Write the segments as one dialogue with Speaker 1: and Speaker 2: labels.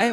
Speaker 1: 哎，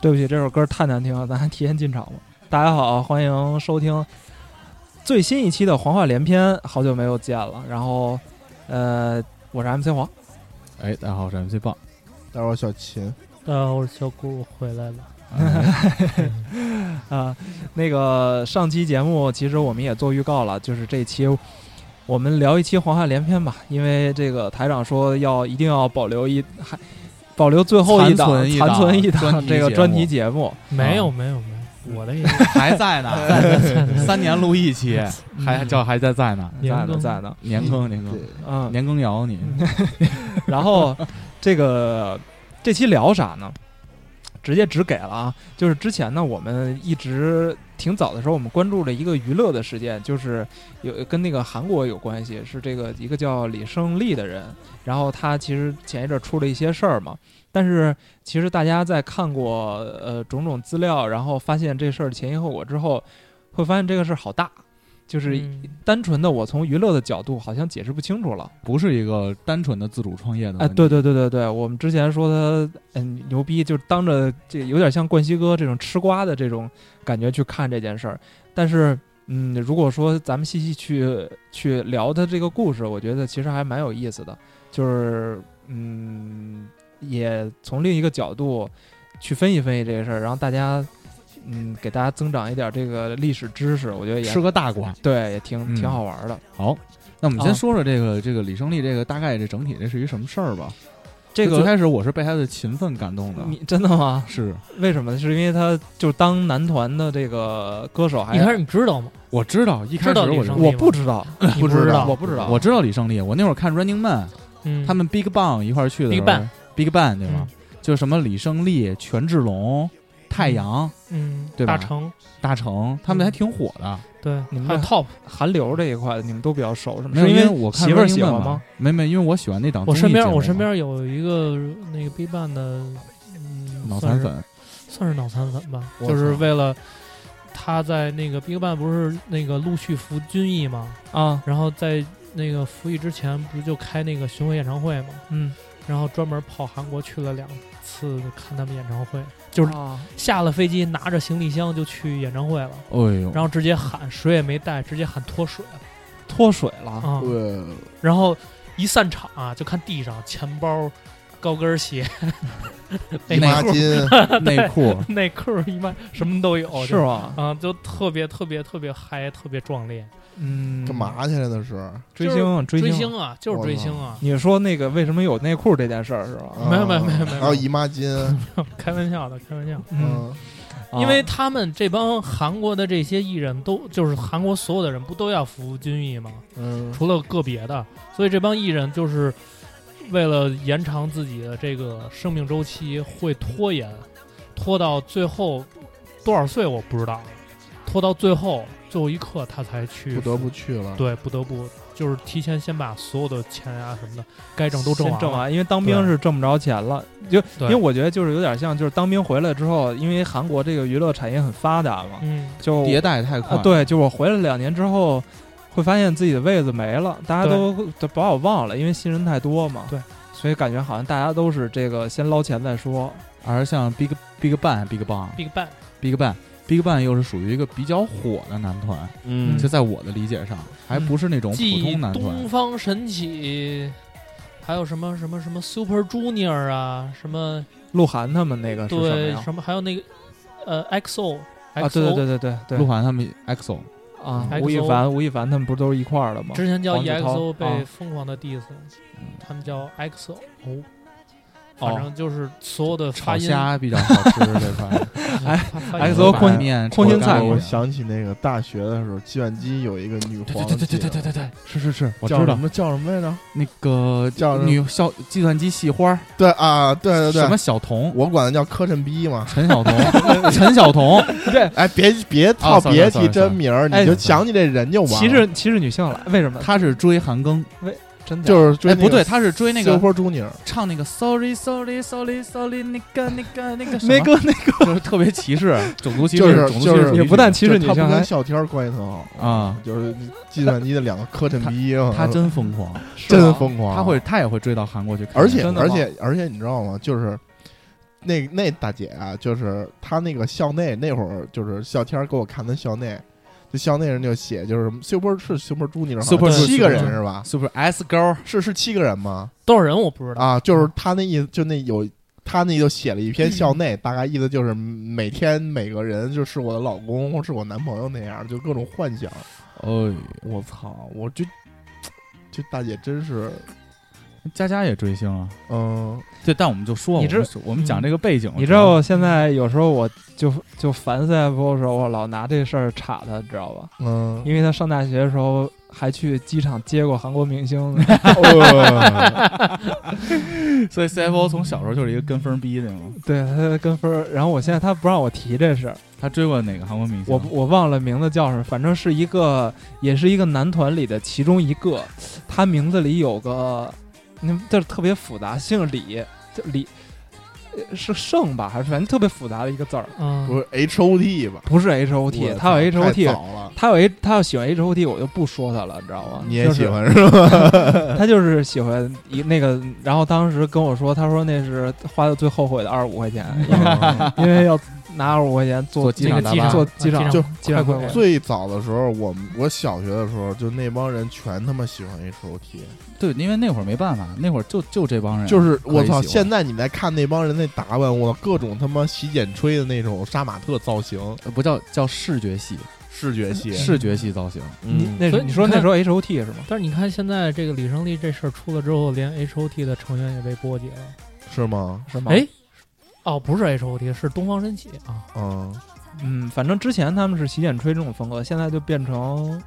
Speaker 2: 对不起，这首歌太难听了，咱还提前进场吧。大家好，欢迎收听最新一期的《黄话连篇》，好久没有见了。然后，呃，我是 MC 黄，
Speaker 3: 哎，大家好，我是 MC 棒。
Speaker 4: 待会儿小秦，
Speaker 5: 大家好，呃我是小谷，我回来了。
Speaker 2: 啊、那个上期节目其实我们也做预告了，就是这期我们聊一期黄汉连篇吧，因为这个台长说要一定要保留一还保留最后一档
Speaker 3: 残存一档
Speaker 2: 残存一
Speaker 3: 专
Speaker 2: 档
Speaker 3: 题
Speaker 2: 这个
Speaker 3: 节目
Speaker 2: 专题节目，
Speaker 5: 没有，没有，没
Speaker 3: 嗯
Speaker 5: 有，我的也
Speaker 3: 还在
Speaker 4: 嗯
Speaker 3: 呢，三年录一 期，还这还在在 呢，
Speaker 2: 在
Speaker 5: 年
Speaker 2: 呢
Speaker 5: 更
Speaker 2: 在呢，
Speaker 3: 年更年更
Speaker 2: 嗯，
Speaker 3: 年更摇 你，
Speaker 2: 然后这个这期聊啥呢？直接只给了啊，就是之前呢，我们一直挺早的时候，我们关注了一个娱乐的事件，就是有跟那个韩国有关系，是这个一个叫李胜利的人，然后他其实前一阵儿出了一些事儿嘛，但是其实大家在看过呃种种资料，然后发现这事儿前因后果之后，会发现这个事儿好大，就是
Speaker 5: 嗯
Speaker 2: 单纯的我从娱乐的角度好像解释不清楚了。
Speaker 3: 不是一个单纯的自主创业的
Speaker 2: 哎，
Speaker 3: 问题
Speaker 2: 对，对对对对，我们之前说他嗯牛逼，就是当着这有点像冠希哥这种吃瓜的这种感觉去看这件事儿。但是，嗯，如果说咱们细细去去聊他这个故事，我觉得其实还蛮有意思的，就是嗯，也从另一个角度去分析分析这个事儿，然后大家嗯给大家增长一点这个历史知识，我觉得也
Speaker 3: 吃个大瓜。
Speaker 2: 对，也挺挺
Speaker 3: 嗯
Speaker 2: 好玩儿的。
Speaker 3: 好，那我们先
Speaker 2: 啊
Speaker 3: 说说这个这个李胜利这个大概这整体这是一什么事儿吧。
Speaker 2: 这
Speaker 3: 最
Speaker 2: 个
Speaker 3: 开始我是被他的勤奋感动的，
Speaker 2: 你真的吗？
Speaker 3: 是
Speaker 2: 为什么呢？是因为他就当男团的这个歌手还，
Speaker 5: 一开始你知道吗？
Speaker 3: 我知道一开
Speaker 5: 知
Speaker 3: 始
Speaker 5: 道
Speaker 3: 我
Speaker 5: 李
Speaker 3: 就
Speaker 5: 胜利
Speaker 2: 我不知道，
Speaker 5: 你不知道
Speaker 2: 我不知道，
Speaker 3: 我知道李胜利，我那会儿看 Running Man，
Speaker 5: 嗯，
Speaker 3: 他们 Big Bang 一块儿去的时候
Speaker 5: Big Bang
Speaker 3: Big Bang 对吗？就什么李胜利、权志龙、太阳、
Speaker 5: 嗯，
Speaker 3: 对吧
Speaker 5: 大成
Speaker 3: 大成，他们还挺火的。
Speaker 5: 对，
Speaker 2: 你们
Speaker 5: 还有
Speaker 2: 这
Speaker 5: Top，
Speaker 2: 韩流这一块的你们都比较熟，是吗？
Speaker 3: 没有，
Speaker 2: 是
Speaker 3: 因
Speaker 2: 为
Speaker 3: 我看
Speaker 2: 媳妇儿
Speaker 3: Running
Speaker 2: 喜
Speaker 3: Man
Speaker 2: 欢
Speaker 3: 嘛
Speaker 2: 吗？
Speaker 3: 没没，因为我喜欢那档
Speaker 5: 我
Speaker 3: 综艺
Speaker 5: 身边
Speaker 3: 节目
Speaker 5: 我身边有一个那个 B 站的，嗯，
Speaker 3: 脑
Speaker 5: 算
Speaker 3: 残
Speaker 5: 是
Speaker 3: 粉，
Speaker 5: 算是脑残粉吧，
Speaker 3: 我
Speaker 5: 就是
Speaker 3: 操
Speaker 5: 为了他在那个 BigBang 不是那个陆续服军役嘛，
Speaker 2: 啊，
Speaker 5: 然后在那个服役之前不就开那个巡回演唱会嘛，
Speaker 2: 嗯，
Speaker 5: 然后专门跑韩国去了两次看他们演唱会，就是
Speaker 2: 啊
Speaker 5: 下了飞机拿着行李箱就去演唱会了，
Speaker 3: 哎 呦，
Speaker 5: 然后直接喊水也没带，直接喊脱水了
Speaker 2: 脱水了，
Speaker 5: 啊，
Speaker 4: 对，
Speaker 5: 然后一散场啊，就看地上钱包、高跟鞋、
Speaker 4: 姨妈
Speaker 5: 内裤、
Speaker 4: 巾，
Speaker 3: 内裤
Speaker 5: 内裤一般什么都有，
Speaker 2: 是吗？
Speaker 5: 啊，就特别特别特别嗨，特别壮烈。
Speaker 2: 嗯，
Speaker 4: 干？嘛去了那是？
Speaker 2: 追星，追
Speaker 5: 追
Speaker 2: 星。
Speaker 5: 啊，就是追星啊，
Speaker 2: 你说那个为什么有内裤这件事儿是吧？
Speaker 4: 啊
Speaker 5: 没有没有没有没有
Speaker 4: 还有姨妈巾，
Speaker 5: 开玩笑的，开玩笑。
Speaker 2: 嗯，
Speaker 4: 嗯，
Speaker 2: 啊
Speaker 5: 因为他们这帮韩国的这些艺人都，就是韩国所有的人不都要服军役吗？
Speaker 4: 嗯，
Speaker 5: 除了个别的，所以这帮艺人就是为了延长自己的这个生命周期，会拖延，拖到最后多少岁我不知道，拖到最后最后一刻他才去
Speaker 4: 不得不去了。
Speaker 5: 对不得不就是提前先把所有的钱啊什么的该挣都挣
Speaker 2: 先
Speaker 5: 完
Speaker 2: 挣
Speaker 5: 了，
Speaker 2: 完，因为当兵
Speaker 5: 对
Speaker 2: 是挣不着钱了，就因
Speaker 5: 对
Speaker 2: 为我觉得就是有点像，就是当兵回来之后，因为韩国这个娱乐产业很发达嘛，
Speaker 5: 嗯，
Speaker 2: 就
Speaker 3: 迭代太快
Speaker 2: 啊，，，对，就我回来两年之后，会发现自己的位子没了，大家都都把我忘了，因为新人太多嘛。
Speaker 5: 对，
Speaker 2: 所以感觉好像大家都是这个先捞钱再说。
Speaker 3: 而是像 Big Big Bang、Big Bang、
Speaker 5: Big Bang
Speaker 3: Big Bang、Big Bang 又是属于一个比较火的男团，
Speaker 5: 嗯
Speaker 3: 就在我的理解上，还不是那种普
Speaker 5: 继
Speaker 3: 通男团
Speaker 5: 东。方神起。还有什么什么什么 Super Junior 啊，什么
Speaker 2: 鹿晗他们那个是什么
Speaker 5: 对
Speaker 2: 呀？
Speaker 5: 什么还有那个呃 XO
Speaker 2: 啊，对对
Speaker 5: XO
Speaker 2: 对对对对
Speaker 3: 鹿晗他们 EXO，
Speaker 2: 啊，
Speaker 5: XO
Speaker 2: 吴亦凡、吴亦凡他们不是都是一块儿的吗？
Speaker 5: 之前叫 E
Speaker 2: 黄子韬
Speaker 5: EXO
Speaker 2: 啊
Speaker 5: 被疯狂的 diss，、他们叫 XO，
Speaker 2: 哦
Speaker 5: 反正就是所有的发
Speaker 3: 炒
Speaker 5: 音，嗯
Speaker 3: 虾比较好吃这块。
Speaker 5: 发
Speaker 2: 哎
Speaker 5: 音
Speaker 2: 所有
Speaker 3: 白
Speaker 2: 空
Speaker 3: 面
Speaker 2: 空心
Speaker 3: 炒
Speaker 2: 菜
Speaker 3: 咖喱
Speaker 4: 我想起那个大学的时候，计算机有一个女
Speaker 3: 对
Speaker 4: 皇
Speaker 3: 对
Speaker 4: 姐，
Speaker 3: 对对对对对对，
Speaker 2: 是是是，我
Speaker 3: 我知
Speaker 4: 叫
Speaker 3: 道
Speaker 4: 什么叫什么来着？
Speaker 3: 那个
Speaker 4: 叫什么
Speaker 3: 女小计算机系花儿，
Speaker 4: 对啊，对对
Speaker 3: 什么
Speaker 4: 对，
Speaker 3: 小童，
Speaker 4: 我管她叫磕碜逼嘛。
Speaker 3: 陈小童，陈小童，
Speaker 4: 哎，别别
Speaker 3: 啊
Speaker 4: 套，
Speaker 3: sorry，
Speaker 4: 别
Speaker 3: sorry，
Speaker 4: 提真
Speaker 3: sorry
Speaker 4: 名儿，
Speaker 2: 哎
Speaker 4: 你就想起这人就完了。
Speaker 2: 歧视歧视女性了，为什么？
Speaker 3: 他是追韩庚，
Speaker 2: 真的
Speaker 4: 就是追
Speaker 3: 哎，
Speaker 4: 那个
Speaker 3: 不对，他是追那个
Speaker 4: Super Junior，
Speaker 3: 唱那个 Sorry Sorry Sorry Sorry 那个那个那个什么
Speaker 2: 那个那个
Speaker 3: 就是特别歧视，种族歧
Speaker 4: 就
Speaker 3: 视，
Speaker 4: 是
Speaker 3: 种族歧
Speaker 4: 就
Speaker 3: 视
Speaker 4: 是
Speaker 3: 种族
Speaker 2: 也不但歧视女
Speaker 4: 就他
Speaker 2: 性，
Speaker 4: 不
Speaker 2: 还
Speaker 4: 跟笑天儿关系特好，
Speaker 3: 啊，
Speaker 4: 就是计算机的两个磕碜逼嘛，
Speaker 3: 他真疯狂，
Speaker 4: 啊真疯狂，
Speaker 3: 他会他也会追到韩国去看，
Speaker 4: 哦而且
Speaker 2: 真的
Speaker 4: 而
Speaker 2: 吗
Speaker 4: 且而且你知道吗？就是那那大姐啊，就是她那个校内那会儿，就是笑天儿给我看她校内，就校内人就写就是 Super 是 Super Junior 好像
Speaker 3: Super
Speaker 4: 七个
Speaker 3: Junior
Speaker 4: 人是吧？
Speaker 3: 是不是 S 高
Speaker 4: 是是七个人吗？
Speaker 5: 多少人我不知道。
Speaker 4: 啊，就是他那意思，就那有。他那就写了一篇校内，大概意思就是每天每个人就是我的老公，是我男朋友那样，就各种幻想。
Speaker 3: 哦，
Speaker 4: 我操！我就就大姐真是，
Speaker 3: 佳佳也追星啊。
Speaker 4: 嗯，
Speaker 3: 对，但我们就说，
Speaker 2: 你
Speaker 3: 我们
Speaker 2: 知嗯
Speaker 3: 我们讲这个背景，
Speaker 2: 你知道现在有时候我就就烦 CFO 的时候，我老拿这事儿插他，知道吧？
Speaker 4: 嗯，
Speaker 2: 因为他上大学的时候还去机场接过韩国明星呢，
Speaker 4: 哦
Speaker 3: 所以 CFO 从小时候就是一个跟风逼的嘛。
Speaker 2: 对他跟分儿。然后我现在他不让我提这事儿，
Speaker 3: 他追过哪个韩国明星？啊
Speaker 2: 我我忘了名字叫什么，反正是一个也是一个男团里的其中一个，他名字里有个，那就是特别复杂，姓李，叫李，呃是盛吧还是反正特别复杂的一个字儿，
Speaker 5: 嗯，
Speaker 4: 不是 H O T 吧
Speaker 2: 不是 H O T，
Speaker 4: 我
Speaker 2: 他有 H
Speaker 4: 操
Speaker 2: O
Speaker 4: 太
Speaker 2: T，
Speaker 4: 早了，
Speaker 2: 他有 H 他要喜欢 H O T，我就不说他了，你知道吗？
Speaker 4: 你也
Speaker 2: 嗯就
Speaker 4: 喜
Speaker 2: 是
Speaker 4: 欢是吧？
Speaker 2: 他就是喜欢一那个，然后当时跟我说，他说那是花的最后悔的二十五块 钱， 因为要拿二十五块钱坐
Speaker 3: 坐机场
Speaker 2: 那
Speaker 3: 大
Speaker 2: 个
Speaker 3: 巴
Speaker 2: 坐哦机
Speaker 5: 啊
Speaker 2: 场
Speaker 5: 机
Speaker 4: 就
Speaker 2: 机场快
Speaker 5: 快快
Speaker 2: 快
Speaker 4: 最早的时候，我们我小学的时候，就那帮人全他妈喜欢 H O T，
Speaker 2: 嗯
Speaker 3: 对，因为那会儿没办法，那会儿就就这帮人，
Speaker 4: 就是我
Speaker 3: 可以喜
Speaker 4: 操！
Speaker 3: 欢
Speaker 4: 现在你再看那帮人那打扮，我各种他妈洗剪吹的那种杀马特造型，
Speaker 3: 呃不叫叫视觉系，
Speaker 4: 视觉系，
Speaker 3: 视觉系造型。
Speaker 2: 你
Speaker 4: 嗯，
Speaker 2: 那时
Speaker 5: 所
Speaker 2: 候
Speaker 5: 以
Speaker 2: 你说
Speaker 5: 你
Speaker 2: 那
Speaker 5: 看
Speaker 2: 时候 H O T 是吗？
Speaker 5: 但是你看现在这个李胜利这事儿出了之后，连 H O T 的成员也被波及了。
Speaker 4: 是吗？
Speaker 2: 是吗？
Speaker 5: 哎，哦，不是 H O T，是东方神起啊。
Speaker 4: 嗯，
Speaker 2: 嗯，反正之前他们是洗剪吹这种风格，现在就变成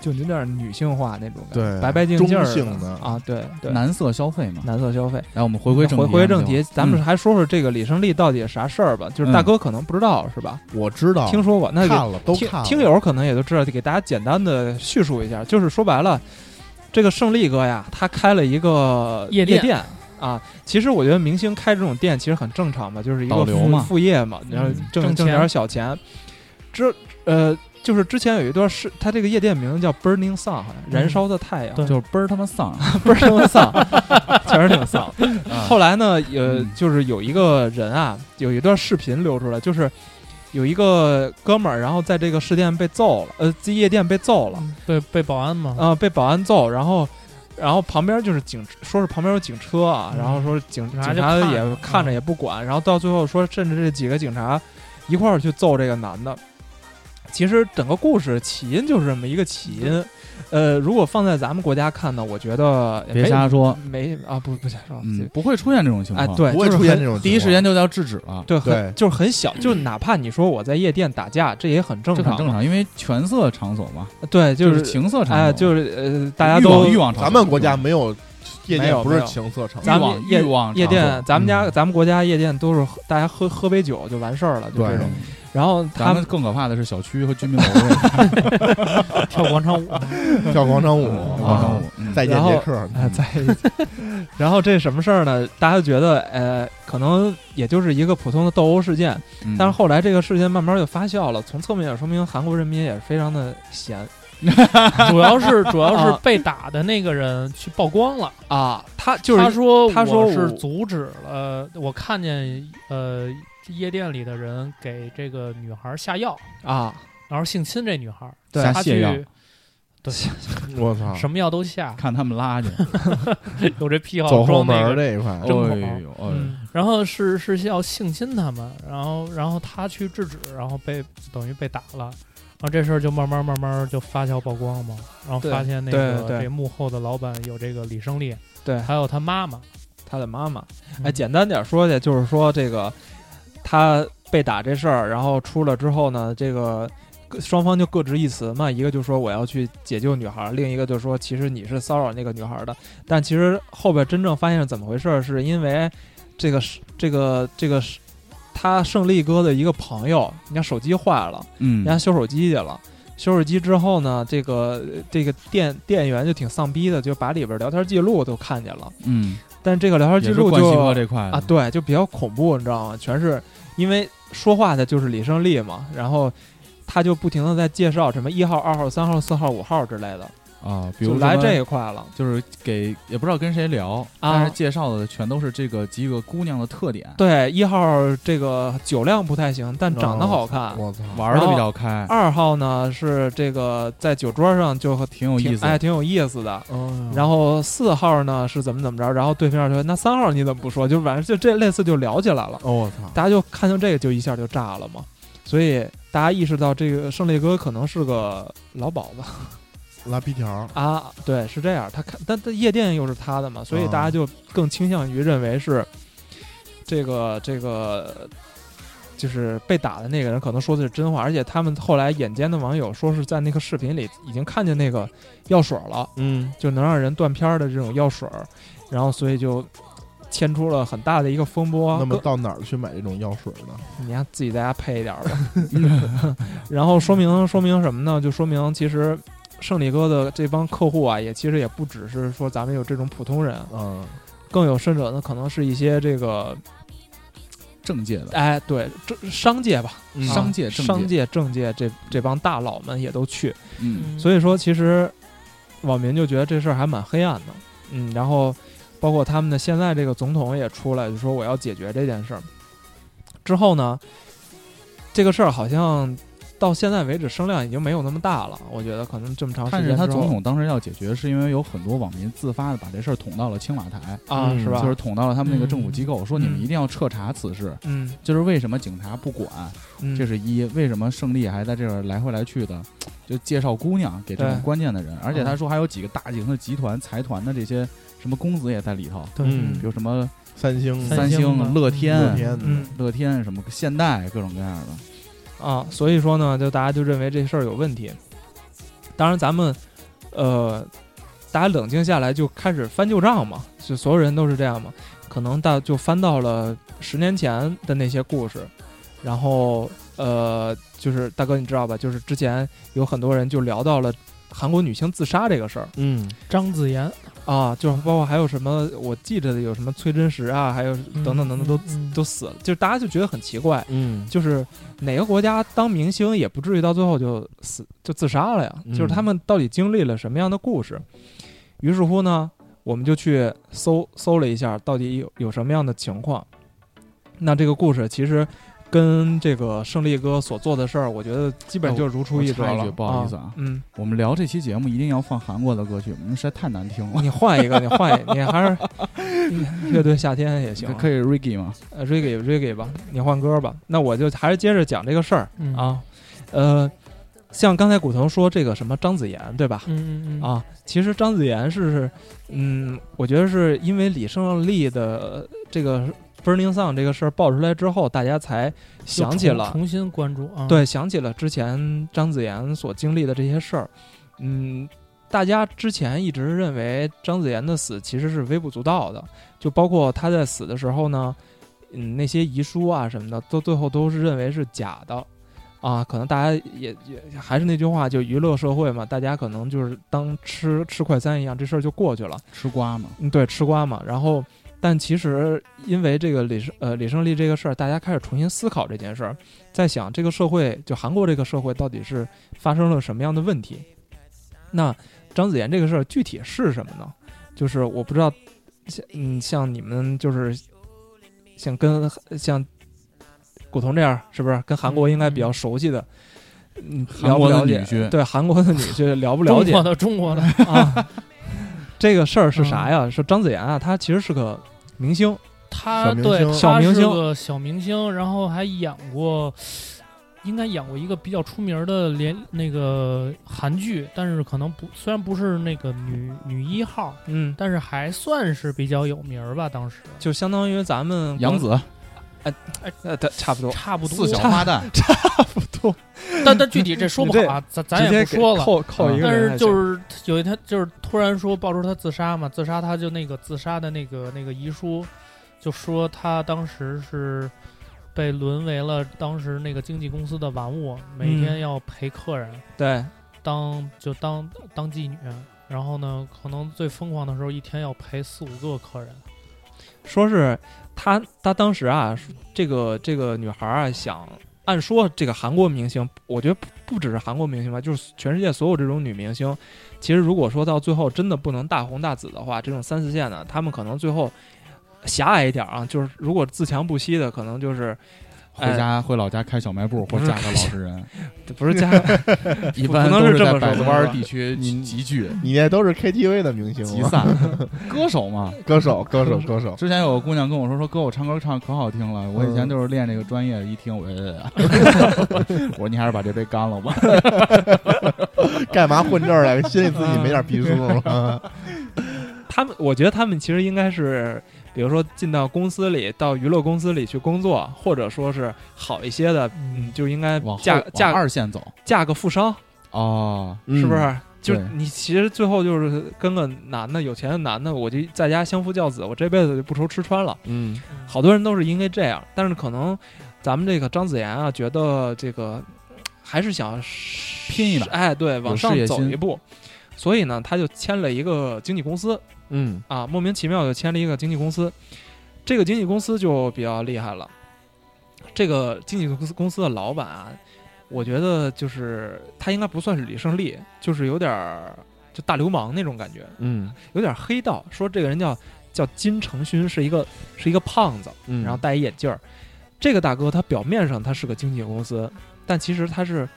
Speaker 2: 就有点女性化那种感觉，
Speaker 4: 对
Speaker 2: 白白净净儿
Speaker 4: 中性的
Speaker 2: 啊，对对，
Speaker 3: 男色消费嘛。
Speaker 2: 男色消费。
Speaker 3: 来，我们回归正
Speaker 2: 回
Speaker 3: 题
Speaker 2: 回
Speaker 3: 啊
Speaker 2: 正
Speaker 3: 就
Speaker 2: 题，咱们还说说这个李胜利到底啥事儿吧？就是大哥可能不知道是吧？
Speaker 4: 我知道，
Speaker 2: 听说过，那就
Speaker 4: 看了都
Speaker 2: 听
Speaker 4: 看了，
Speaker 2: 听友可能也都知道，就给大家简单的叙述一下，就是说白了，这个胜利哥呀，他开了一个
Speaker 5: 夜
Speaker 2: 店
Speaker 5: 店
Speaker 2: 啊。其实我觉得明星开这种店其实很正常嘛，就是一个
Speaker 3: 导流
Speaker 2: 副
Speaker 3: 嘛
Speaker 2: 副业嘛，然后
Speaker 5: 嗯
Speaker 2: 挣
Speaker 5: 挣
Speaker 2: 挣点
Speaker 5: 钱
Speaker 2: 小钱。之呃，就是之前有一段是他这个夜店名字叫 Burning Sun，好像燃烧的太阳，
Speaker 5: 嗯对
Speaker 3: 就是嗯倍儿他妈丧，
Speaker 2: Burning Sun，确实挺丧。
Speaker 3: 啊
Speaker 2: 后来呢，呃
Speaker 3: 嗯，
Speaker 2: 就是有一个人啊，有一段视频流出来，就是有一个哥们儿，然后在这个试店被揍了，呃，在夜店被揍了，
Speaker 5: 嗯被被保安 嘛，
Speaker 2: 啊、被保安揍，然后。然后旁边就是警，说是旁边有警车啊，
Speaker 5: 嗯
Speaker 2: 然后说警警
Speaker 5: 警
Speaker 2: 察
Speaker 5: 察就看嗯着
Speaker 2: 也看着也不管，然后到最后说，甚至这几个警察一块儿去揍这个男的。其实整个故事起因就是这么一个起因，呃，如果放在咱们国家看呢，我觉得也
Speaker 3: 别
Speaker 2: 没
Speaker 3: 瞎说，
Speaker 2: 没啊，不不瞎说，
Speaker 3: 嗯，不会出现这种情
Speaker 2: 哎
Speaker 3: 况，，，
Speaker 2: 对，
Speaker 4: 不会
Speaker 2: 就是
Speaker 4: 出现
Speaker 2: 很
Speaker 4: 这种情况，
Speaker 3: 第一时间就要制止了，
Speaker 2: 对，很
Speaker 4: 对
Speaker 2: 就是很小，就是哪怕你说我在夜店打架，这也很正
Speaker 3: 这
Speaker 2: 常，
Speaker 3: 很正。常，因为权色场所嘛，
Speaker 2: 对，
Speaker 3: 就
Speaker 2: 就是
Speaker 3: 情色场所，
Speaker 2: 哎，就是呃，大家
Speaker 3: 欲望
Speaker 2: 都
Speaker 3: 欲望场所，
Speaker 4: 咱们国家没有夜
Speaker 2: 嗯没有
Speaker 4: 店不是
Speaker 2: 没有
Speaker 4: 情色场所，
Speaker 2: 咱
Speaker 3: 欲
Speaker 2: 们
Speaker 3: 望
Speaker 2: 夜
Speaker 3: 欲望
Speaker 2: 夜
Speaker 3: 场
Speaker 2: 店
Speaker 3: 所，
Speaker 2: 咱们家
Speaker 4: 嗯
Speaker 2: 咱们国家夜店都是喝大家喝喝杯酒就完事儿了，就这
Speaker 4: 对
Speaker 2: 种。然后他
Speaker 3: 咱们
Speaker 2: 们
Speaker 3: 更可怕的是小区和居民楼 广
Speaker 5: 跳广场舞。
Speaker 4: 跳广场舞，
Speaker 3: 场
Speaker 4: 啊
Speaker 3: 舞，嗯
Speaker 4: 再见
Speaker 2: 然后
Speaker 4: 杰克，
Speaker 2: 哎在，然后这什么事儿呢？大家就觉得呃，可能也就是一个普通的斗殴事件，
Speaker 3: 嗯
Speaker 2: 但是后来这个事件慢慢就发酵了。从侧面也说明韩国人民也是非常的闲，
Speaker 5: 主要是主要
Speaker 2: 啊
Speaker 5: 是被打的那个人去曝光了，
Speaker 2: 啊，他就是
Speaker 5: 他说
Speaker 2: 他说
Speaker 5: 我是
Speaker 2: 我
Speaker 5: 阻止了，我看见呃夜店里的人给这个女孩下药，
Speaker 2: 啊，
Speaker 5: 然后性侵这女孩，
Speaker 3: 对
Speaker 5: 他
Speaker 3: 下泻药
Speaker 5: 去对
Speaker 4: 我操，
Speaker 5: 什么药都下，
Speaker 3: 看他们拉 去，
Speaker 5: 有这癖好
Speaker 4: 走后
Speaker 5: 装
Speaker 4: 门
Speaker 5: 那
Speaker 4: 儿
Speaker 5: 个
Speaker 4: 这一块，
Speaker 3: 哎
Speaker 5: 真
Speaker 3: 呦
Speaker 5: 猛
Speaker 3: 哎呦，
Speaker 5: 嗯，然后是是要性侵他们，然后然后他去制止，然后被等于被打了，然后这事儿就慢慢慢慢就发酵曝光嘛，然后
Speaker 2: 对
Speaker 5: 发现那
Speaker 2: 对
Speaker 5: 个
Speaker 2: 对
Speaker 5: 这幕后的老板有这个李胜利，
Speaker 2: 对
Speaker 5: 还有他妈妈，嗯
Speaker 2: 他的妈妈。哎，简单点说去，就是说这个他被打这事儿，然后出了之后呢，这个各双方就各执一词嘛，一个就说我要去解救女孩儿，另一个就说其实你是骚扰那个女孩儿的。但其实后边真正发现是怎么回事儿，是因为这个是这个这个是他胜利哥的一个朋友，人家手机坏了，
Speaker 3: 嗯
Speaker 2: 人家修手机去了。修手机之后呢，这个这个店店员就挺丧逼的，就把里边聊天记录都看见了。
Speaker 3: 嗯，
Speaker 2: 但这个聊天
Speaker 3: 也
Speaker 2: 记
Speaker 3: 是
Speaker 2: 录
Speaker 3: 冠希
Speaker 2: 就
Speaker 3: 哥这块的
Speaker 2: 啊，，对，就比较恐怖，你知道吗？全是因为说话的就是李胜利嘛，然后他就不停的在介绍什么一号、二号、三号、四号、五号之类的，
Speaker 3: 啊，比
Speaker 2: 就
Speaker 3: 如
Speaker 2: 来
Speaker 3: 什么
Speaker 2: 这一块了。
Speaker 3: 就是给也不知道跟谁聊，但是介绍的全都是这个几个姑娘的特点，
Speaker 2: 对，一号这个酒量不太行，但长得好看。
Speaker 3: 哦
Speaker 4: 我操，
Speaker 3: 玩的比较开，
Speaker 2: 二号呢是这个在酒桌上就和
Speaker 3: 挺有
Speaker 2: 挺
Speaker 3: 意思。
Speaker 2: 哎，挺有意思的。
Speaker 4: 嗯
Speaker 2: 然后四号呢是怎么怎么着，然后对面就说那三号你怎么不说？就反正就这类似就聊起来了，
Speaker 4: 哦，我操，
Speaker 2: 大家就看见这个就一下就炸了嘛。所以大家意识到这个胜利哥可能是个老鸨子
Speaker 4: 拉皮条，
Speaker 2: 啊，对，是这样。他看，但但夜店又是他的嘛，所以
Speaker 4: 啊
Speaker 2: 大家就更倾向于认为是这个这个。就是被打的那个人可能说的是真话，而且他们后来眼尖的网友说是在那个视频里已经看见那个药水了，
Speaker 4: 嗯，
Speaker 2: 就能让人断片儿的这种药水儿，然后所以就牵出了很大的一个风波。
Speaker 4: 那么
Speaker 2: 更
Speaker 4: 到哪儿去买这种药水呢？
Speaker 2: 你还自己在家配一点儿吧。 然后说明说明什么呢？就说明其实胜利哥的这帮客户啊，也其实也不只是说咱们有这种普通人，
Speaker 4: 嗯，
Speaker 2: 更有甚者呢，可能是一些这个
Speaker 3: 政界的，
Speaker 2: 哎，对，这商界吧，
Speaker 4: 嗯
Speaker 2: 啊
Speaker 3: 商界政界
Speaker 2: 商界政界这这帮大佬们也都去。
Speaker 3: 嗯，
Speaker 2: 所以说，其实网民就觉得这事儿还蛮黑暗的，嗯，然后包括他们的现在这个总统也出来就说我要解决这件事儿。之后呢，这个事儿好像到现在为止声量已经没有那么大了，我觉得可能这么长
Speaker 3: 但
Speaker 2: 时
Speaker 3: 是
Speaker 2: 间
Speaker 3: 他
Speaker 2: 之
Speaker 3: 总
Speaker 2: 后
Speaker 3: 统当时要解决，是因为有很多网民自发的把这事儿捅到了青瓦台，
Speaker 2: 啊，
Speaker 4: 嗯
Speaker 2: 是吧？
Speaker 3: 就是捅到了他们那个政府机构，说你们
Speaker 2: 嗯
Speaker 3: 一定要彻查此事。
Speaker 2: 嗯
Speaker 3: 就是为什么警察不管，
Speaker 2: 嗯，
Speaker 3: 这是一；为什么胜利还在这儿来回来去的，就介绍姑娘给这种
Speaker 2: 对
Speaker 3: 关键的人，而且
Speaker 2: 嗯
Speaker 3: 他说还有几个大型的集团、财团的这些什么公子也在里头，
Speaker 2: 对
Speaker 4: 嗯
Speaker 3: 比如什么
Speaker 4: 三星、
Speaker 3: 三
Speaker 5: 星
Speaker 3: 星
Speaker 5: 嘛、嗯
Speaker 3: 乐天、
Speaker 4: 乐天的，啊
Speaker 2: 嗯
Speaker 3: 乐天什么现代各种各样的，
Speaker 2: 啊，所以说呢，就大家就认为这事儿有问题。当然，咱们呃，大家冷静下来就开始翻旧账嘛，就所有人都是这样嘛。可能大就翻到了十年前的那些故事，然后呃，就是大哥你知道吧？就是之前有很多人就聊到了韩国女星自杀这个事儿
Speaker 4: 嗯，
Speaker 5: 张子妍
Speaker 2: 啊，就是包括还有什么我记着的有什么崔真实啊，还有等等等等都、
Speaker 5: 都
Speaker 2: 都死了，就是大家就觉得很奇怪。
Speaker 4: 嗯，
Speaker 2: 就是哪个国家当明星也不至于到最后就死就自杀了呀？
Speaker 4: 嗯
Speaker 2: 就是他们到底经历了什么样的故事？于是乎呢，我们就去搜搜了一下，到底有有什么样的情况。那这个故事其实跟这个胜利哥所做的事儿，我觉得基本就如出一辙
Speaker 3: 我插一
Speaker 2: 了。
Speaker 3: 句不好意思啊
Speaker 2: 嗯，
Speaker 3: 我们聊这期节目一定要放韩国的歌曲，嗯，实在太难听了。
Speaker 2: 你换一个，你 换一个，你还是 乐队夏天也行啊，
Speaker 3: 可以 Reggae 吗？
Speaker 2: 呃 reggae reggae 吧，你换歌吧。那我就还是接着讲这个事儿。
Speaker 5: 嗯
Speaker 2: 啊，呃，像刚才古潼说这个什么张子妍，对吧？
Speaker 5: 嗯嗯嗯
Speaker 2: 啊，其实张子妍是，嗯，我觉得是因为李胜利的呃这个 Burning Sun 这个事儿爆出来之后，大家才
Speaker 5: 就
Speaker 2: 想起
Speaker 5: 重
Speaker 2: 了，
Speaker 5: 重新关注啊，，
Speaker 2: 对，想起了之前张子妍所经历的这些事儿。嗯，大家之前一直认为张子妍的死其实是微不足道的，就包括她在死的时候呢，嗯，那些遗书啊什么的，都最后都是认为是假的。啊，可能大家也也还是那句话，就娱乐社会嘛，大家可能就是当吃吃快餐一样，这事儿就过去了。
Speaker 3: 吃瓜吗？
Speaker 2: 嗯，对，吃瓜嘛。然后，但其实因为这个李胜呃李胜利这个事儿，大家开始重新思考这件事儿，在想这个社会，就韩国这个社会到底是发生了什么样的问题？那张子妍这个事儿具体是什么呢？就是我不知道，像嗯像你们就是像跟像古潼这样，是不是跟韩国应该比较熟悉的？嗯，
Speaker 3: 韩
Speaker 2: 了不
Speaker 3: 国的
Speaker 2: 了
Speaker 3: 女
Speaker 2: 解？
Speaker 3: 婿，
Speaker 2: 对韩国的女婿了不了
Speaker 5: 中
Speaker 2: 解？
Speaker 5: 国的中国 的，
Speaker 2: 啊，这个事儿是啥
Speaker 5: 嗯
Speaker 2: 呀？说张子妍啊，她其实是个明星，
Speaker 5: 他
Speaker 4: 小明
Speaker 5: 对
Speaker 4: 星
Speaker 5: 他
Speaker 2: 小明
Speaker 5: 是
Speaker 2: 星
Speaker 5: 个小明星，然后还演过应该演过一个比较出名的连那个韩剧，但是可能不虽然不是那个女女一号，
Speaker 2: 嗯，
Speaker 5: 但是还算是比较有名儿吧。当时
Speaker 2: 就相当于咱们
Speaker 3: 杨
Speaker 2: 子，
Speaker 3: 紫
Speaker 2: 呃，对差不多，
Speaker 5: 差不多
Speaker 3: 四，小花 旦，
Speaker 5: 但但具体这说不好啊，咱咱
Speaker 2: 直
Speaker 5: 也
Speaker 2: 接
Speaker 5: 不说
Speaker 2: 给
Speaker 5: 了。
Speaker 2: 扣扣一个
Speaker 5: 但
Speaker 2: 人还行，
Speaker 5: 是就是有一天，就是突然说爆出他自杀嘛，自杀他就那个自杀的那个那个遗书，就说他当时是被沦为了当时那个经纪公司的玩物，
Speaker 2: 嗯
Speaker 5: 每天要陪客人，
Speaker 2: 对，
Speaker 5: 当就当当妓女，然后呢，可能最疯狂的时候一天要陪四五个客人，
Speaker 2: 说是他他当时啊，这个这个女孩啊想。按说这个韩国明星，我觉得不不只是韩国明星吧，就是全世界所有这种女明星，其实如果说到最后真的不能大红大紫的话，这种三四线的，她们可能最后狭隘一点啊，就是如果自强不息的，可能就是
Speaker 3: 回
Speaker 2: 哎
Speaker 3: 家回老家开小卖部或嫁个老实人，
Speaker 2: 不是家
Speaker 3: 一般
Speaker 2: 不
Speaker 3: 都
Speaker 2: 能是这
Speaker 3: 在
Speaker 2: 么说
Speaker 3: 百
Speaker 2: 的
Speaker 3: 子
Speaker 2: 吧
Speaker 3: 湾地区集集聚
Speaker 4: 你那都是 KTV 的明星
Speaker 3: 集
Speaker 4: 吗，
Speaker 3: 散，歌手嘛。
Speaker 4: 歌手，歌手，歌 手，
Speaker 3: 之前有个姑娘跟我说说哥，我唱歌唱得可好听了，我
Speaker 2: 嗯
Speaker 3: 以前就是练这个专业，一听 我，我说你还是把这杯干了吧。
Speaker 4: 干嘛混这儿来？ 心里自己没点逼数吗？
Speaker 2: 他们，我觉得他们其实应该是，比如说进到公司里，到娱乐公司里去工作，或者说是好一些的，嗯，就应该
Speaker 3: 往后
Speaker 2: 嫁
Speaker 3: 往
Speaker 2: 嫁
Speaker 3: 二线走
Speaker 2: 嫁个富商，
Speaker 3: 哦，
Speaker 4: 嗯
Speaker 2: 是不是？就
Speaker 3: 对
Speaker 2: 你其实最后就是跟个男的，有钱的男的，我就在家相夫教子，我这辈子就不愁吃穿了。
Speaker 4: 嗯？嗯，
Speaker 5: 嗯
Speaker 2: 好多人都是因为这样，但是可能咱们这个张子妍啊，觉得这个还是想
Speaker 3: 拼一把
Speaker 2: 哎，对，往
Speaker 3: 有
Speaker 2: 上
Speaker 3: 事业
Speaker 2: 走
Speaker 3: 心
Speaker 2: 一步，所以呢，他就签了一个经纪公司，
Speaker 4: 嗯，
Speaker 2: 啊，莫名其妙就签了一个经纪公司。这个经纪公司就比较厉害了。这个经纪公司公司的老板啊，我觉得就是他应该不算是李胜利，就是有点儿就大流氓那种感觉，
Speaker 4: 嗯，
Speaker 2: 有点儿黑道。说这个人叫叫金承勋，是一个是一个胖子，
Speaker 4: 嗯，
Speaker 2: 然后戴一眼镜儿。这个大哥他表面上他是个经纪公司，但其实他是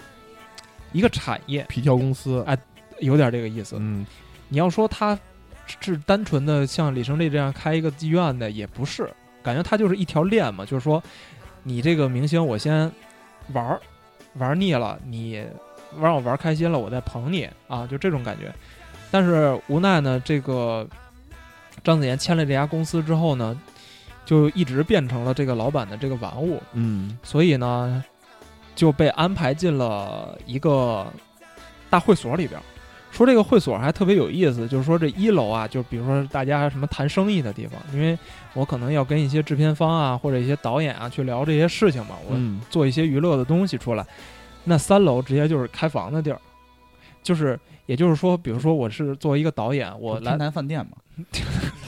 Speaker 2: 一个产业，
Speaker 4: 皮条公
Speaker 2: 哎
Speaker 4: 司，
Speaker 2: 有点儿这个意思。
Speaker 4: 嗯，
Speaker 2: 你要说他是单纯的像李胜利这样开一个妓院的，也不是，感觉他就是一条链嘛，就是说你这个明星，我先玩儿玩腻了，你让我玩开心了，我再捧你啊，就这种感觉。但是无奈呢，这个张子妍签了这家公司之后呢，就一直变成了这个老板的这个玩物，
Speaker 4: 嗯，
Speaker 2: 所以呢就被安排进了一个大会所里边儿。说这个会所还特别有意思，就是说这一楼啊，就比如说大家什么谈生意的地方，因为我可能要跟一些制片方啊或者一些导演啊去聊这些事情嘛，我
Speaker 4: 嗯，
Speaker 2: 做一些娱乐的东西出来。那三楼直接就是开房的地儿，就是也就是说，比如说我是作为一个导演，我来
Speaker 3: 天坛饭店嘛，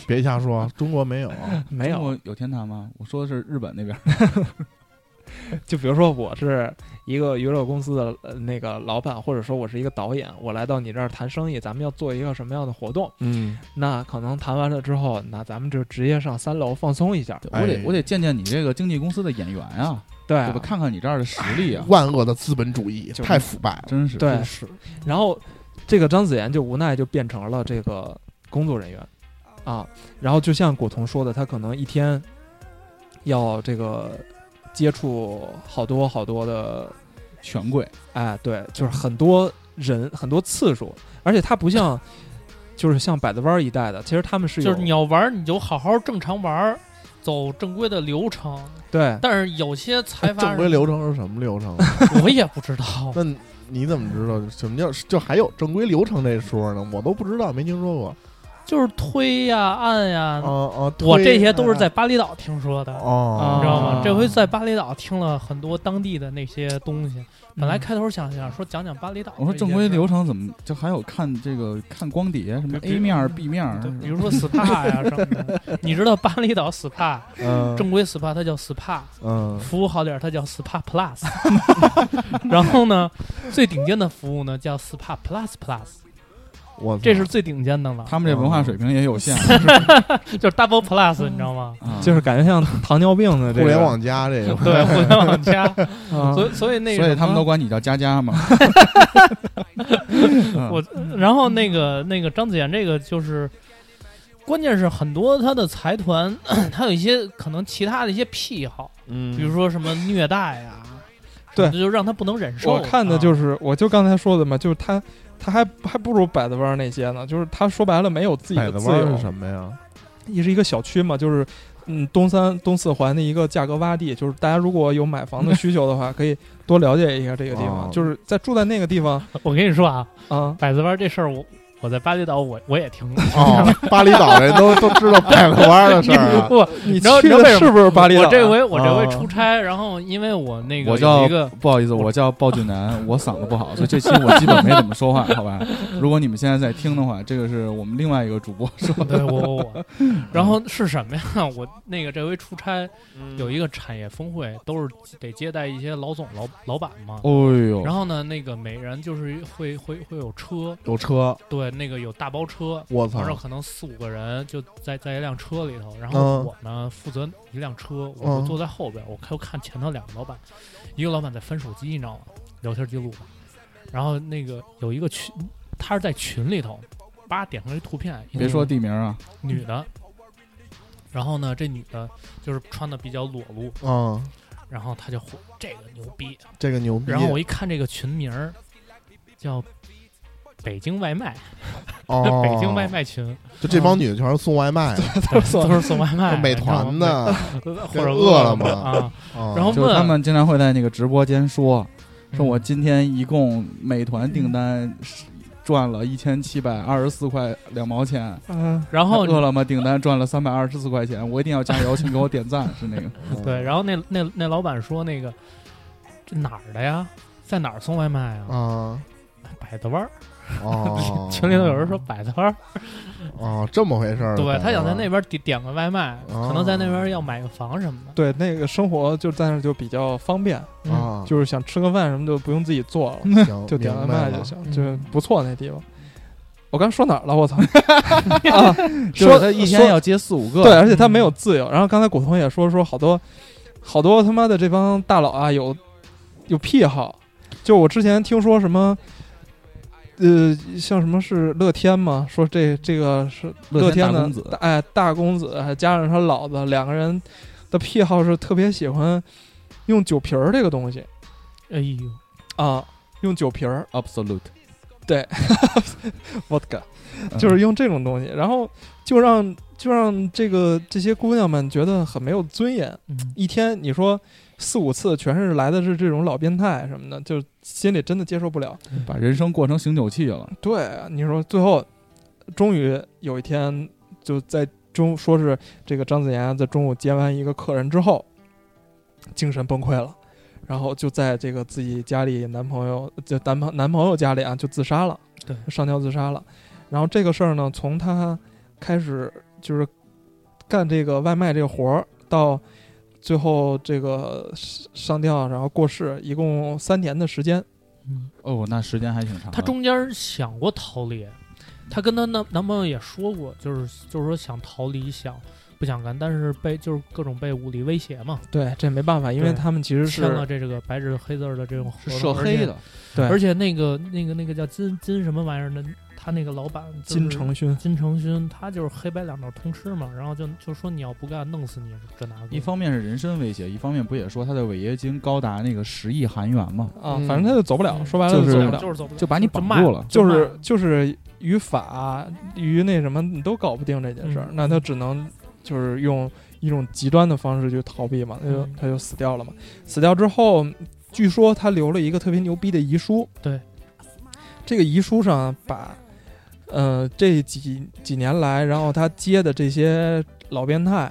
Speaker 4: 别瞎说，中国没有，啊
Speaker 2: 没
Speaker 3: 中
Speaker 2: 有，啊
Speaker 3: 国有天坛吗？我说的是日本那 边儿，
Speaker 2: 就比如说我是一个娱乐公司的呃那个老板，或者说我是一个导演，我来到你这儿谈生意，咱们要做一个什么样的活动？
Speaker 4: 嗯，
Speaker 2: 那可能谈完了之后，那咱们就直接上三楼放松一下。
Speaker 3: 我得
Speaker 4: 哎
Speaker 3: 我得见见你这个经纪公司的演员啊，
Speaker 2: 对
Speaker 3: 对吧？看看你这儿的实力啊，
Speaker 4: 万恶的资本主义
Speaker 2: 就是
Speaker 4: 太腐败了，
Speaker 3: 真是
Speaker 2: 对
Speaker 3: 真是
Speaker 2: 是。然后这个张子妍就无奈就变成了这个工作人员啊，然后就像果彤说的，他可能一天要这个接触好多好多的
Speaker 3: 权贵，
Speaker 2: 哎，对，就是很多人很多次数，而且它不 像，就是像百子湾一带的，其实他们是有
Speaker 5: 就是你要玩儿你就好好正常玩儿，走正规的流程。
Speaker 2: 对
Speaker 5: 但是有些 财阀
Speaker 4: 正规
Speaker 5: 人
Speaker 4: 流程是什么流程？啊
Speaker 5: 我也不知道，
Speaker 4: 那你怎么知道什么叫就还有正规流程这说呢？我都不知道，没听说过。
Speaker 5: 就是推呀、按呀、
Speaker 2: 哦
Speaker 4: 啊啊，
Speaker 5: 嗯我
Speaker 4: 推
Speaker 5: 这些
Speaker 3: 嗯
Speaker 5: 都是在巴厘岛听说的，
Speaker 4: 哦，
Speaker 5: 你知道吗
Speaker 2: 啊？
Speaker 5: 这回在巴厘岛听了很多当地的那些东西。本来
Speaker 2: 嗯
Speaker 5: 开头想想说讲讲巴厘岛这
Speaker 3: 我
Speaker 5: 些事儿，
Speaker 3: 说正规流程怎么就还有看这个看光碟什么
Speaker 5: 比
Speaker 3: A 面儿 B 面儿
Speaker 5: 对，比如说 SPA 呀什么 的，你知道巴厘岛 SPA
Speaker 4: 嗯
Speaker 5: 正规 SPA 它叫 SPA，
Speaker 4: 嗯
Speaker 5: 服务好点儿它叫 SPA Plus，然后呢，最顶尖的服务呢叫 SPA Plus Plus，
Speaker 4: 我操
Speaker 5: 这是最顶尖的了，
Speaker 3: 他们这文化水平也有限，
Speaker 5: 哦就是 Double Plus，你知道吗？
Speaker 3: 啊
Speaker 2: 就是感觉像糖尿病的这
Speaker 4: 互
Speaker 2: 个
Speaker 4: 联网加这个，
Speaker 5: 对，互联网加，
Speaker 2: 啊
Speaker 5: 嗯所以所以那个
Speaker 3: 所以
Speaker 5: 什
Speaker 3: 他
Speaker 5: 么
Speaker 3: 们都管你叫佳佳嘛。
Speaker 2: 嗯
Speaker 5: 我然后那个那个张子妍这个就是，关键是很多他的财团， 他有一些可能其他的一些癖好，
Speaker 4: 嗯
Speaker 5: 比如说什么虐待啊，
Speaker 2: 对
Speaker 5: 那就让他不能忍受。
Speaker 2: 我看的
Speaker 5: 是
Speaker 2: 就是，我就刚才说的嘛，就是他，他还还不如百子湾那些呢。就是他说白了没有自己
Speaker 4: 百
Speaker 2: 的
Speaker 4: 子
Speaker 2: 自
Speaker 4: 湾是
Speaker 2: 由，
Speaker 4: 什么 呀？
Speaker 2: 也是一个小区嘛，就是嗯东三东四环的一个价格洼地。就是大家如果有买房的需求的 话，可以多了解一下这个地
Speaker 4: 哦
Speaker 2: 方。就是在住在那个地方
Speaker 5: 我跟你说啊，
Speaker 2: 啊，
Speaker 5: 百子湾这事儿，我我在巴厘岛我我也听过。。
Speaker 4: 哦，巴厘岛人都都知道百子湾的事儿啊
Speaker 5: 不，
Speaker 2: 你去
Speaker 5: 你知道你知道为
Speaker 2: 的
Speaker 5: 什
Speaker 2: 是
Speaker 5: 么
Speaker 2: 不是 巴厘岛啊？
Speaker 5: 我这回我这回
Speaker 3: 啊
Speaker 5: 出差，然后因为我那个
Speaker 3: 我
Speaker 5: 有
Speaker 3: 叫
Speaker 5: 一个
Speaker 3: 不好意思，我叫鲍俊南，我嗓子不好，所以这期我基本没怎么说话，好 吧？如果你们现在在听的话，这个是我们另外一个主播说的。
Speaker 5: 对我我我，
Speaker 2: 嗯
Speaker 5: 然后是什么呀？ 我那个这回出差
Speaker 4: 嗯
Speaker 5: 有一个产业峰会，都是得接待一些老总老老板嘛。
Speaker 3: 哦呦，
Speaker 5: 然后呢，那个每人就是会会会有车，
Speaker 4: 有车，
Speaker 5: 对，那个有大包车，
Speaker 4: 我
Speaker 3: 啊
Speaker 5: 反正
Speaker 4: 操！
Speaker 5: 可能四五个人就在在一辆车里头，然后
Speaker 4: 嗯
Speaker 5: 我呢负责一辆车，我
Speaker 4: 嗯
Speaker 5: 就坐在后边，我看我看前头两个老板，一个老板在翻手机，你知道吗？聊天记录嘛。然后那个有一个群，他是在群里头，叭点开一图片，一
Speaker 3: 别说地名啊，
Speaker 5: 女的，然后呢这女的就是穿的比较裸露，
Speaker 4: 嗯，
Speaker 5: 然后他就火这个牛逼，
Speaker 4: 这个牛逼。
Speaker 5: 然后我一看这个群名儿叫北京外卖，
Speaker 4: 哦，
Speaker 5: 北京外卖群。
Speaker 4: 就这帮女的全是送外卖的，
Speaker 5: 都是送都是 送外卖，
Speaker 4: 美团
Speaker 5: 的
Speaker 4: 的，
Speaker 5: 或者
Speaker 4: 饿了
Speaker 5: 么
Speaker 4: 嘛
Speaker 5: 啊。
Speaker 4: 哦
Speaker 5: 然后
Speaker 3: 就是他
Speaker 5: 问
Speaker 3: 们经常会在那个直播间说，说我
Speaker 5: 嗯
Speaker 3: 今天一共美团订单是赚了一千七百二十四块两毛钱，
Speaker 2: 嗯，
Speaker 5: 然后
Speaker 3: 饿了么订单赚了三百二十四块钱，我一定要加油，请给我点赞，是 那个。
Speaker 5: 对，然后那那那老板说那个这哪儿的呀，在哪儿送外卖啊？
Speaker 4: 啊
Speaker 5: 百子湾儿，，
Speaker 4: 哦
Speaker 5: 群里头有人说百子湾儿，
Speaker 4: 哦，这么回事儿。
Speaker 5: 对他想在那
Speaker 4: 边
Speaker 5: 边点点个外卖，
Speaker 4: 哦
Speaker 5: 可能在那边要买个房什么的。
Speaker 2: 对，那个生活就在那儿就比较方便，
Speaker 5: 嗯
Speaker 4: 啊，
Speaker 2: 就是想吃个饭什么就不用自己做了。
Speaker 4: 行
Speaker 2: 嗯就点外
Speaker 4: 明
Speaker 2: 卖
Speaker 4: 白
Speaker 2: 就
Speaker 4: 了。
Speaker 2: 行，
Speaker 5: 嗯
Speaker 2: 就是不错那地方。我刚说哪儿了？我操！啊，
Speaker 3: 就是
Speaker 2: 说
Speaker 3: 他一
Speaker 2: 说
Speaker 3: 天要接四五个，
Speaker 2: 对，而且他没有自由。然后刚才古潼也说说好多好多他妈的这帮大佬啊，有有癖好。就我之前听说什么，呃，像什么是乐天嘛，说这这个是
Speaker 3: 乐
Speaker 2: 天
Speaker 3: 天大
Speaker 2: 的
Speaker 3: 公子
Speaker 2: 大哎大公子，还加上他老子两个人的癖好是特别喜欢用酒瓶儿这个东西
Speaker 5: 哎呦，
Speaker 2: 啊，用酒瓶 儿
Speaker 3: absolute，
Speaker 2: vodka。
Speaker 3: 嗯
Speaker 2: 就是用这种东西，然后就让就让这个这些姑娘们觉得很没有尊严。
Speaker 5: 嗯
Speaker 2: 一天你说四五次全是来的是这种老变态什么的，就心里真的接受不了。
Speaker 3: 把人生过成醒酒器了。
Speaker 2: 对啊，你说最后终于有一天就在中说是这个张子妍在中午接完一个客人之后，精神崩溃了。然后就在这个自己家里男朋友就男朋男朋友家里啊就自杀了，
Speaker 5: 对
Speaker 2: 上吊自杀了。然后这个事儿呢，从他开始就是干这个外卖这个活儿，到最后这个上吊然后过世，一共三年的时间。
Speaker 5: 嗯
Speaker 3: 哦，那时间还挺
Speaker 2: 嗯
Speaker 3: 长的。
Speaker 5: 她中间想过逃离，她跟她男男朋友也说过，就是就是说想逃离，想不想干，但是被就是各种被武力威胁嘛。
Speaker 2: 对，这没办法，因为
Speaker 5: 对
Speaker 2: 他们其实是
Speaker 5: 签了这这个白纸黑字儿的这种
Speaker 3: 是
Speaker 5: 合
Speaker 3: 涉
Speaker 5: 同
Speaker 3: 黑，的，
Speaker 2: 对
Speaker 5: 而且而且那个那个那个叫金金什么玩意儿的，他那个老板、就是、
Speaker 2: 金承勋。
Speaker 5: 金承勋，他就是黑白两道通吃嘛，然后就就说你要不干，弄死你这那个。
Speaker 3: 一方面是人身威胁，一方面不也说他的违约金高达那个十亿韩元吗？
Speaker 2: 啊，
Speaker 4: 嗯
Speaker 2: 反正他就走不了，
Speaker 5: 嗯
Speaker 2: 说白了
Speaker 3: 就是
Speaker 2: 走不
Speaker 5: 走不了
Speaker 2: 了，
Speaker 5: 就是走不了，
Speaker 3: 就把你绑
Speaker 5: 骂
Speaker 3: 住了
Speaker 2: 就
Speaker 5: 骂
Speaker 2: 是就是于法于那什么你都搞不定这件事儿，
Speaker 5: 嗯
Speaker 2: 那他只能就是用一种极端的方式去逃避嘛，他就
Speaker 5: 嗯
Speaker 2: 他就死掉了嘛。死掉之后，据说他留了一个特别牛逼的遗书，
Speaker 5: 对，
Speaker 2: 这个遗书上啊把呃这几几年来，然后他接的这些老变态，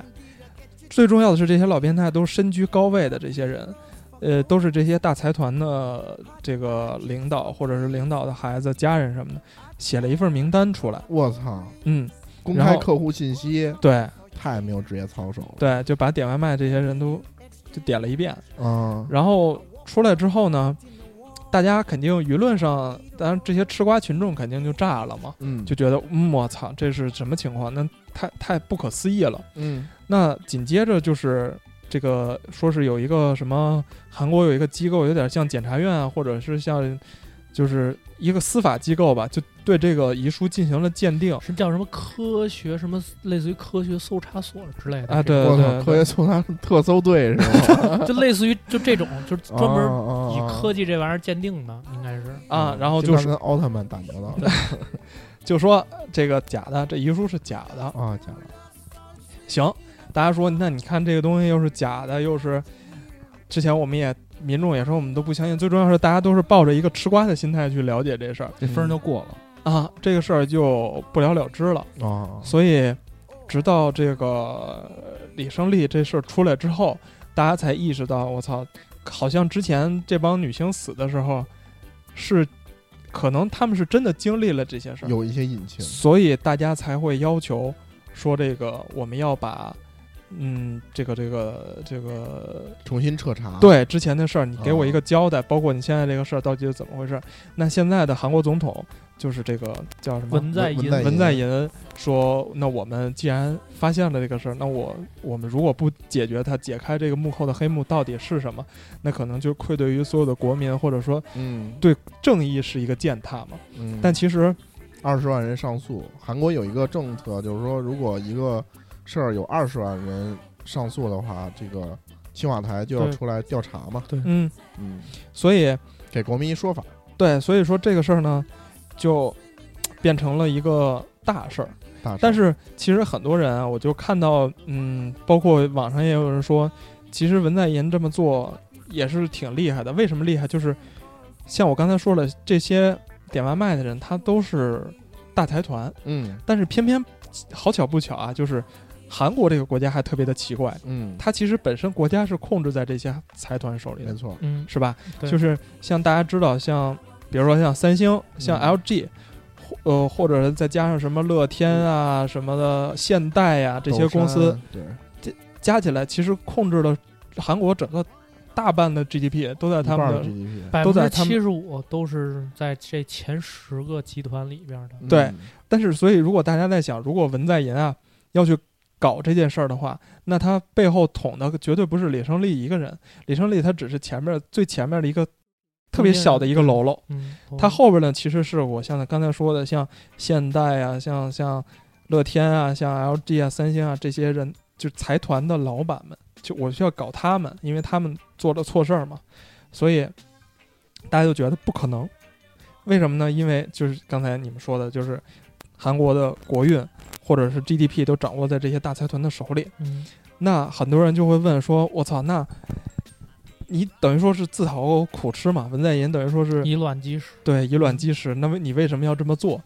Speaker 2: 最重要的是这些老变态都身居高位的这些人。呃，都是这些大财团的这个领导，或者是领导的孩子、家人什么的，写了一份名单出来。
Speaker 4: 我操，
Speaker 2: 嗯，
Speaker 4: 公
Speaker 2: 然
Speaker 4: 开
Speaker 2: 后
Speaker 4: 客户信息
Speaker 2: 对
Speaker 4: 太没有职业操守了。
Speaker 2: 对，就把点外卖这些人都就点了一遍。
Speaker 4: 嗯，
Speaker 2: 然后出来之后呢，大家肯定舆论上，当然这些吃瓜群众肯定就炸了嘛，
Speaker 4: 嗯，
Speaker 2: 就觉得嗯，我操，这是什么情况？那太太不可思议了。
Speaker 4: 嗯
Speaker 2: 那紧接着就是这个，说是有一个什么韩国有一个机构，有点像检察院啊，或者是像就是一个司法机构吧，就对这个遗书进行了鉴定
Speaker 5: 是叫什么科学什么，类似于科学搜查所之类的
Speaker 2: 啊，对
Speaker 4: 我
Speaker 2: 对
Speaker 4: 靠，
Speaker 2: 对，
Speaker 4: 科学搜查特搜队是吗？ 啊
Speaker 5: 就类似于就这种，就是专门
Speaker 2: 哦
Speaker 4: 门
Speaker 5: 以科技这玩意儿鉴定的，应该是
Speaker 4: 嗯
Speaker 2: 啊，然后就
Speaker 4: 跟
Speaker 2: 是
Speaker 4: 奥特曼打交道
Speaker 2: 就说这个假的，这遗书是假的，
Speaker 4: 啊，假的，
Speaker 2: 行，大家说，那你看这个东西又是假的，又是之前我们也民众也说我们都不相信，最重要是大家都是抱着一个吃瓜的心态去了解这事儿
Speaker 3: 这分儿就过了。
Speaker 2: 啊，这个事儿就不了了之了。
Speaker 4: 哦，
Speaker 2: 所以，直到这个呃李胜利这事儿出来之后，大家才意识到，我操，好像之前这帮女星死的时候是可能他们是真的经历了这些事儿，
Speaker 4: 有一些隐情，
Speaker 2: 所以大家才会要求说这个我们要把，嗯，这个这个这个，
Speaker 4: 重新彻查。，
Speaker 2: 对之前的事儿，你给我
Speaker 4: 啊
Speaker 2: 一个交代，包括你现在这个事儿到底是怎么回事儿。那现在的韩国总统就是这个叫什么
Speaker 5: 文在寅
Speaker 4: 文在寅
Speaker 2: 文在寅说，那我们既然发现了这个事儿，那我我们如果不解决它，解开这个幕后的黑幕到底是什么，那可能就愧对于所有的国民，或者说
Speaker 4: 嗯，
Speaker 2: 对正义是一个践踏嘛。
Speaker 4: 嗯
Speaker 2: 但其实。
Speaker 4: 二十万人上诉，韩国有一个政策，就是说，如果一个事儿有二十万人上诉的话，这个青瓦台就要
Speaker 2: 对
Speaker 4: 出来调查嘛，
Speaker 2: 嗯，
Speaker 4: 嗯，
Speaker 2: 所以
Speaker 4: 给国民一说法。
Speaker 2: 对，所以说这个事儿呢，就变成了一个大事儿。
Speaker 4: 大事
Speaker 2: 但是其实很多人啊，我就看到，嗯，包括网上也有人说，其实文在寅这么做也是挺厉害的。为什么厉害？就是像我刚才说了，这些点外卖的人，他都是大财团，
Speaker 4: 嗯
Speaker 2: 但是偏偏好巧不巧啊，就是韩国这个国家还特别的奇怪，
Speaker 4: 嗯，
Speaker 2: 它其实本身国家是控制在这些财团手里的
Speaker 4: 没，错，
Speaker 5: 嗯
Speaker 2: 是吧？
Speaker 5: 对
Speaker 2: 就是像大家知道，像比如说像三星、像
Speaker 4: 嗯
Speaker 2: LG，、或呃，或者再加上什么乐天啊、什么的、现代啊这些公
Speaker 4: 斗
Speaker 2: 司
Speaker 4: 山对
Speaker 2: 加起来，其实控制了韩国整个大半的 GDP 都在他
Speaker 4: 一半
Speaker 2: 们
Speaker 4: 的
Speaker 2: 的。
Speaker 4: GDP
Speaker 5: 百
Speaker 2: 都
Speaker 5: 分
Speaker 2: 在
Speaker 5: 之
Speaker 2: 他们
Speaker 5: 七十五都是在这前十个集团里边的，
Speaker 4: 嗯
Speaker 2: 对但是，所以如果大家在想，如果文在寅啊要去搞这件事儿的话，那他背后捅的绝对不是李胜利一个人，李胜利他只是前面最前面的一个特别小的一个喽啰。
Speaker 5: 嗯，
Speaker 2: 它后边呢，其实是我像刚才说的，像现代啊，像像乐天啊，像 LG 啊、三星啊这些人，就财团的老板们，就我需要搞他们，因为他们做了错事儿嘛，所以大家就觉得不可能。为什么呢？因为就是刚才你们说的，就是韩国的国运或者是 GDP 都掌握在这些大财团的手里。
Speaker 5: 嗯
Speaker 2: 那很多人就会问说：“我操，那你等于说是自讨苦吃嘛？”文在寅等于说是
Speaker 5: 以卵击石，
Speaker 2: 对，以卵击石。那么你为什么要这么做？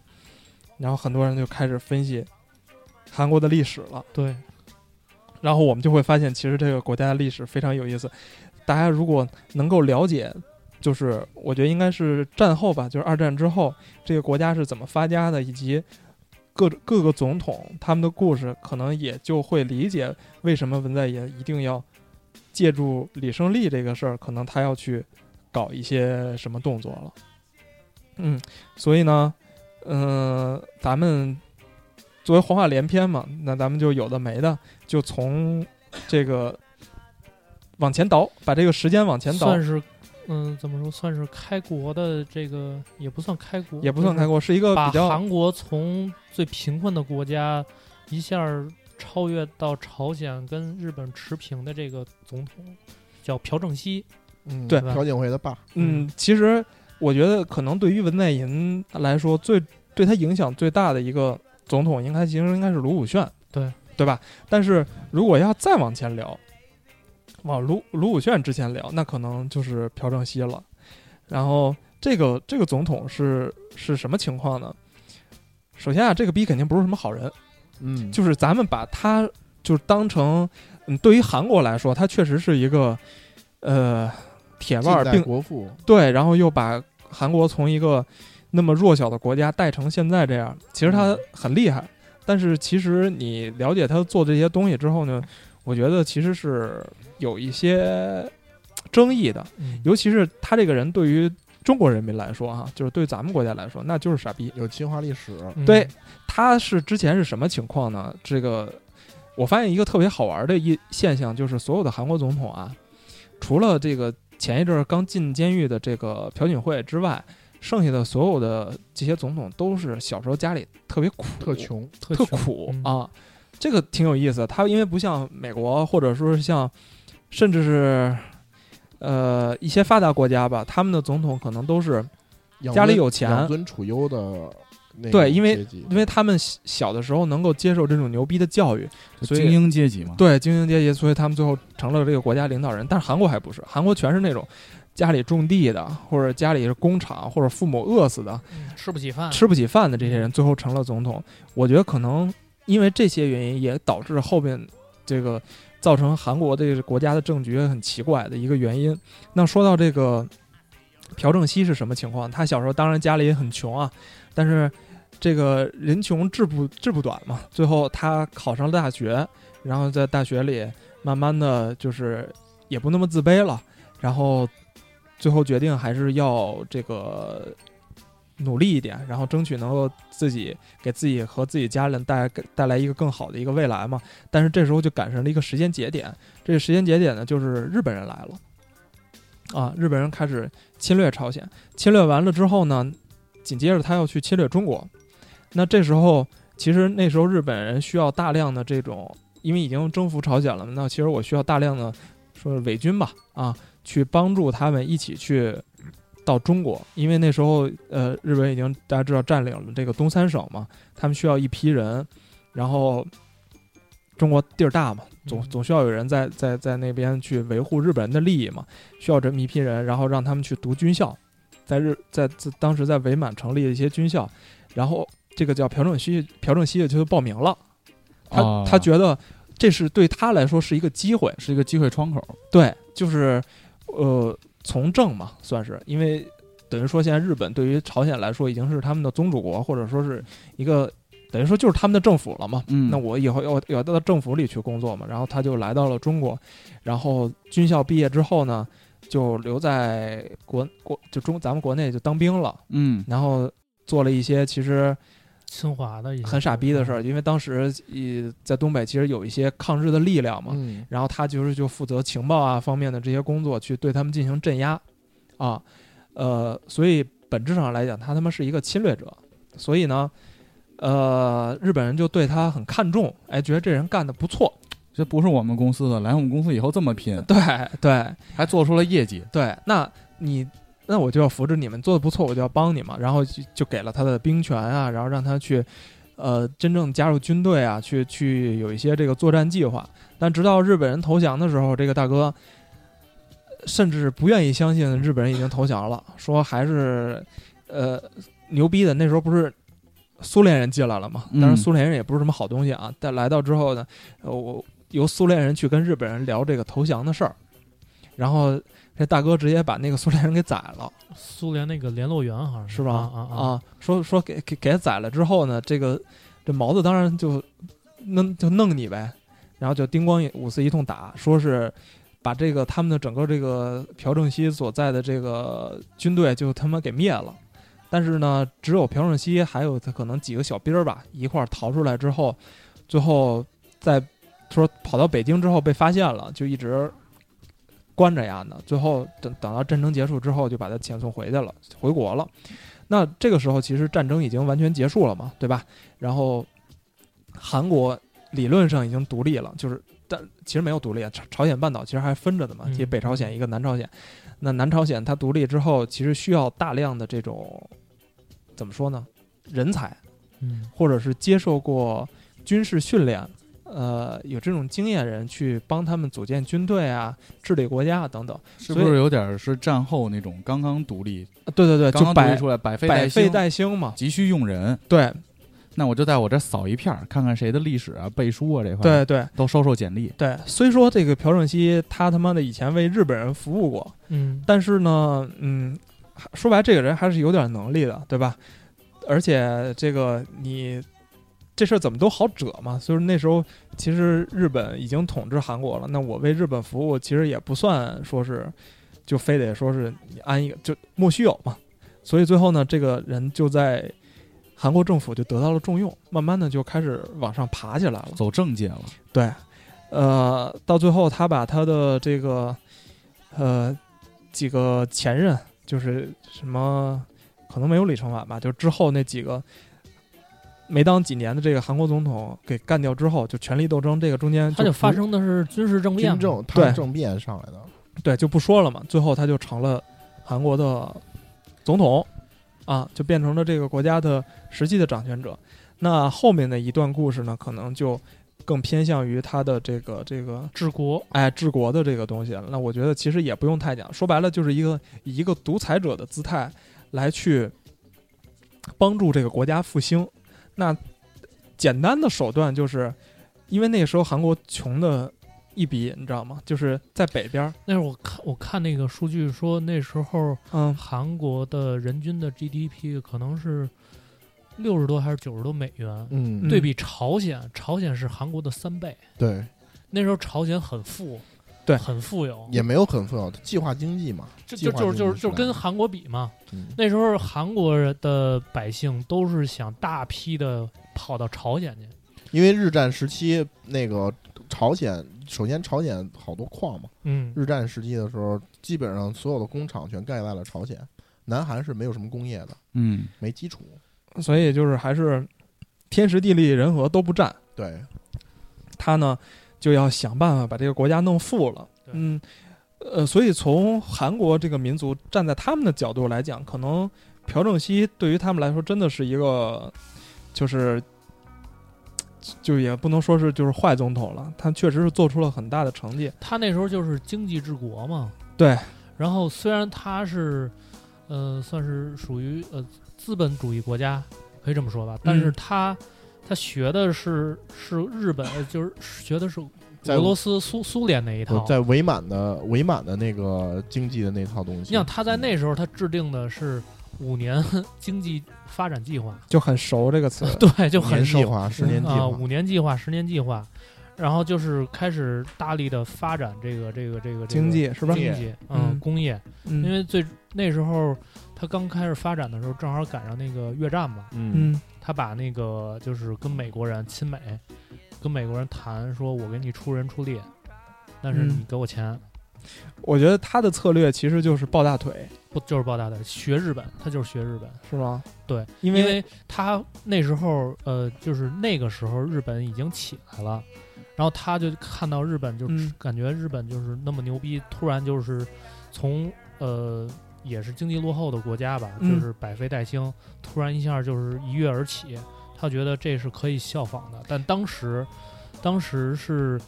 Speaker 2: 然后很多人就开始分析韩国的历史了。
Speaker 5: 对，
Speaker 2: 然后我们就会发现，其实这个国家的历史非常有意思。大家如果能够了解，就是我觉得应该是战后吧，就是二战之后，这个国家是怎么发家的，以及各各个总统他们的故事，可能也就会理解为什么文在寅一定要借助李胜利这个事儿，可能他要去搞一些什么动作了。嗯，所以呢，嗯、咱们作为黄话连篇嘛，那咱们就有的没的，就从这个往前倒，把这个时间往前倒
Speaker 5: 算，是嗯怎么说，算是开国的这个也不算开国，
Speaker 2: 也不算
Speaker 5: 嗯就是
Speaker 2: 开国，是一个
Speaker 5: 把
Speaker 2: 比较
Speaker 5: 韩国从最贫困的国家一下儿超越到朝鲜跟日本持平的这个总统叫朴正熙，
Speaker 4: 嗯
Speaker 2: 对
Speaker 5: 吧
Speaker 4: 朴槿惠的爸，
Speaker 2: 嗯，其实我觉得可能对于文在寅来说，最对他影响最大的一个总统，应该其实应该是卢武铉，
Speaker 5: 对
Speaker 2: 对吧？但是如果要再往前聊，往卢卢武铉之前聊，那可能就是朴正熙了。然后这个这个总统是是什么情况呢？首先啊，这个逼肯定不是什么好人，
Speaker 4: 嗯，
Speaker 2: 就是咱们把他就是当成，嗯，对于韩国来说，他确实是一个，呃，铁腕儿
Speaker 4: 近代
Speaker 2: 并
Speaker 4: 国父，
Speaker 2: 对，然后又把韩国从一个那么弱小的国家带成现在这样，其实他
Speaker 4: 嗯
Speaker 2: 很厉害，但是其实你了解他做这些东西之后呢，我觉得其实是有一些争议的，
Speaker 5: 嗯
Speaker 2: 尤其是他这个人对于中国人民来说哈、就是对咱们国家来说，那就是傻逼。
Speaker 4: 有侵华历史，
Speaker 5: 嗯
Speaker 2: 对，他是之前是什么情况呢？这个我发现一个特别好玩的一现象，就是所有的韩国总统啊，除了这个前一阵儿刚进监狱的这个朴槿惠之外，剩下的所有的这些总统都是小时候家里特别苦，
Speaker 4: 特穷，
Speaker 5: 特
Speaker 2: 特
Speaker 5: 穷
Speaker 2: 苦
Speaker 5: 嗯
Speaker 2: 啊，这个挺有意思。他因为不像美国，或者说是像，甚至是，呃，一些发达国家吧，他们的总统可能都是
Speaker 4: 养
Speaker 2: 家里
Speaker 4: 尊
Speaker 2: 有钱
Speaker 4: 养尊处优的那个
Speaker 2: 对因为
Speaker 4: 阶级
Speaker 2: 因为他们小小的时候能够接受这种牛逼的教育，
Speaker 3: 就
Speaker 2: 所以
Speaker 3: 精英阶级嘛。
Speaker 2: 对精英阶级，所以他们最后成了这个国家领导人。但是韩国还不是，韩国全是那种家里种地的，或者家里是工厂，或者父母饿死的，
Speaker 5: 嗯吃不起饭，
Speaker 2: 吃不起饭的这些人，最后成了总统。我觉得可能因为这些原因，也导致后边这个造成韩国这个国家的政局很奇怪的一个原因。那说到这个朴正熙是什么情况？他小时候当然家里也很穷啊，但是这个人穷志不志不短嘛。最后他考上了大学，然后在大学里慢慢的就是也不那么自卑了，然后最后决定还是要这个努力一点，然后争取能够自己给自己和自己家人带带来一个更好的一个未来嘛。但是这时候就赶上了一个时间节点，这个时间节点呢，就是日本人来了，啊，日本人开始侵略朝鲜，侵略完了之后呢，紧接着他要去侵略中国。那这时候，其实那时候日本人需要大量的这种，因为已经征服朝鲜了嘛，那其实我需要大量的说伪军吧，啊，去帮助他们一起去到中国，因为那时候呃，日本已经大家知道占领了这个东三省嘛，他们需要一批人，然后中国地儿大嘛，总
Speaker 5: 嗯
Speaker 2: 总需要有人在在在那边去维护日本人的利益嘛，需要这么一批人，然后让他们去读军校，在日在在当时在伪满成立了一些军校，然后这个叫朴正熙，朴正熙就报名了，他、
Speaker 3: 哦
Speaker 2: 他觉得这是对他来说是一个机会，
Speaker 3: 是一个机会窗口，
Speaker 2: 对，就是呃从政嘛，算是，因为等于说现在日本对于朝鲜来说已经是他们的宗主国，或者说是一个等于说就是他们的政府了嘛。
Speaker 3: 嗯
Speaker 2: 那我以后要要到政府里去工作嘛，然后他就来到了中国，然后军校毕业之后呢，就留在国国就中咱们国内就当兵了，
Speaker 3: 嗯，
Speaker 2: 然后做了一些其实
Speaker 5: 侵华的一些
Speaker 2: 很傻逼的事儿，因为当时呃在东北其实有一些抗日的力量嘛，
Speaker 4: 嗯，
Speaker 2: 然后他就是就负责情报啊方面的这些工作，去对他们进行镇压，啊，呃，所以本质上来讲，他他妈是一个侵略者，所以呢，呃，日本人就对他很看重，哎，觉得这人干得不错，
Speaker 3: 这不是我们公司的，来我们公司以后这么拼，
Speaker 2: 对对
Speaker 3: 还做出了业绩，
Speaker 2: 对，那你那我就要扶持你们，做得不错，我就要帮你嘛，然后就就给了他的兵权啊，然后让他去。呃，真正加入军队啊，去去有一些这个作战计划。但直到日本人投降的时候，这个大哥甚至不愿意相信日本人已经投降了，说还是呃牛逼的。那时候不是苏联人进来了嘛，
Speaker 3: 嗯
Speaker 2: 但是苏联人也不是什么好东西啊。但来到之后呢，呃，我由苏联人去跟日本人聊这个投降的事儿，然后这大哥直接把那个苏联人给宰了。
Speaker 5: 嗯苏联那个联络员好像
Speaker 2: 是吧？
Speaker 5: 啊啊啊！
Speaker 2: 说说给给给他宰了之后呢，这个这毛子当然就弄就弄你呗，然后就叮咣五四一通打，说是把这个他们的整个这个朴正熙所在的这个军队就他妈给灭了。但是呢，只有朴正熙还有他可能几个小兵儿吧，一块儿逃出来之后，最后在说跑到北京之后被发现了，就一直关着呀呢。最后等等到战争结束之后，就把他遣送回去了，回国了。那这个时候其实战争已经完全结束了嘛，对吧？然后韩国理论上已经独立了，就是但其实没有独立，啊，朝朝鲜半岛其实还分着的嘛，
Speaker 5: 嗯
Speaker 2: 一个北朝鲜一个南朝鲜。那南朝鲜它独立之后，其实需要大量的这种怎么说呢，人才，
Speaker 5: 嗯，
Speaker 2: 或者是接受过军事训练，呃，有这种经验人去帮他们组建军队啊、治理国家啊等等。
Speaker 3: 是
Speaker 2: 所以
Speaker 3: 不是有点是战后那种刚刚独立，
Speaker 2: 啊对对对，
Speaker 3: 刚
Speaker 2: 就
Speaker 3: 刚独立
Speaker 2: 百
Speaker 3: 出来百废
Speaker 2: 百废
Speaker 3: 兴，
Speaker 2: 待兴嘛。
Speaker 3: 急需用人，
Speaker 2: 对
Speaker 3: 那我就在我这扫一片儿，看看谁的历史啊、背书啊这块，，
Speaker 2: 对对
Speaker 3: 都收收简历。
Speaker 2: 对，虽说这个朴正熙他他妈的以前为日本人服务过，
Speaker 5: 嗯，
Speaker 2: 但是呢，嗯，还说白了这个人还是有点能力的，对吧？而且这个你这事儿怎么都好遮嘛，所以那时候其实日本已经统治韩国了，那我为日本服务其实也不算说是就非得说是你安一个就莫须有嘛，所以最后呢，这个人就在韩国政府就得到了重用，慢慢的就开始往上爬起来了。
Speaker 3: 走政界了，
Speaker 2: 对，呃，到最后他把他的这个呃几个前任，就是什么可能没有李承晚吧，就是之后那几个没当几年的这个韩国总统给干掉之后，就权力斗争这个中间
Speaker 5: 他就发
Speaker 2: 不
Speaker 5: 生的是军事政变
Speaker 4: 军
Speaker 5: 嘛，
Speaker 4: 政他
Speaker 2: 对
Speaker 4: 政变上来的，
Speaker 2: 对就不说了嘛，最后他就成了韩国的总统啊，就变成了这个国家的实际的掌权者。那后面的一段故事呢，可能就更偏向于他的这个这个
Speaker 5: 治国，
Speaker 2: 哎治国的这个东西了。那我觉得其实也不用太讲，说白了就是一个以一个独裁者的姿态来去帮助这个国家复兴。那简单的手段就是，因为那个时候韩国穷的一笔，你知道吗？就是在北边儿，
Speaker 5: 那时候我看我看那个数据说，那时候
Speaker 2: 嗯，
Speaker 5: 韩国的人均的 GDP 可能是六十多还是九十多美元，
Speaker 4: 嗯
Speaker 5: 对比朝鲜，朝鲜是韩国的三倍。
Speaker 4: 对，
Speaker 5: 那时候朝鲜很富，
Speaker 2: 对
Speaker 5: 很富有，
Speaker 4: 也没有很富有，计划经济嘛，
Speaker 5: 这
Speaker 4: 计
Speaker 5: 就
Speaker 4: 划
Speaker 5: 就是就
Speaker 4: 经
Speaker 5: 是
Speaker 4: 济
Speaker 5: 就是
Speaker 4: 时代
Speaker 5: 跟韩国比嘛。
Speaker 4: 嗯
Speaker 5: 那时候韩国人的百姓都是想大批的跑到朝鲜去，
Speaker 4: 因为日战时期那个朝鲜，首先朝鲜好多矿嘛，
Speaker 5: 嗯，
Speaker 4: 日战时期的时候，基本上所有的工厂全盖在了朝鲜，南韩是没有什么工业的，
Speaker 3: 嗯，
Speaker 4: 没基础，
Speaker 2: 所以就是还是天时地利人和都不占，
Speaker 4: 对，
Speaker 2: 他呢就要想办法把这个国家弄富了。
Speaker 5: 对
Speaker 2: 嗯，呃，所以从韩国这个民族站在他们的角度来讲，可能朴正熙对于他们来说真的是一个，就是就也不能说是就是坏总统了，他确实是做出了很大的成绩。
Speaker 5: 他那时候就是经济治国嘛。
Speaker 2: 对。
Speaker 5: 然后虽然他是，呃，算是属于呃资本主义国家，可以这么说吧，但是他、他学的是是日本，呃就是学的是
Speaker 4: 在
Speaker 5: 俄罗斯苏苏联那一套。
Speaker 4: 在伪满的伪满的那个经济的那套东西，
Speaker 5: 你想他在那时候他制定的是五年 经济发展计划，
Speaker 2: 就很熟这个词，
Speaker 5: 对，就很
Speaker 4: 年计
Speaker 5: 熟
Speaker 4: 划、十年计
Speaker 5: 啊，
Speaker 4: 划，
Speaker 5: 五年计划、十年计划，然后就是开始大力的发展这个这个这个这个
Speaker 2: 经济是吧？
Speaker 5: 经济，嗯，
Speaker 2: 嗯
Speaker 5: 工业，
Speaker 2: 嗯，
Speaker 5: 因为最那时候他刚开始发展的时候，正好赶上那个越战嘛，
Speaker 4: 嗯，
Speaker 2: 嗯
Speaker 5: 他把那个就是跟美国人亲美，跟美国人谈说，我给你出人出力，但是
Speaker 2: 嗯
Speaker 5: 你给我钱，
Speaker 2: 我觉得他的策略其实就是抱大腿，
Speaker 5: 不就是抱大腿学日本，他就是学日本，
Speaker 2: 是吧？
Speaker 5: 对，
Speaker 2: 因
Speaker 5: 因为他那时候呃，就是那个时候日本已经起来了，然后他就看到日本就
Speaker 2: 嗯
Speaker 5: 感觉日本就是那么牛逼，突然就是从呃也是经济落后的国家吧，
Speaker 2: 嗯
Speaker 5: 就是百废待兴，突然一下就是一跃而起，他觉得这是可以效仿的。但当时，当时是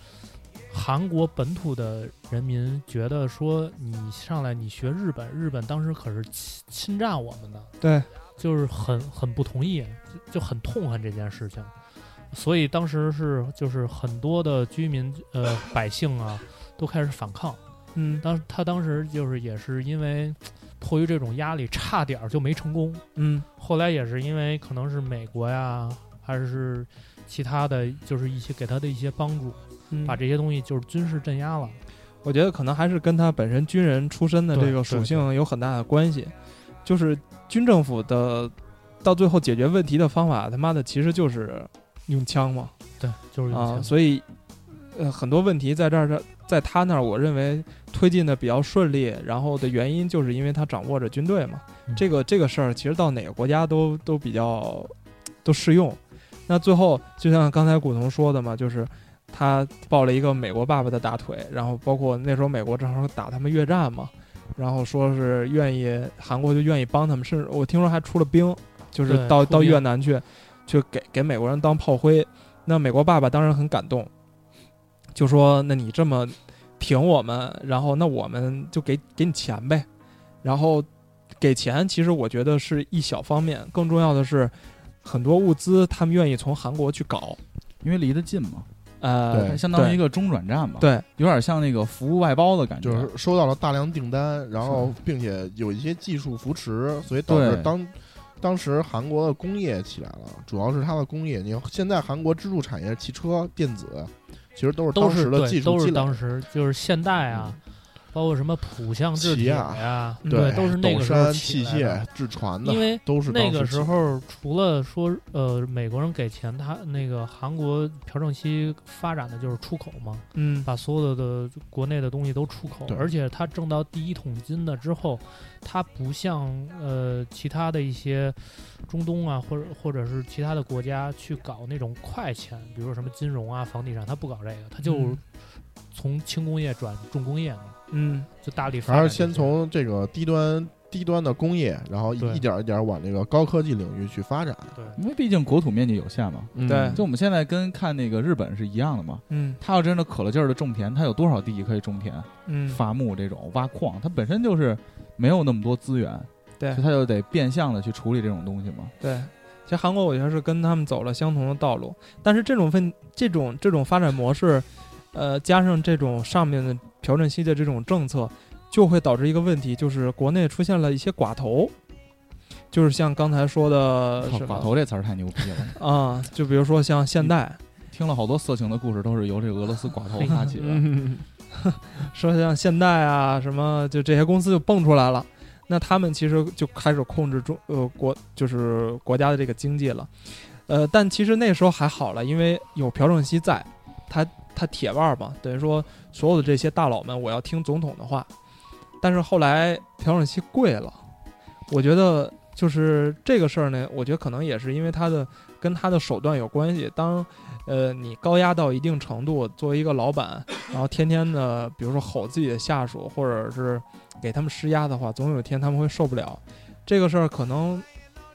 Speaker 5: 韩国本土的人民觉得说，你上来你学日本，日本当时可是侵侵占我们的，
Speaker 2: 对，
Speaker 5: 就是很很不同意，就就很痛恨这件事情。所以当时是就是很多的居民呃百姓啊都开始反抗。
Speaker 2: 嗯
Speaker 5: 当他当时就是也是因为迫于这种压力，差点儿就没成功。
Speaker 2: 嗯
Speaker 5: 后来也是因为可能是美国呀，还是其他的，就是一些给他的一些帮助，
Speaker 2: 嗯，
Speaker 5: 把这些东西就是军事镇压了。
Speaker 2: 我觉得可能还是跟他本身军人出身的这
Speaker 5: 对
Speaker 2: 个属性有很大的关系。就是军政府的到最后解决问题的方法，他妈的其实就是用枪嘛
Speaker 5: 对，就是用
Speaker 2: 啊，
Speaker 5: 钱。
Speaker 2: 所以呃很多问题在这儿，在他那儿，我认为推进的比较顺利，然后的原因就是因为他掌握着军队嘛。
Speaker 5: 嗯
Speaker 2: 这个这个事儿其实到哪个国家都都比较都适用。那最后就像刚才古潼说的嘛，就是他抱了一个美国爸爸的大腿，然后包括那时候美国正好打他们越战嘛，然后说是愿意韩国就愿意帮他们，甚至我听说还出了兵，就是
Speaker 5: 对
Speaker 2: 到
Speaker 5: 出兵
Speaker 2: 到越南去，去给给美国人当炮灰。那美国爸爸当然很感动，就说：“那你这么挺我们，然后那我们就给给你钱呗。”然后给钱，其实我觉得是一小方面，更重要的是很多物资他们愿意从韩国去搞，
Speaker 3: 因为离得近嘛，
Speaker 2: 呃，
Speaker 4: 对
Speaker 3: 相当于一
Speaker 2: 个
Speaker 3: 个中转站吧，，
Speaker 2: 对
Speaker 3: 有点像那个服务外包的感觉，
Speaker 4: 就是收到了大量订单，然后并且有一些技术扶持，所以导致
Speaker 3: 对
Speaker 4: 当当时韩国的工业起来了，主要是它的工业。你现在韩国支柱产业汽车、电子，其实都是
Speaker 5: 都
Speaker 4: 当
Speaker 5: 是
Speaker 4: 时的
Speaker 5: 对，
Speaker 4: 技术
Speaker 5: 都
Speaker 4: 积
Speaker 5: 是
Speaker 4: 累。嗯
Speaker 5: 当时就是现代啊，包括什么浦项制铁
Speaker 4: 起
Speaker 5: 呀，
Speaker 2: 嗯
Speaker 5: 对，都是那
Speaker 4: 斗
Speaker 5: 个时候
Speaker 4: 山
Speaker 5: 起
Speaker 4: 哎器
Speaker 5: 来的
Speaker 4: 械、制船
Speaker 5: 因
Speaker 4: 的，
Speaker 5: 为
Speaker 4: 都是
Speaker 5: 那
Speaker 4: 当
Speaker 5: 个时
Speaker 4: 起
Speaker 5: 候除了说呃美国人给钱，他那个韩国朴正熙发展的就是出口嘛，
Speaker 2: 嗯
Speaker 5: 把所有的的国内的东西都出口
Speaker 4: 对，
Speaker 5: 而且他挣到第一桶金的之后，他不像呃其他的一些中东啊，或者或者是其他的国家去搞那种快钱，比如说什么金融啊、房地产，他不搞这个，他就
Speaker 2: 嗯
Speaker 5: 从轻工业转重工业嘛，
Speaker 2: 嗯
Speaker 5: 就大力发
Speaker 4: 还
Speaker 5: 展这
Speaker 4: 是
Speaker 5: 些。
Speaker 4: 先从这个低端低端的工业，然后一
Speaker 5: 对
Speaker 4: 一点儿一点儿往这个高科技领域去发展。
Speaker 5: 对
Speaker 3: 因为毕竟国土面积有限嘛。
Speaker 4: 嗯
Speaker 2: 对
Speaker 3: 就我们现在跟看那个日本是一样的嘛，
Speaker 2: 嗯
Speaker 3: 他要真的渴了劲儿的种田，他有多少地可以种田、
Speaker 2: 嗯，
Speaker 3: 伐木这种挖矿？他本身就是没有那么多资源，
Speaker 2: 对
Speaker 3: 所以他就得变相的去处理这种东西嘛。
Speaker 2: 对。其实韩国我觉得是跟他们走了相同的道路，但是这种分这种这种发展模式，呃，加上这种上面的朴正熙的这种政策，就会导致一个问题，就是国内出现了一些寡头，就是像刚才说呃的
Speaker 3: 靠
Speaker 2: 什么
Speaker 3: 哦寡头这词儿太牛逼 了，
Speaker 2: 啊、就比如说像现代，
Speaker 3: 听了好多色情的故事都是由这个俄罗斯寡头发起的。
Speaker 4: 嗯，
Speaker 2: 说像现代啊什么，就这些公司就蹦出来了。那他们其实就开始控制中呃国就是国家的这个经济了，呃，但其实那时候还好了，因为有朴正熙在，他他铁腕儿嘛，等于说所有的这些大佬们，我要听总统的话。但是后来朴正熙跪了，我觉得就是这个事儿呢，我觉得可能也是因为他的跟他的手段有关系。当呃你高压到一定程度，作为一个老板，然后天天的，比如说吼自己的下属，或者是给他们施压的话，总有一天他们会受不了。这个事儿可能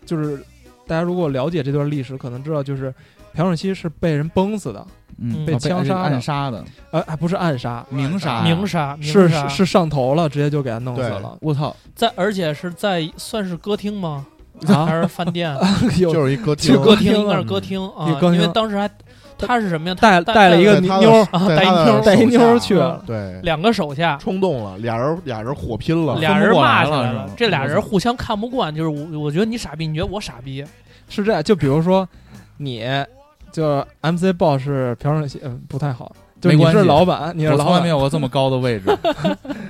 Speaker 2: 就是大家如果了解这段历史，可能知道就是朴正熙是被人崩死的，
Speaker 3: 嗯，
Speaker 5: 被
Speaker 3: 啊
Speaker 2: 枪杀的
Speaker 3: 暗杀的，
Speaker 2: 呃，还不是暗杀，
Speaker 3: 明杀，
Speaker 5: 明。杀，明
Speaker 2: 是
Speaker 5: 杀
Speaker 2: 是是上头了，直接就给他弄死
Speaker 4: 对
Speaker 2: 了
Speaker 3: 我操！
Speaker 5: 在，而且是在算是歌厅吗？还
Speaker 2: 啊！
Speaker 5: 是饭店？
Speaker 2: 有
Speaker 4: 就是一歌
Speaker 2: 就
Speaker 4: 厅
Speaker 2: 是，
Speaker 5: 歌厅应该是
Speaker 3: 嗯
Speaker 5: 歌厅啊
Speaker 2: 一歌，厅
Speaker 5: 因为当时还他是什么呀？
Speaker 2: 带带了一
Speaker 4: 一
Speaker 2: 个妞儿
Speaker 5: 带
Speaker 4: 带
Speaker 5: 一妞儿
Speaker 2: 带一妞儿去
Speaker 5: 啊
Speaker 2: 了，
Speaker 4: 对，
Speaker 5: 两个手下，
Speaker 4: 冲动了，俩人俩人火拼了，
Speaker 5: 俩人骂起来
Speaker 3: 分不过来了是
Speaker 5: 了
Speaker 3: 吗，
Speaker 5: 这俩人互相看不惯，就是我我觉得你傻逼，你觉得我傻逼，
Speaker 2: 是这样，就比如说你，就 MC 报是朴正熙，嗯，不太好，就
Speaker 3: 没
Speaker 2: 你
Speaker 3: 关
Speaker 2: 是
Speaker 3: 系
Speaker 2: 老板，你是
Speaker 3: 我
Speaker 2: 老
Speaker 3: 从来
Speaker 2: 板
Speaker 3: 没，有过这么高的位置，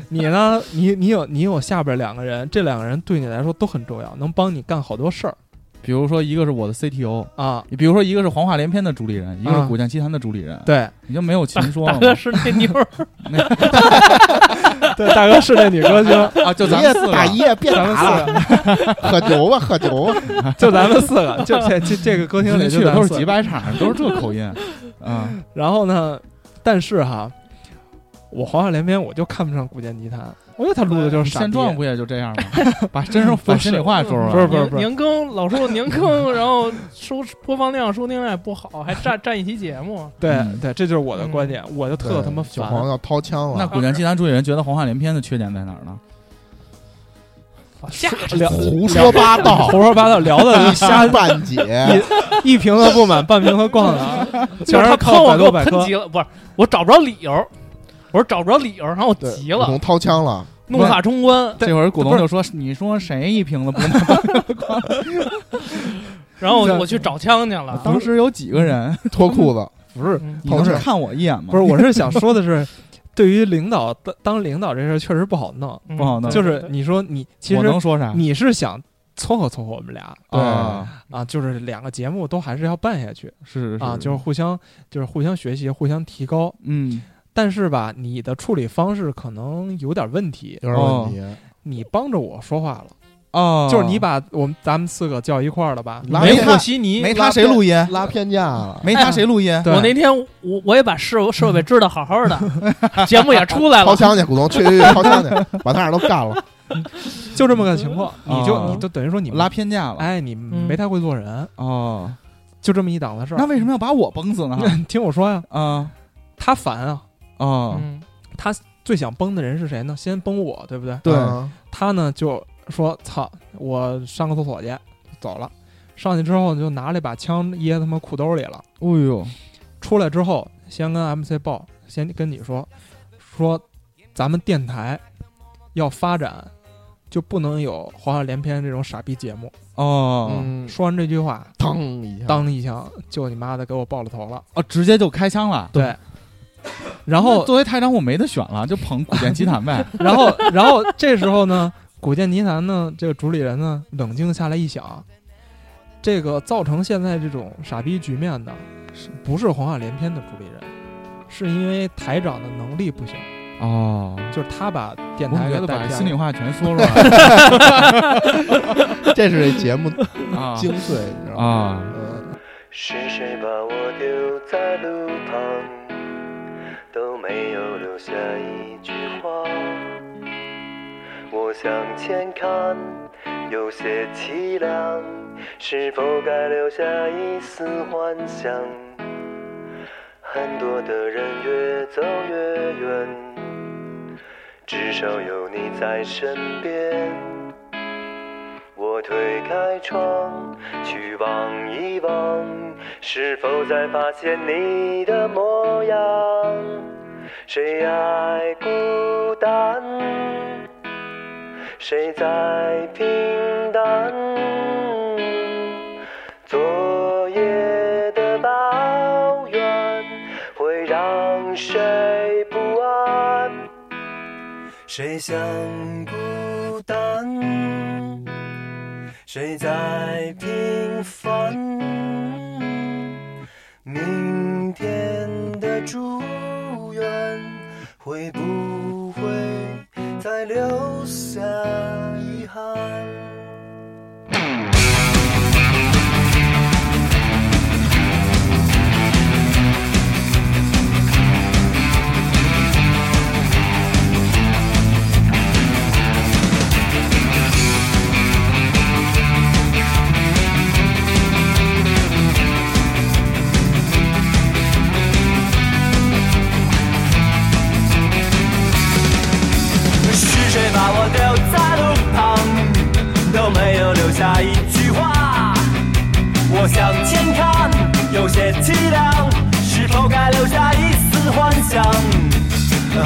Speaker 2: 你呢？你你有你有下边两个人，这两个人对你来说都很重要，能帮你干好多事儿
Speaker 3: 比如说一个是我的 CTO，
Speaker 2: 啊。
Speaker 3: 比如说一个是黄话连篇的主理人，一个
Speaker 2: 啊
Speaker 3: 是古剑奇谭的主理人，
Speaker 2: 对
Speaker 3: 你就没有情说
Speaker 5: 大
Speaker 3: 了
Speaker 5: 哥
Speaker 3: 吗？
Speaker 5: 是那妞儿，
Speaker 2: 对，大哥是这女歌星，
Speaker 3: 啊，就咱
Speaker 4: 别
Speaker 3: 们四
Speaker 4: 打
Speaker 3: 个，
Speaker 4: 夜， 别
Speaker 2: 咱们
Speaker 4: 打 了，
Speaker 2: 四
Speaker 4: 喝酒吧，喝酒吧。
Speaker 2: 个，就咱们四个，就这这这个歌厅里就
Speaker 3: 去的
Speaker 2: 咱
Speaker 3: 都
Speaker 2: 们
Speaker 3: 是
Speaker 2: 四
Speaker 3: 几
Speaker 2: 个。
Speaker 3: 百场，都是这口音，啊，
Speaker 2: 然后呢，但是哈，我黄话连篇，我就看不上古剑奇谭，我觉得他录的就是傻逼
Speaker 3: 现状不也就这样吗？把真把心里话 说出来，
Speaker 2: 不是不是不是
Speaker 5: 年更老说我年更，然后收播放量、收听量也不好，还占占一期节目，
Speaker 2: 对
Speaker 3: 嗯
Speaker 2: 对，这就是我的观点，我就特
Speaker 4: 对
Speaker 2: 他妈
Speaker 4: 小黄
Speaker 2: 烦。
Speaker 4: 要掏枪
Speaker 3: 那
Speaker 4: 了，
Speaker 3: 古剑奇谭主理人觉得黄话连篇的缺点在哪儿呢？
Speaker 5: 吓
Speaker 2: 聊
Speaker 4: 胡说八道，
Speaker 2: 胡说八道，聊的
Speaker 4: 瞎半解，
Speaker 2: 一瓶子不满，半瓶子逛的啊，全
Speaker 5: 他
Speaker 2: 是
Speaker 5: 喷
Speaker 2: 靠
Speaker 5: 我
Speaker 2: 百
Speaker 5: 给
Speaker 2: 度百
Speaker 5: 我喷
Speaker 2: 科。
Speaker 5: 急了，不是我找不着理由，我说找不着理由，然后我
Speaker 4: 对
Speaker 5: 急
Speaker 4: 古
Speaker 5: 了
Speaker 4: 潼，掏枪了，
Speaker 5: 怒发冲冠，
Speaker 3: 这会儿股东就说：“你说谁一瓶子 不买？
Speaker 5: 然后我我去找枪去了，
Speaker 3: 当时有几个人？
Speaker 4: 脱裤子，
Speaker 2: 不是
Speaker 5: 嗯
Speaker 3: 你能看我一眼吗？
Speaker 2: 不是，我是想说的是，对于领导当当领导这事儿确实不好弄。
Speaker 5: 嗯
Speaker 3: 不好弄
Speaker 5: 对
Speaker 2: 就是
Speaker 5: 对
Speaker 2: 你说你其
Speaker 3: 我
Speaker 2: 实
Speaker 3: 能说啥？
Speaker 2: 你是想撮合撮合我们俩
Speaker 4: 对
Speaker 3: 啊，
Speaker 2: 啊，就是两个节目都还是要办下去
Speaker 3: 是
Speaker 2: 啊，就是互相就是互相学习，互相提高。
Speaker 3: 嗯，
Speaker 2: 但是吧，你的处理方式可能有点问题。
Speaker 4: 有点问题。
Speaker 2: 你帮着我说话了，
Speaker 3: 哦，
Speaker 2: 就是你把我们咱们四个叫一块儿了吧？
Speaker 4: 拉
Speaker 5: 没
Speaker 4: 偏
Speaker 5: 和稀泥，
Speaker 3: 没他谁录音，
Speaker 4: 拉偏架了，
Speaker 3: 没他谁录音，
Speaker 2: 对
Speaker 5: 我那天我我也把设设备支的好好的，节目也出来
Speaker 4: 掏
Speaker 5: 了，
Speaker 4: 枪去，古潼去去去掏枪去，把他俩都干了。
Speaker 2: 就这么个情况，你就
Speaker 3: 啊
Speaker 2: 你就等于说你
Speaker 3: 拉，偏架了。
Speaker 2: 哎，你
Speaker 5: 嗯
Speaker 2: 没太会做人，
Speaker 3: 哦，
Speaker 2: 就这么一档子事
Speaker 3: 那
Speaker 2: 儿。
Speaker 3: 为什么要把我崩死呢？
Speaker 2: 听我说呀，
Speaker 3: 啊
Speaker 2: 他烦啊，
Speaker 3: 哦，
Speaker 5: 嗯，
Speaker 2: 最想崩的人是谁呢？先崩我，对不对？
Speaker 3: 对
Speaker 4: 嗯
Speaker 2: 他呢就说：“操，我上个厕所去，走了。”上去之后就拿了一把枪掖他妈裤兜里了。
Speaker 3: 哎呦，
Speaker 2: 出来之后，先跟 MC 报，先跟你说，说咱们电台要发展，就不能有黄话连篇这种傻逼节目。
Speaker 3: 哦，
Speaker 4: 嗯，
Speaker 2: 说完这句话，
Speaker 4: 当一下，
Speaker 2: 当一枪就你妈的给我爆了头了。
Speaker 3: 哦，直接就开枪了。
Speaker 2: 对，然后
Speaker 3: 那作为泰长，我没得选了，就捧古剑奇谭 呗。
Speaker 2: 然后，然后这时候呢，古剑奇谭呢，这个主理人呢，冷静下来一想，这个造成现在这种傻逼局面的，是不是黄海连篇的主理人？是因为台长的能力不行，
Speaker 3: 哦，
Speaker 2: 就是他把电
Speaker 3: 我
Speaker 2: 台
Speaker 3: 觉
Speaker 2: 给
Speaker 3: 得
Speaker 2: 带
Speaker 3: 把
Speaker 2: 偏
Speaker 3: 心里
Speaker 2: 了。
Speaker 3: 话全说出来
Speaker 4: 这是这节目
Speaker 3: 啊
Speaker 4: 精髓，你知道吗？
Speaker 3: 啊。
Speaker 4: 嗯
Speaker 6: 是谁把我丢在路旁，都没有留下一句话。我向前看，有些凄凉，是否该留下一丝幻想？很多的人越走越远，至少有你在身边。我推开窗，去望一望，是否再发现你的模样？谁爱孤单？谁在平淡？昨夜的抱怨会让谁不安？谁想孤单？谁在平凡？明天的祝愿会不会再留下遗憾？是谁把我丢在路旁，都没有留下一句话。我向前看，有些凄凉，是否该留下一丝幻想？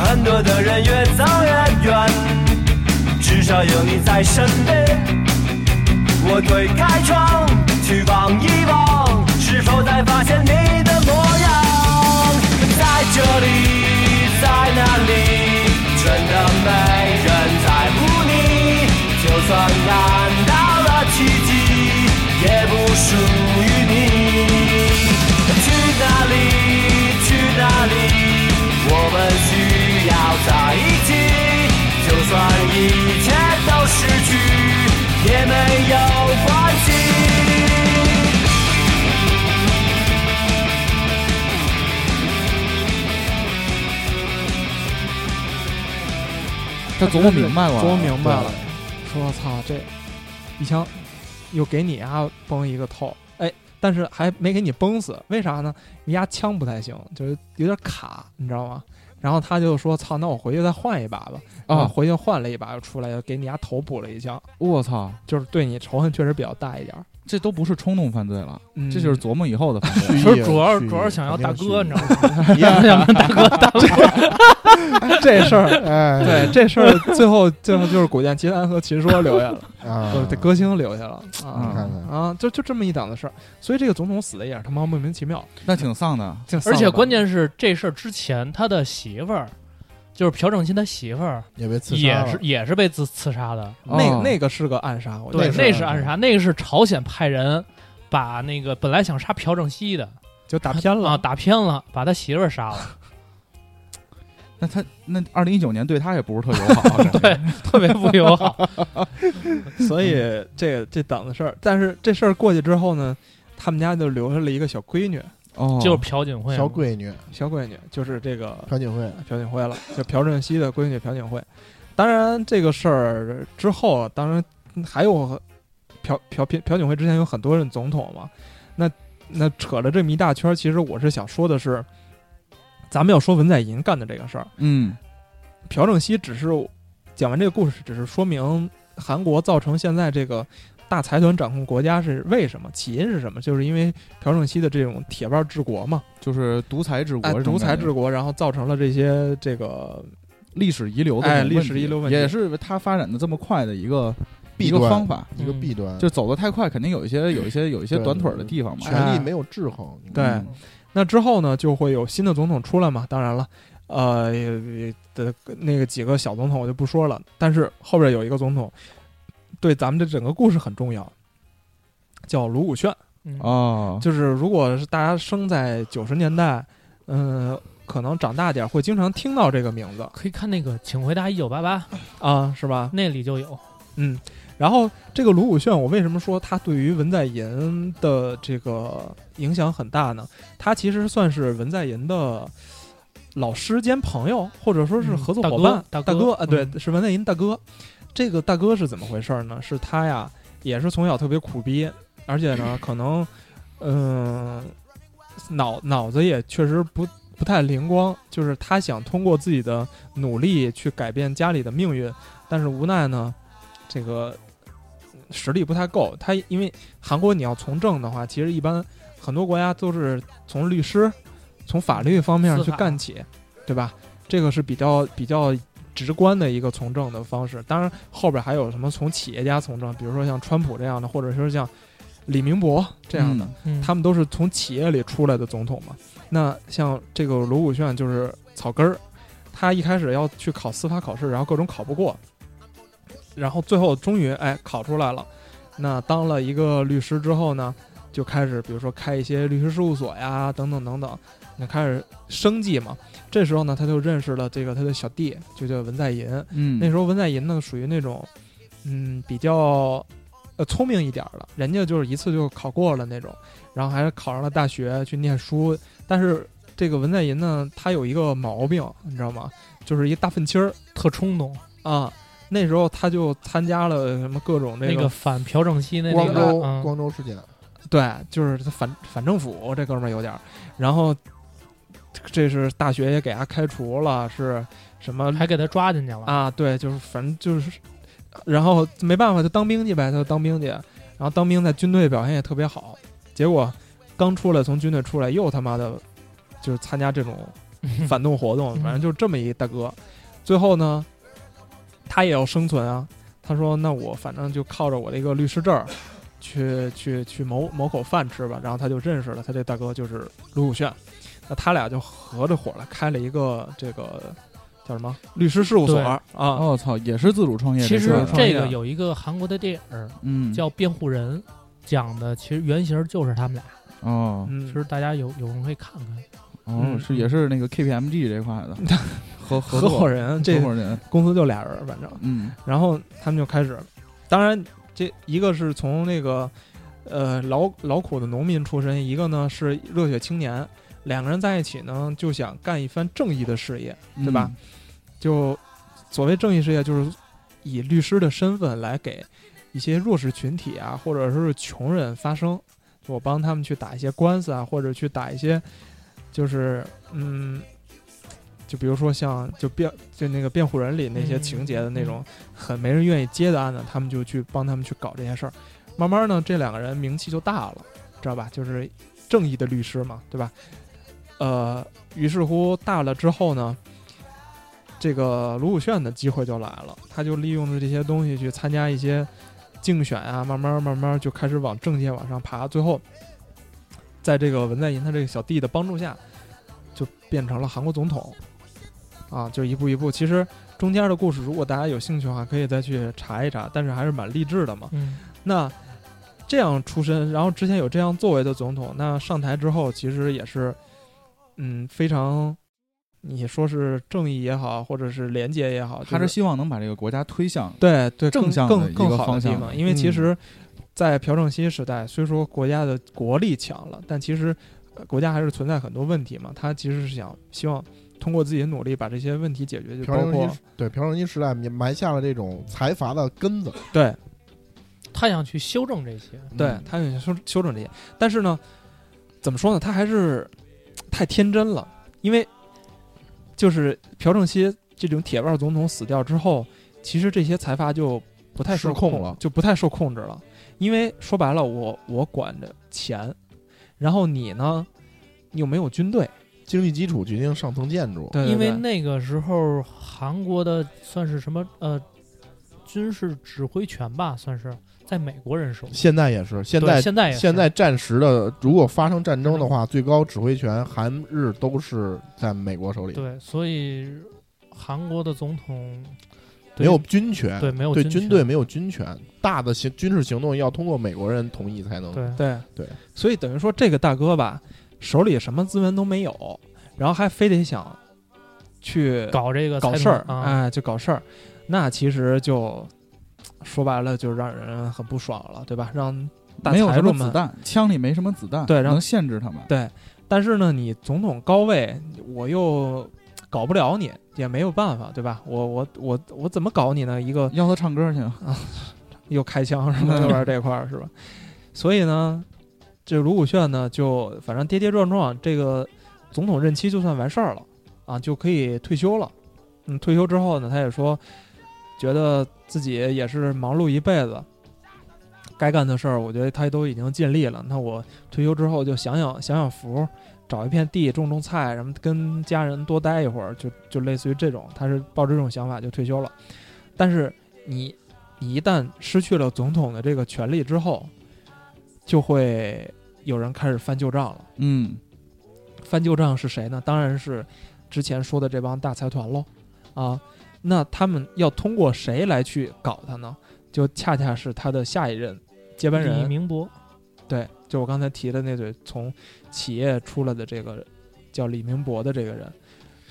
Speaker 6: 很多的人越走越远，至少有你在身边。我推开窗，去望一望，是否再发现你的模样？在这里，在那里，真的没人在乎你。就算看到了奇迹，也不属于你。去哪里？去哪里？我们需要在一起，就算一切都失去，也没有关系。
Speaker 3: 他 琢磨明白了，啊
Speaker 2: 琢磨明白了，说操这一枪又给你啊崩一个透，哎，但是还没给你崩死，为啥呢？你压枪不太行，就是有点卡，你知道吗？然后他就说：“操，那我回去再换一把吧。”然后
Speaker 3: 啊
Speaker 2: 回去换了一把，又出来又给你丫头补了一枪，
Speaker 3: 我操，
Speaker 2: 就是对你仇恨确实比较大一点儿。
Speaker 3: 这都不是冲动犯罪了，
Speaker 2: 嗯
Speaker 3: 这就是琢磨以后的犯罪。
Speaker 4: 蓄意
Speaker 5: 其实主要
Speaker 4: 蓄意
Speaker 5: 主要是想要大哥，你知道吗？
Speaker 4: 肯定是蓄意
Speaker 5: 想要大哥大哥，
Speaker 2: 这事儿。
Speaker 4: 哎，
Speaker 2: 对这事儿，最 后最后就是古剑奇谭和秦说留下了，
Speaker 4: 啊，
Speaker 2: 呃，这歌星留下了
Speaker 3: 嗯
Speaker 4: 你
Speaker 2: 啊
Speaker 4: 看看，
Speaker 2: 啊，就就这么一档子事儿，所以这个总统死的也是他妈莫名其妙，
Speaker 3: 那挺丧的，
Speaker 2: 挺丧
Speaker 5: 而
Speaker 2: 的
Speaker 5: 且关键是这事儿之前他的媳妇儿。就是朴正熙他媳妇儿
Speaker 4: 也被刺啊杀
Speaker 5: 也
Speaker 4: 了
Speaker 5: 是也是被自刺杀的，
Speaker 2: 那
Speaker 3: 哦
Speaker 2: 那个是个暗杀，我觉
Speaker 5: 对，
Speaker 2: 得
Speaker 5: 那是
Speaker 4: 是
Speaker 5: 暗杀，那个是朝鲜派人把那个本来想杀朴正熙的
Speaker 2: 就打偏
Speaker 5: 啊
Speaker 2: 了，
Speaker 5: 打偏了，把他媳妇儿杀了，
Speaker 3: 那他那二零一九年对他也不是特友 好，啊感觉
Speaker 5: 对，特别不友好。
Speaker 2: 所以这个这档子事儿，但是这事儿过去之后呢，他们家就留下了一个小闺女，
Speaker 3: 哦，
Speaker 5: 就是朴槿惠嘛，
Speaker 4: 小闺女
Speaker 2: 小闺女就是这个
Speaker 4: 朴槿惠，
Speaker 2: 朴槿惠了，就朴正熙的闺女朴槿惠。当然，这个事儿之后，当然还有朴朴朴朴槿惠之前有很多任总统嘛，那那扯了这么一大圈儿，其实我是想说的是，咱们要说文在寅干的这个事儿，
Speaker 3: 嗯，
Speaker 2: 朴正熙只是讲完这个故事，只是说明韩国造成现在这个大财团掌控国家是为什么，起因是什么，就是因为朴正熙的这种铁腕治国嘛，
Speaker 3: 就是独裁治国
Speaker 2: 哎
Speaker 3: 这，种
Speaker 2: 独
Speaker 3: 感觉，
Speaker 2: 裁治国，然后造成了这些这个
Speaker 3: 历史遗留的
Speaker 2: 哎
Speaker 3: 这种
Speaker 2: 历
Speaker 3: 问
Speaker 2: 史
Speaker 3: 题
Speaker 2: 遗留问题
Speaker 3: 也是他发展的这么快的一个
Speaker 4: 弊
Speaker 3: 一个
Speaker 4: 端
Speaker 3: 方法，
Speaker 2: 嗯
Speaker 4: 一
Speaker 5: 嗯
Speaker 4: 个弊端，
Speaker 3: 就走得太快，肯定有一些有一些有一些
Speaker 4: 对
Speaker 3: 短腿儿的地方嘛。哎
Speaker 4: 权力没有制衡，
Speaker 2: 对
Speaker 3: 嗯
Speaker 2: 那之后呢，就会有新的总统出来嘛。当然了，呃也的那个几个小总统我就不说了，但是后边有一个总统对咱们这整个故事很重要，叫卢武铉。
Speaker 5: 嗯
Speaker 3: 哦，
Speaker 2: 就是如果是大家生在九十年代，嗯、可能长大点儿会经常听到这个名字
Speaker 5: 可以看那个《请回答一九八八》，
Speaker 2: 啊，是吧？
Speaker 5: 那里就有。
Speaker 2: 嗯，然后这个卢武铉，我为什么说他对于文在寅的这个影响很大呢？他其实算是文在寅的老师兼朋友，或者说是
Speaker 5: 嗯
Speaker 2: 合作
Speaker 5: 大
Speaker 2: 伙
Speaker 5: 哥
Speaker 2: 伴。
Speaker 5: 大
Speaker 2: 大
Speaker 5: 哥
Speaker 2: 啊，对，
Speaker 5: 嗯
Speaker 2: 是文在寅大哥。这个大哥是怎么回事呢？是他呀，也是从小特别苦逼，而且呢，可能，嗯、脑脑子也确实不不太灵光，就是他想通过自己的努力去改变家里的命运，但是无奈呢，这个实力不太够。他因为韩国你要从政的话，其实一般很多国家都是从律师、从法律方面
Speaker 5: 司
Speaker 2: 去
Speaker 5: 法
Speaker 2: 干起，对吧？这个是比较比较直观的一个从政的方式。当然，后边还有什么从企业家从政，比如说像川普这样的，或者说像李明博这样的。
Speaker 3: 嗯
Speaker 5: 嗯
Speaker 2: 他们都是从企业里出来的总统嘛。那像这个卢武铉就是草根儿，他一开始要去考司法考试，然后各种考不过，然后最后终于哎考出来了。那当了一个律师之后呢，就开始比如说开一些律师事务所呀，等等等等，那开始生计嘛。这时候呢，他就认识了这个他的小弟，就叫文在寅。
Speaker 3: 嗯，
Speaker 2: 那时候文在寅呢，属于那种，嗯，比较呃聪明一点儿的，人家就是一次就考过了那种，然后还考上了大学去念书。但是这个文在寅呢，他有一个毛病，你知道吗？就是一大愤青儿
Speaker 5: 特冲动，
Speaker 2: 啊。那时候他就参加了什么各种这
Speaker 5: 那个反朴正熙那
Speaker 4: 光
Speaker 5: 那个
Speaker 4: 州
Speaker 5: 啊
Speaker 4: 光州事件，
Speaker 2: 对，就是他反反政府这哥们儿有点儿，然后这是大学也给他开除了，是什么
Speaker 5: 还给他抓进去 了。
Speaker 2: 啊，对，就是反正就是，然后没办法就当兵去呗，他就当兵去，然后当兵在军队表现也特别好，结果刚出来从军队出来又他妈的，就是参加这种
Speaker 5: 嗯
Speaker 2: 反动活动，反正就是这么一大哥，最后呢，他也要生存啊，他说那我反正就靠着我的一个律师证儿。去去去谋谋口饭吃吧，然后他就认识了他这大哥就是卢武铉，那他俩就合着伙儿来开了一个这个叫什么律师事务所
Speaker 5: 对
Speaker 2: 啊，
Speaker 3: 哦操，也是自主创业
Speaker 5: 其
Speaker 3: 这事儿，
Speaker 5: 实
Speaker 2: 是
Speaker 5: 这个有一个韩国的电影
Speaker 3: 嗯
Speaker 5: 叫《辩护人》，讲的其实原型就是他们俩。
Speaker 3: 哦
Speaker 2: 嗯，
Speaker 5: 其实大家有有空可以看看。
Speaker 3: 哦
Speaker 2: 嗯
Speaker 3: 是也是那个 KPMG 这块的合合
Speaker 2: 合伙
Speaker 3: 作
Speaker 2: 人，这
Speaker 3: 合伙人，
Speaker 2: 公司就俩人，反正，
Speaker 3: 嗯
Speaker 2: 然后他们就开始，当然这一个是从那个呃劳劳苦的农民出身，一个呢是热血青年，两个人在一起呢就想干一番正义的事业，对吧？
Speaker 3: 嗯
Speaker 2: 就所谓正义事业，就是以律师的身份来给一些弱势群体啊，或者说是穷人发声。我帮他们去打一些官司啊，或者去打一些，就是嗯，就比如说像就辩就那个辩护人里那些
Speaker 5: 嗯
Speaker 2: 情节的那种很没人愿意接的案子，他们就去帮他们去搞这些事儿。慢慢呢，这两个人名气就大了，知道吧？就是正义的律师嘛，对吧？呃，于是乎大了之后呢，这个卢武铉的机会就来了，他就利用着这些东西去参加一些竞选啊，慢慢慢慢就开始往政界往上爬，最后在这个文在寅他这个小弟的帮助下，就变成了韩国总统。啊，就一步一步，其实中间的故事，如果大家有兴趣的话，可以再去查一查，但是还是蛮励志的嘛。
Speaker 5: 嗯，
Speaker 2: 那这样出身，然后之前有这样作为的总统，那上台之后其实也是，嗯，非常，你说是正义也好，或者是廉洁也好，
Speaker 3: 他
Speaker 2: 就是
Speaker 3: 希望能把这个国家推向
Speaker 2: 对对
Speaker 3: 正
Speaker 2: 更
Speaker 3: 向的
Speaker 2: 更
Speaker 3: 一
Speaker 2: 更
Speaker 3: 个
Speaker 2: 好
Speaker 3: 方
Speaker 2: 的地
Speaker 3: 向
Speaker 2: 方，因为其
Speaker 4: 嗯
Speaker 2: 实，在朴正熙时代，虽说国家的国力强了，但其实呃国家还是存在很多问题嘛。他其实是想希望通过自己的努力把这些问题解决，就
Speaker 4: 朴
Speaker 2: 包
Speaker 4: 正
Speaker 2: 括
Speaker 4: 熙对朴正熙时代也埋下了这种财阀的根子。
Speaker 2: 对
Speaker 5: 他想去修正这些，
Speaker 2: 对
Speaker 4: 嗯，
Speaker 2: 他想修修正这些，但是呢，怎么说呢？他还是太天真了，因为就是朴正熙这种铁腕总统死掉之后，其实这些财阀就不太受
Speaker 4: 失控
Speaker 2: 控
Speaker 4: 了
Speaker 2: 就不太受控制了。因为说白了，我我管着钱，然后你呢，你有没有军队？
Speaker 4: 经济基础决定上层建筑。
Speaker 2: 对
Speaker 5: 因为
Speaker 2: 那
Speaker 5: 那个时候韩国的算是什么呃军事指挥权吧，算是在美国人手里。
Speaker 4: 现在也是，现
Speaker 5: 对，
Speaker 4: 在
Speaker 5: 现在也是
Speaker 4: 现在战时的，如果发生战争的话，最高指挥权韩日都是在美国手里，
Speaker 5: 对，所以韩国的总统
Speaker 4: 没有军权，
Speaker 5: 对没有
Speaker 4: 对
Speaker 5: 军
Speaker 4: 军
Speaker 5: 权
Speaker 4: 队没有军权，大的行军事行动要通过美国人同意才能。
Speaker 5: 对
Speaker 2: 对
Speaker 4: 对，
Speaker 2: 所以等于说这个大哥吧，手里什么资源都没有，然后还非得想去
Speaker 5: 搞这个
Speaker 2: 搞
Speaker 5: 财
Speaker 2: 事儿
Speaker 5: 团，啊，
Speaker 2: 哎，就搞事儿，那其实就说白了就让人很不爽了，对吧？让大
Speaker 3: 没有
Speaker 2: 财
Speaker 3: 什
Speaker 2: 主
Speaker 3: 么子
Speaker 2: 们。
Speaker 3: 弹，枪里没什么子弹，
Speaker 2: 对然后
Speaker 3: 能限制他们。
Speaker 2: 对，但是呢，你总统高位，我又搞不了你，也没有办法，对吧？我我我我怎么搞你呢？一个
Speaker 3: 要他 唱歌去，
Speaker 2: 又开枪什么这块儿这块儿是吧？所以呢，这卢武铉呢，就反正跌跌撞撞，这个总统任期就算完事儿了啊，就可以退休了。嗯，退休之后呢，他也说，觉得自己也是忙碌一辈子，该干的事儿，我觉得他都已经尽力了。那我退休之后就享享享享福，找一片地种种菜，什么跟家人多待一会儿，就就类似于这种，他是抱着这种想法就退休了。但是你你一旦失去了总统的这个权利之后，就会有人开始翻旧账了。
Speaker 3: 嗯，
Speaker 2: 翻旧账是谁呢？当然是之前说的这帮大财团喽，啊，那他们要通过谁来去搞他呢？就恰恰是他的下一任接班
Speaker 5: 李
Speaker 2: 人
Speaker 5: 明博，
Speaker 2: 对，就我刚才提的那对从企业出来的这个叫李明博的这个人，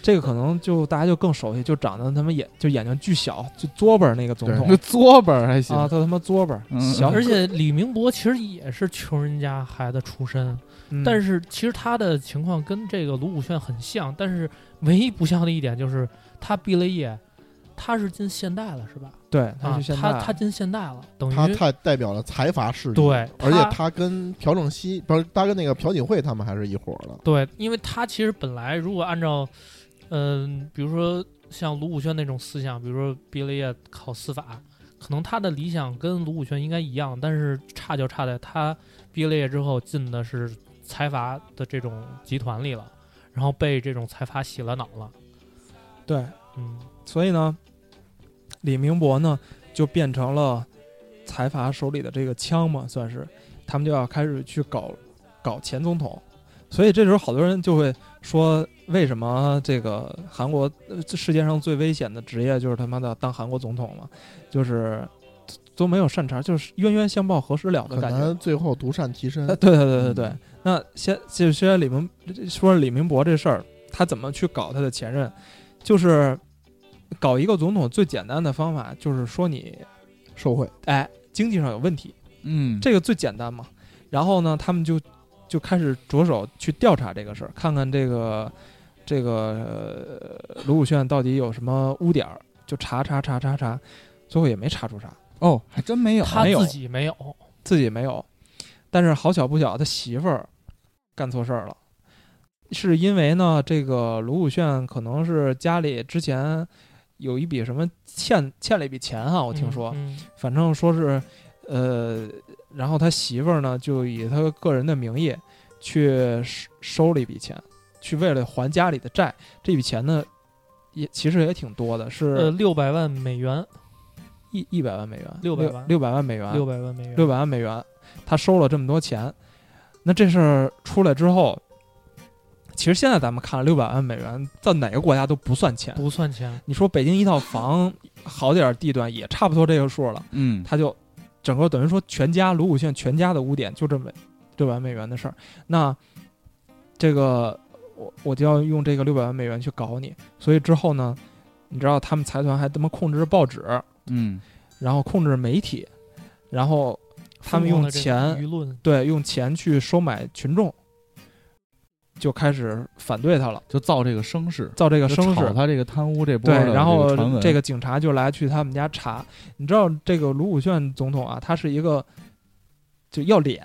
Speaker 2: 这个可能就大家就更熟悉，就长得他妈眼就眼睛巨小，就作本儿那个总
Speaker 4: 对
Speaker 2: 统
Speaker 3: 那作本儿还行
Speaker 2: 啊，他，他妈作本儿，
Speaker 3: 嗯
Speaker 2: 小
Speaker 3: 嗯
Speaker 5: 而且李明博其实也是穷人家孩子出身，但
Speaker 2: 是
Speaker 5: 是其实他的情况跟这个卢武铉很像，但是唯一不像的一点就是他毕了业，他是进现代了是吧？
Speaker 2: 对，他
Speaker 5: 啊
Speaker 2: 是，现在
Speaker 5: 他他进现代了，等
Speaker 4: 他
Speaker 5: 于
Speaker 4: 太代表了财阀势力，
Speaker 5: 对
Speaker 4: 而且
Speaker 5: 他
Speaker 4: 他跟朴正熙不是他跟那个朴槿惠他们还是一伙儿的，
Speaker 5: 对，因为他其实本来如果按照，嗯、比如说像卢武铉那种思想，比如说毕了业考司法，可能他的理想跟卢武铉应该一样，但是差就差在他毕了业之后进的是财阀的这种集团里了，然后被这种财阀洗了脑了。
Speaker 2: 对，
Speaker 5: 嗯，
Speaker 2: 所以呢，李明博呢就变成了财阀手里的这个枪嘛，算是他们就要开始去搞搞前总统。所以这时候好多人就会说，为什么这个韩国呃这世界上最危险的职业就是他妈的当韩国总统嘛？就是都没有善茬，就是冤冤相报何时了的
Speaker 4: 很
Speaker 2: 感觉。
Speaker 4: 难最后独善其身
Speaker 2: 呃，。对对对对对。
Speaker 3: 嗯
Speaker 2: 那先就说李明，说李明博这事儿，他怎么去搞他的前任？就是搞一个总统最简单的方法，就是说你
Speaker 4: 受贿，
Speaker 2: 哎经济上有问题，
Speaker 3: 嗯，
Speaker 2: 这个最简单嘛。然后呢，他们就就开始着手去调查这个事儿，看看这个这个、呃、卢武铉到底有什么污点儿，就查查查查查，最后也没查出啥。
Speaker 3: 哦，还真没有，
Speaker 5: 他
Speaker 2: 没有
Speaker 5: 自己没有，
Speaker 2: 自己没有，但是好巧不巧，他媳妇儿干错事儿了，是因为呢，这个卢武铉可能是家里之前有一笔什么欠欠了一笔钱哈、我
Speaker 5: 我
Speaker 2: 听说，
Speaker 5: 嗯
Speaker 2: 反正说是，呃，然后他媳妇儿呢就以他个人的名义去收收了一笔钱，去为了还家里的债，这笔钱呢也其实也挺多的，
Speaker 5: 呃，
Speaker 2: 是
Speaker 5: 六百万美元，
Speaker 2: 一一百万美元，
Speaker 5: 600万
Speaker 2: 六百万美元，
Speaker 5: 六百万美元，
Speaker 2: 六百万美元，他收了这么多钱，那这事儿出来之后，其实现在咱们看六百万美元，在哪个国家都不算钱。
Speaker 5: 不算钱，
Speaker 2: 你说北京一套房，好点儿地段也差不多这个数了，
Speaker 3: 嗯，
Speaker 2: 他就整个等于说全家卢武铉全家的污点就这么六百万美元的事儿。那这个我我就要用这个六百万美元去搞你，所以之后呢，你知道他们财团还他妈控制报纸，
Speaker 3: 嗯，
Speaker 2: 然后控制媒体，然后他们用
Speaker 5: 疯狂的这种
Speaker 2: 钱
Speaker 5: 舆论，
Speaker 2: 对，用钱去收买群众，就开始反对他了，
Speaker 3: 就造这个声势，
Speaker 2: 造这个
Speaker 3: 就
Speaker 2: 声
Speaker 3: 炒
Speaker 2: 势。
Speaker 3: 他这个贪污这波
Speaker 2: 对然
Speaker 3: 的，这个传
Speaker 2: 后
Speaker 3: 闻
Speaker 2: 这个警察就来去他们家查。你知道这个卢武铉总统啊，他是一个就要脸，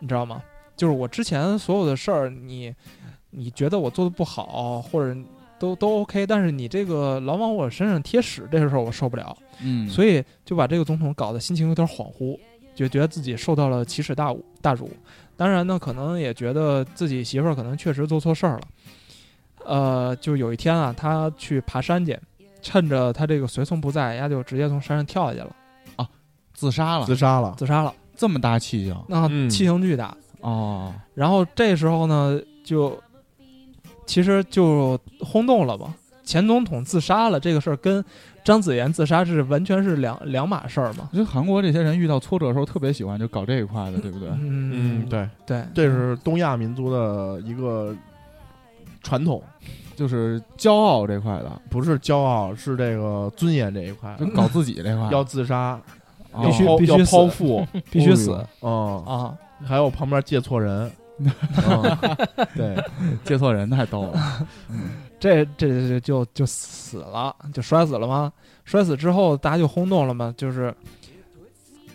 Speaker 2: 你知道吗？就是我之前所有的事儿，你你觉得我做的不好，或者都都 OK，但是你这个老往我身上贴屎，这个事儿我受不了。
Speaker 3: 嗯，
Speaker 2: 所以就把这个总统搞得心情有点恍惚，就觉得自己受到了奇耻大辱大辱。当然呢，可能也觉得自己媳妇儿可能确实做错事儿了。呃，就有一天啊，他去爬山去，趁着他这个随从不在，丫就直接从山上跳下去了。
Speaker 3: 啊，自杀了，
Speaker 4: 自杀了，
Speaker 2: 自杀了，
Speaker 3: 这么大 气性
Speaker 2: 那
Speaker 7: 嗯
Speaker 2: 气性巨大。
Speaker 3: 哦，
Speaker 2: 然后这时候呢，就其实就轰动了吧。前总统自杀了这个事儿跟张子妍自杀是完全是两两码事儿嘛。
Speaker 3: 我觉得韩国这些人遇到挫折的时候特别喜欢就搞这一块的，对不对？
Speaker 2: 嗯，
Speaker 7: 对，
Speaker 2: 对，
Speaker 4: 这是东亚民族的一个传统，
Speaker 3: 就是骄傲这块 的，
Speaker 4: 不是骄傲，是这个尊严这一块
Speaker 3: 就，搞自己这块，
Speaker 4: 要自杀，
Speaker 3: 哦
Speaker 4: 要
Speaker 2: 嗯啊必须
Speaker 4: 抛
Speaker 2: 必须
Speaker 4: 要
Speaker 2: 死
Speaker 4: 剖腹，
Speaker 2: 必须死
Speaker 3: 哦
Speaker 4: 嗯，
Speaker 2: 啊！
Speaker 4: 还有旁边借错 人，嗯对，
Speaker 3: 接错人太逗了，
Speaker 2: 这这这就就死了，就摔死了吗？摔死之后，大家就轰动了嘛，就是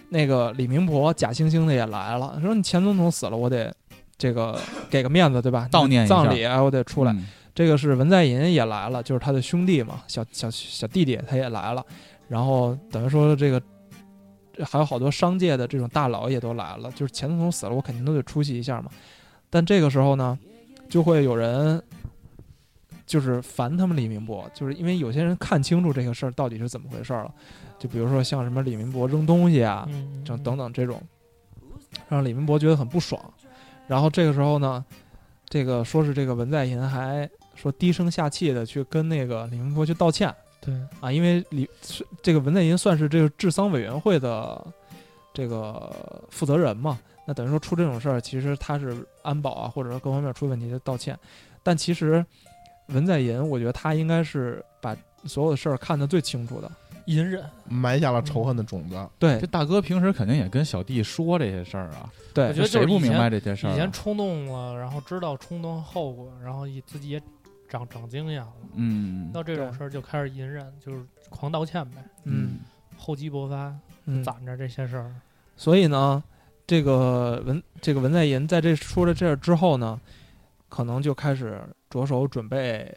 Speaker 2: 那个李明博、假惺惺的也来了，说你前总统死了，我得这个给个面子，对吧？
Speaker 3: 悼念一下
Speaker 2: 葬礼，哎我得 出来。
Speaker 3: 嗯
Speaker 2: 这个是文在寅也来了，就是他的兄弟嘛，小小小弟弟他也来了，然后等于说这个这还有好多商界的这种大佬也都来了，就是前总统死了，我肯定都得出席一下嘛。但这个时候呢，就会有人就是烦他们李明博，就是因为有些人看清楚这个事儿到底是怎么回事儿了，就比如说像什么李明博扔东西啊，
Speaker 5: 嗯，
Speaker 2: 等等等这种，让李明博觉得很不爽。然后这个时候呢，这个说是这个文在寅还说低声下气的去跟那个李明博去道歉
Speaker 5: 嗯对，
Speaker 2: 啊，因为李是这个文在寅算是这个治丧委员会的这个负责人嘛，那等于说出这种事儿，其实他是安保啊或者说各方面出问题的道歉，但其实文在寅，我觉得他应该是把所有的事儿看得最清楚的。
Speaker 5: 隐忍，
Speaker 4: 埋下了仇恨的种子，
Speaker 2: 对
Speaker 3: 这大哥平时肯定也跟小弟说这些事儿啊，
Speaker 2: 对
Speaker 5: 我，觉得就
Speaker 3: 谁
Speaker 5: 是
Speaker 3: 不
Speaker 5: 以
Speaker 3: 明
Speaker 5: 前
Speaker 3: 白这些事儿
Speaker 5: 以前
Speaker 3: 啊？
Speaker 5: 冲动了，然后知道冲动后果，然后也自己也长长经验了，
Speaker 3: 嗯
Speaker 5: 到这种
Speaker 2: 对
Speaker 5: 事儿就开始隐忍，就是狂道歉呗，
Speaker 2: 嗯
Speaker 5: 厚积薄发，
Speaker 2: 嗯，
Speaker 5: 攒着这些事儿。
Speaker 2: 所以呢，这个文这个文在寅在这出了这儿之后呢，可能就开始着手准备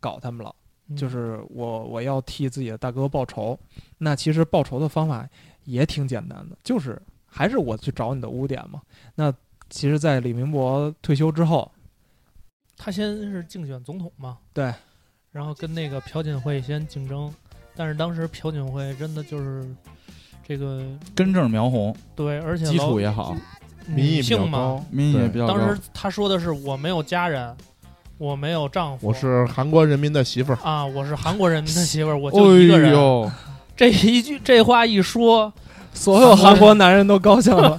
Speaker 2: 搞他们了，
Speaker 5: 嗯
Speaker 2: 就是我我要替自己的大哥报仇。那其实报仇的方法也挺简单的，就是还是我去找你的污点嘛。那其实，在李明博退休之后，
Speaker 5: 他先是竞选总统嘛，
Speaker 2: 对，
Speaker 5: 然后跟那个朴槿惠先竞争，但是当时朴槿惠真的就是这个
Speaker 3: 根正苗红，
Speaker 5: 对，而且
Speaker 3: 基础
Speaker 5: 也
Speaker 3: 也好，
Speaker 4: 民意
Speaker 5: 女
Speaker 4: 比较
Speaker 5: 性嘛
Speaker 4: 高，，
Speaker 3: 民意也
Speaker 4: 对
Speaker 3: 比较高。
Speaker 5: 当时他说的是我没有家人，我没有丈夫，
Speaker 4: 我是韩国人民的媳妇儿，
Speaker 5: 啊，我是韩国人民的媳妇儿，我就一个人。
Speaker 3: 哎呦，
Speaker 5: 这一句这话一说，，
Speaker 2: 所有韩国男人都高兴 了，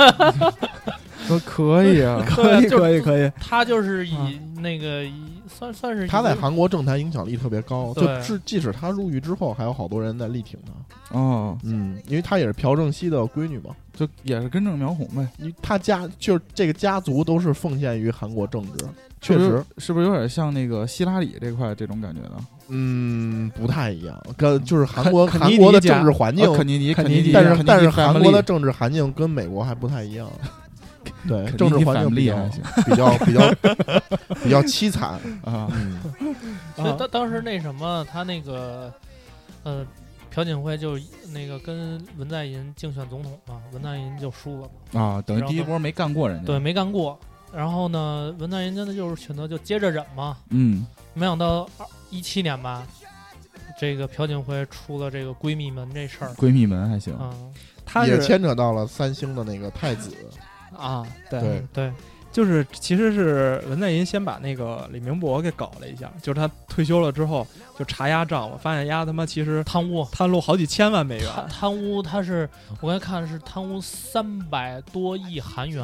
Speaker 7: 都可以 啊
Speaker 5: 对就是
Speaker 2: 以可以，
Speaker 5: 他就是以那个以算算是
Speaker 4: 他在
Speaker 5: 一个
Speaker 4: 韩国政坛影响力特别高，
Speaker 5: 对
Speaker 4: 就是即使他入狱之后，还有好多人在力挺他，
Speaker 3: 哦，
Speaker 4: 嗯，因为他也是朴正熙的闺女嘛，
Speaker 3: 就也是根正苗红呗。
Speaker 4: 因为他家就是这个家族都是奉献于韩国政治，确
Speaker 3: 是不
Speaker 4: 实
Speaker 3: 是，是不是有点像那个希拉里这块这种感觉呢？
Speaker 4: 嗯，不太一样，跟就是韩国
Speaker 2: 肯肯尼
Speaker 4: 韩
Speaker 2: 迪
Speaker 4: 国的
Speaker 2: 家
Speaker 4: 政治环境
Speaker 3: 啊，肯尼迪，
Speaker 2: 肯尼
Speaker 3: 尼
Speaker 2: 迪
Speaker 3: 迪，
Speaker 4: 但是
Speaker 3: 肯尼迪
Speaker 4: 但是
Speaker 3: family
Speaker 4: 韩国的政治环境跟美国还不太一样，对
Speaker 3: 肯尼迪
Speaker 4: 政治环境比
Speaker 3: family 还
Speaker 4: 较比较
Speaker 3: 行
Speaker 4: 比较比较凄惨，
Speaker 3: 啊，
Speaker 4: 嗯，
Speaker 5: 所以
Speaker 2: 啊
Speaker 5: 当当时那什么，他那个，呃，朴槿惠就那个跟文在寅竞选总统嘛，文在寅就输了嘛，
Speaker 3: 啊，等于第一波没干过人家。
Speaker 5: 对，，没干过。然后呢，文在寅真的就是选择就接着忍嘛，
Speaker 3: 嗯，
Speaker 5: 没想到二一七年吧，这个朴槿惠出了这个闺蜜门这事儿，
Speaker 3: 闺蜜门还行。
Speaker 5: 嗯
Speaker 2: 他
Speaker 4: 也
Speaker 2: 是
Speaker 4: 牵扯到了三星的那个太子，
Speaker 2: 啊，对
Speaker 4: 对
Speaker 5: 嗯对，
Speaker 2: 就是其实是文在寅先把那个李明博给搞了一下，就是他退休了之后就查压账，我发现丫他妈其实
Speaker 5: 贪污
Speaker 2: 贪露好几千万美元，
Speaker 5: 贪贪污，他是我刚才看是贪污三百多亿韩元，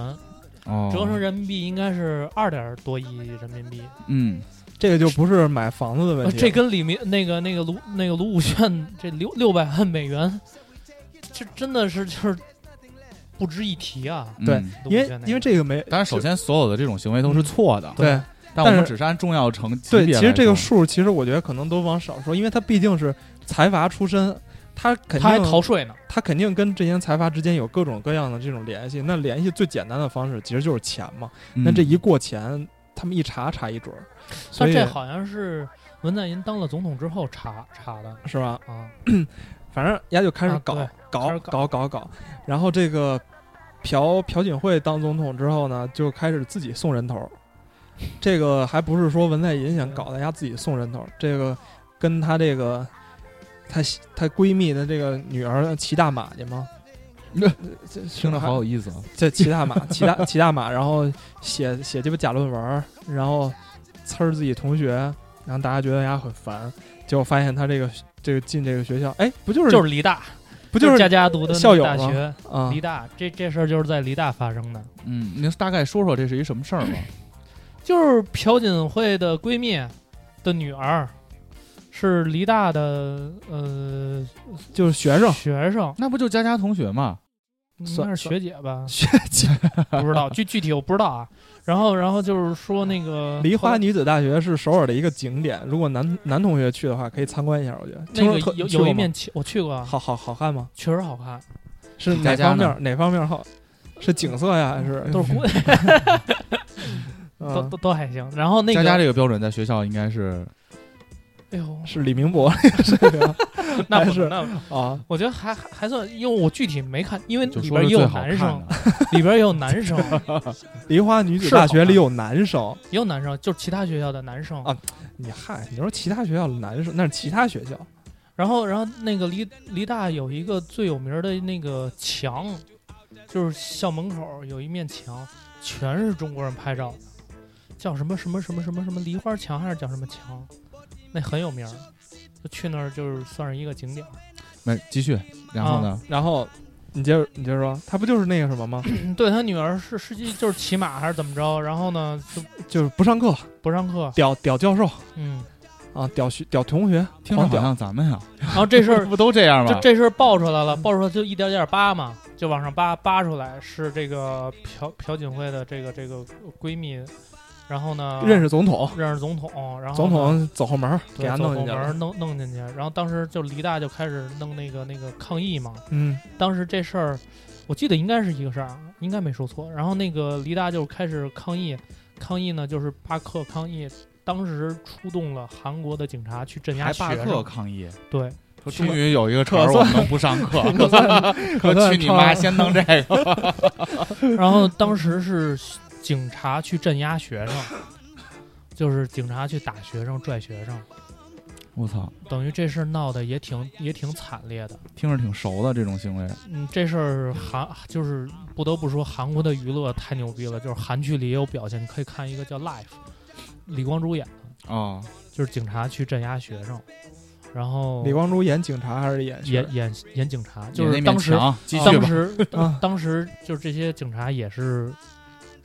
Speaker 3: 哦，
Speaker 5: 折成人民币应该是二点多亿人民币，
Speaker 3: 嗯，
Speaker 2: 这个就不是买房子的问
Speaker 5: 呃
Speaker 2: 题，啊
Speaker 5: 这跟李明那个那个卢那个卢武铉这六六百万美元，这真的是就是不值一提啊！
Speaker 3: 嗯
Speaker 2: 对因
Speaker 5: 卢武
Speaker 2: 为
Speaker 5: 铉那个
Speaker 2: 因为这个没，
Speaker 3: 当然，首先所有的这种行为都
Speaker 5: 嗯
Speaker 3: 是错的，
Speaker 2: 对
Speaker 3: 但我
Speaker 2: 但
Speaker 3: 们
Speaker 2: 是
Speaker 3: 只是按重要程级
Speaker 2: 对，
Speaker 3: 别
Speaker 2: 其实
Speaker 3: 来
Speaker 2: 这个
Speaker 3: 说
Speaker 2: 数其实我觉得可能都往少说，因为他毕竟是财阀出身。他肯定
Speaker 5: 他还逃税呢，
Speaker 2: 他肯定跟这些财阀之间有各种各样的这种联系。那联系最简单的方式其实就是钱嘛。
Speaker 5: 嗯
Speaker 2: 那
Speaker 3: 嗯
Speaker 2: 这一，过钱，他们一查查一准儿，所
Speaker 5: 但
Speaker 2: 以
Speaker 5: 这好像是文在寅当了总统之后查查的
Speaker 2: 是吧？
Speaker 5: 啊，
Speaker 2: 反正丫就开始
Speaker 5: 啊
Speaker 2: 搞、
Speaker 5: 对开
Speaker 2: 搞
Speaker 5: 始
Speaker 2: 搞搞搞，然后这个朴朴槿惠当总统之后呢，就开始自己送人头儿，这个还不是说文在寅想搞的，丫自己送人头儿，这个跟她这个她媳她闺蜜的这个女儿骑大马去嘛，
Speaker 3: 听着好有意思啊！
Speaker 2: 这骑大马，骑大骑大马，然后写写鸡巴假论文儿，然后呲儿自己同学，然后大家觉得他很烦，结果发现他这个这个进这个学校，哎，不就是
Speaker 5: 就是梨大，
Speaker 2: 不
Speaker 5: 就
Speaker 2: 就是
Speaker 5: 佳佳读的那
Speaker 2: 校友
Speaker 5: 大
Speaker 2: 吗
Speaker 5: 学，
Speaker 2: 啊
Speaker 5: 梨大这这事儿就是在梨大发生的，
Speaker 3: 嗯，你大概说说这是一什么事儿吧？
Speaker 5: 就是朴槿惠的闺蜜的女儿，是梨大的呃
Speaker 2: 就是学生
Speaker 5: 学生，
Speaker 3: 那不就佳佳同学嘛？
Speaker 5: 应
Speaker 2: 算？
Speaker 5: 该是 学姐吧
Speaker 2: 学姐，
Speaker 5: 不知道具具体我不知道啊。然后然后就是说那个
Speaker 2: 梨花女子大学是首尔的一个景点，如果男男同学去的话，可以参观一下，我觉得。听
Speaker 5: 那
Speaker 2: 说
Speaker 5: 个
Speaker 2: 特
Speaker 5: 有
Speaker 2: 你去过
Speaker 5: 有一
Speaker 2: 吗
Speaker 5: 面墙我去过啊，
Speaker 2: 好好好看吗？
Speaker 5: 确实好看，
Speaker 2: 是
Speaker 3: 佳
Speaker 2: 哪
Speaker 3: 佳
Speaker 2: 方面
Speaker 3: 呢
Speaker 2: 儿？哪方面儿好？是景色呀，还是
Speaker 5: 都是姑 娘，
Speaker 2: 啊
Speaker 5: 都都都还行。然后那
Speaker 3: 佳佳
Speaker 5: 个
Speaker 3: 这个标准在学校应该是
Speaker 5: 哎呦，
Speaker 2: 是李明博是这个
Speaker 5: 那
Speaker 2: 还
Speaker 5: 不
Speaker 2: 是
Speaker 5: 那 不
Speaker 2: 啊？
Speaker 5: 我觉得还还还算，因为我具体没看，因为
Speaker 3: 就
Speaker 5: 里
Speaker 3: 说
Speaker 5: 边
Speaker 3: 是
Speaker 5: 也
Speaker 3: 最
Speaker 5: 有
Speaker 3: 好看
Speaker 5: 男生，
Speaker 3: 的。
Speaker 5: 里边也有男生，
Speaker 2: 梨花女子
Speaker 5: 是啊
Speaker 2: 大
Speaker 5: 好
Speaker 2: 学
Speaker 5: 看
Speaker 2: 里有男生，
Speaker 5: 也有男生，就是其他学校的男生
Speaker 2: 啊你嗨，你说其他学校的男生那是其他学校，
Speaker 5: 然后，然后那个梨梨大有一个最有名的那个墙，就是校门口有一面墙，全是中国人拍照的，叫什么什么什么什么什么梨花墙还是叫什么墙？那很有名儿，就去那儿就是算是一个景点儿。
Speaker 3: 没继续，然后呢？
Speaker 2: 然后你接着你接着说，他不就是那个什么吗？
Speaker 5: 嗯对他女儿是实际就是骑马还是怎么着？然后呢就
Speaker 2: 就是不上课，
Speaker 5: 不上课，
Speaker 2: 屌屌教授
Speaker 5: 嗯。
Speaker 2: 啊，屌学屌同学，
Speaker 3: 听着
Speaker 2: 狂
Speaker 3: 哦好
Speaker 2: 屌
Speaker 3: 像咱们呀，
Speaker 5: 然后这事儿
Speaker 3: 不都这样
Speaker 5: 这
Speaker 3: 吗？
Speaker 5: 这事儿爆出来了，爆出来就一点点扒嘛，就往上扒扒出来，是这个朴朴槿惠的这个这个闺蜜，然后呢
Speaker 2: 认识总统，
Speaker 5: 认识总统，然后
Speaker 2: 总
Speaker 5: 呢
Speaker 2: 统走后门儿
Speaker 5: 哦对
Speaker 2: 给他弄进去
Speaker 5: 走后
Speaker 2: 了
Speaker 5: 门，弄弄进去，然后当时就梨大就开始弄那个那个抗议嘛，
Speaker 2: 嗯，
Speaker 5: 当时这事儿我记得应该是一个事儿啊，应该没说错，然后那个梨大就开始抗议，抗议呢就是罢课抗议。当时出动了韩国的警察去镇压
Speaker 3: 还罢
Speaker 5: 学
Speaker 3: 课
Speaker 5: 生，
Speaker 3: 抗议，
Speaker 5: 对，
Speaker 3: 说终于有一个词
Speaker 2: 可
Speaker 3: 儿我
Speaker 2: 算
Speaker 3: 们能不上课，
Speaker 2: 可
Speaker 3: 说
Speaker 2: 算
Speaker 3: 去你
Speaker 2: 唱
Speaker 3: 妈，先弄这个。
Speaker 5: 然后当时是警察去镇压学生，就是警察去打学生、拽学生，
Speaker 3: 我操，
Speaker 5: 等于这事儿闹得也挺也挺惨烈的。
Speaker 3: 听着挺熟的这种行为。
Speaker 5: 嗯，这事儿韩就是不得不说韩国的娱乐太牛逼了，就是韩剧里也有表现，你可以看一个叫《Life》，李光洙演的，
Speaker 3: 哦，
Speaker 5: 就是警察去镇压学生，然后
Speaker 2: 李光洙演警察还是演学
Speaker 5: 演演演警察，就是
Speaker 3: 你那面
Speaker 5: 当时
Speaker 3: 墙继续
Speaker 5: 当
Speaker 3: 吧。
Speaker 5: 时
Speaker 2: 啊？
Speaker 5: 当时就是这些警察也是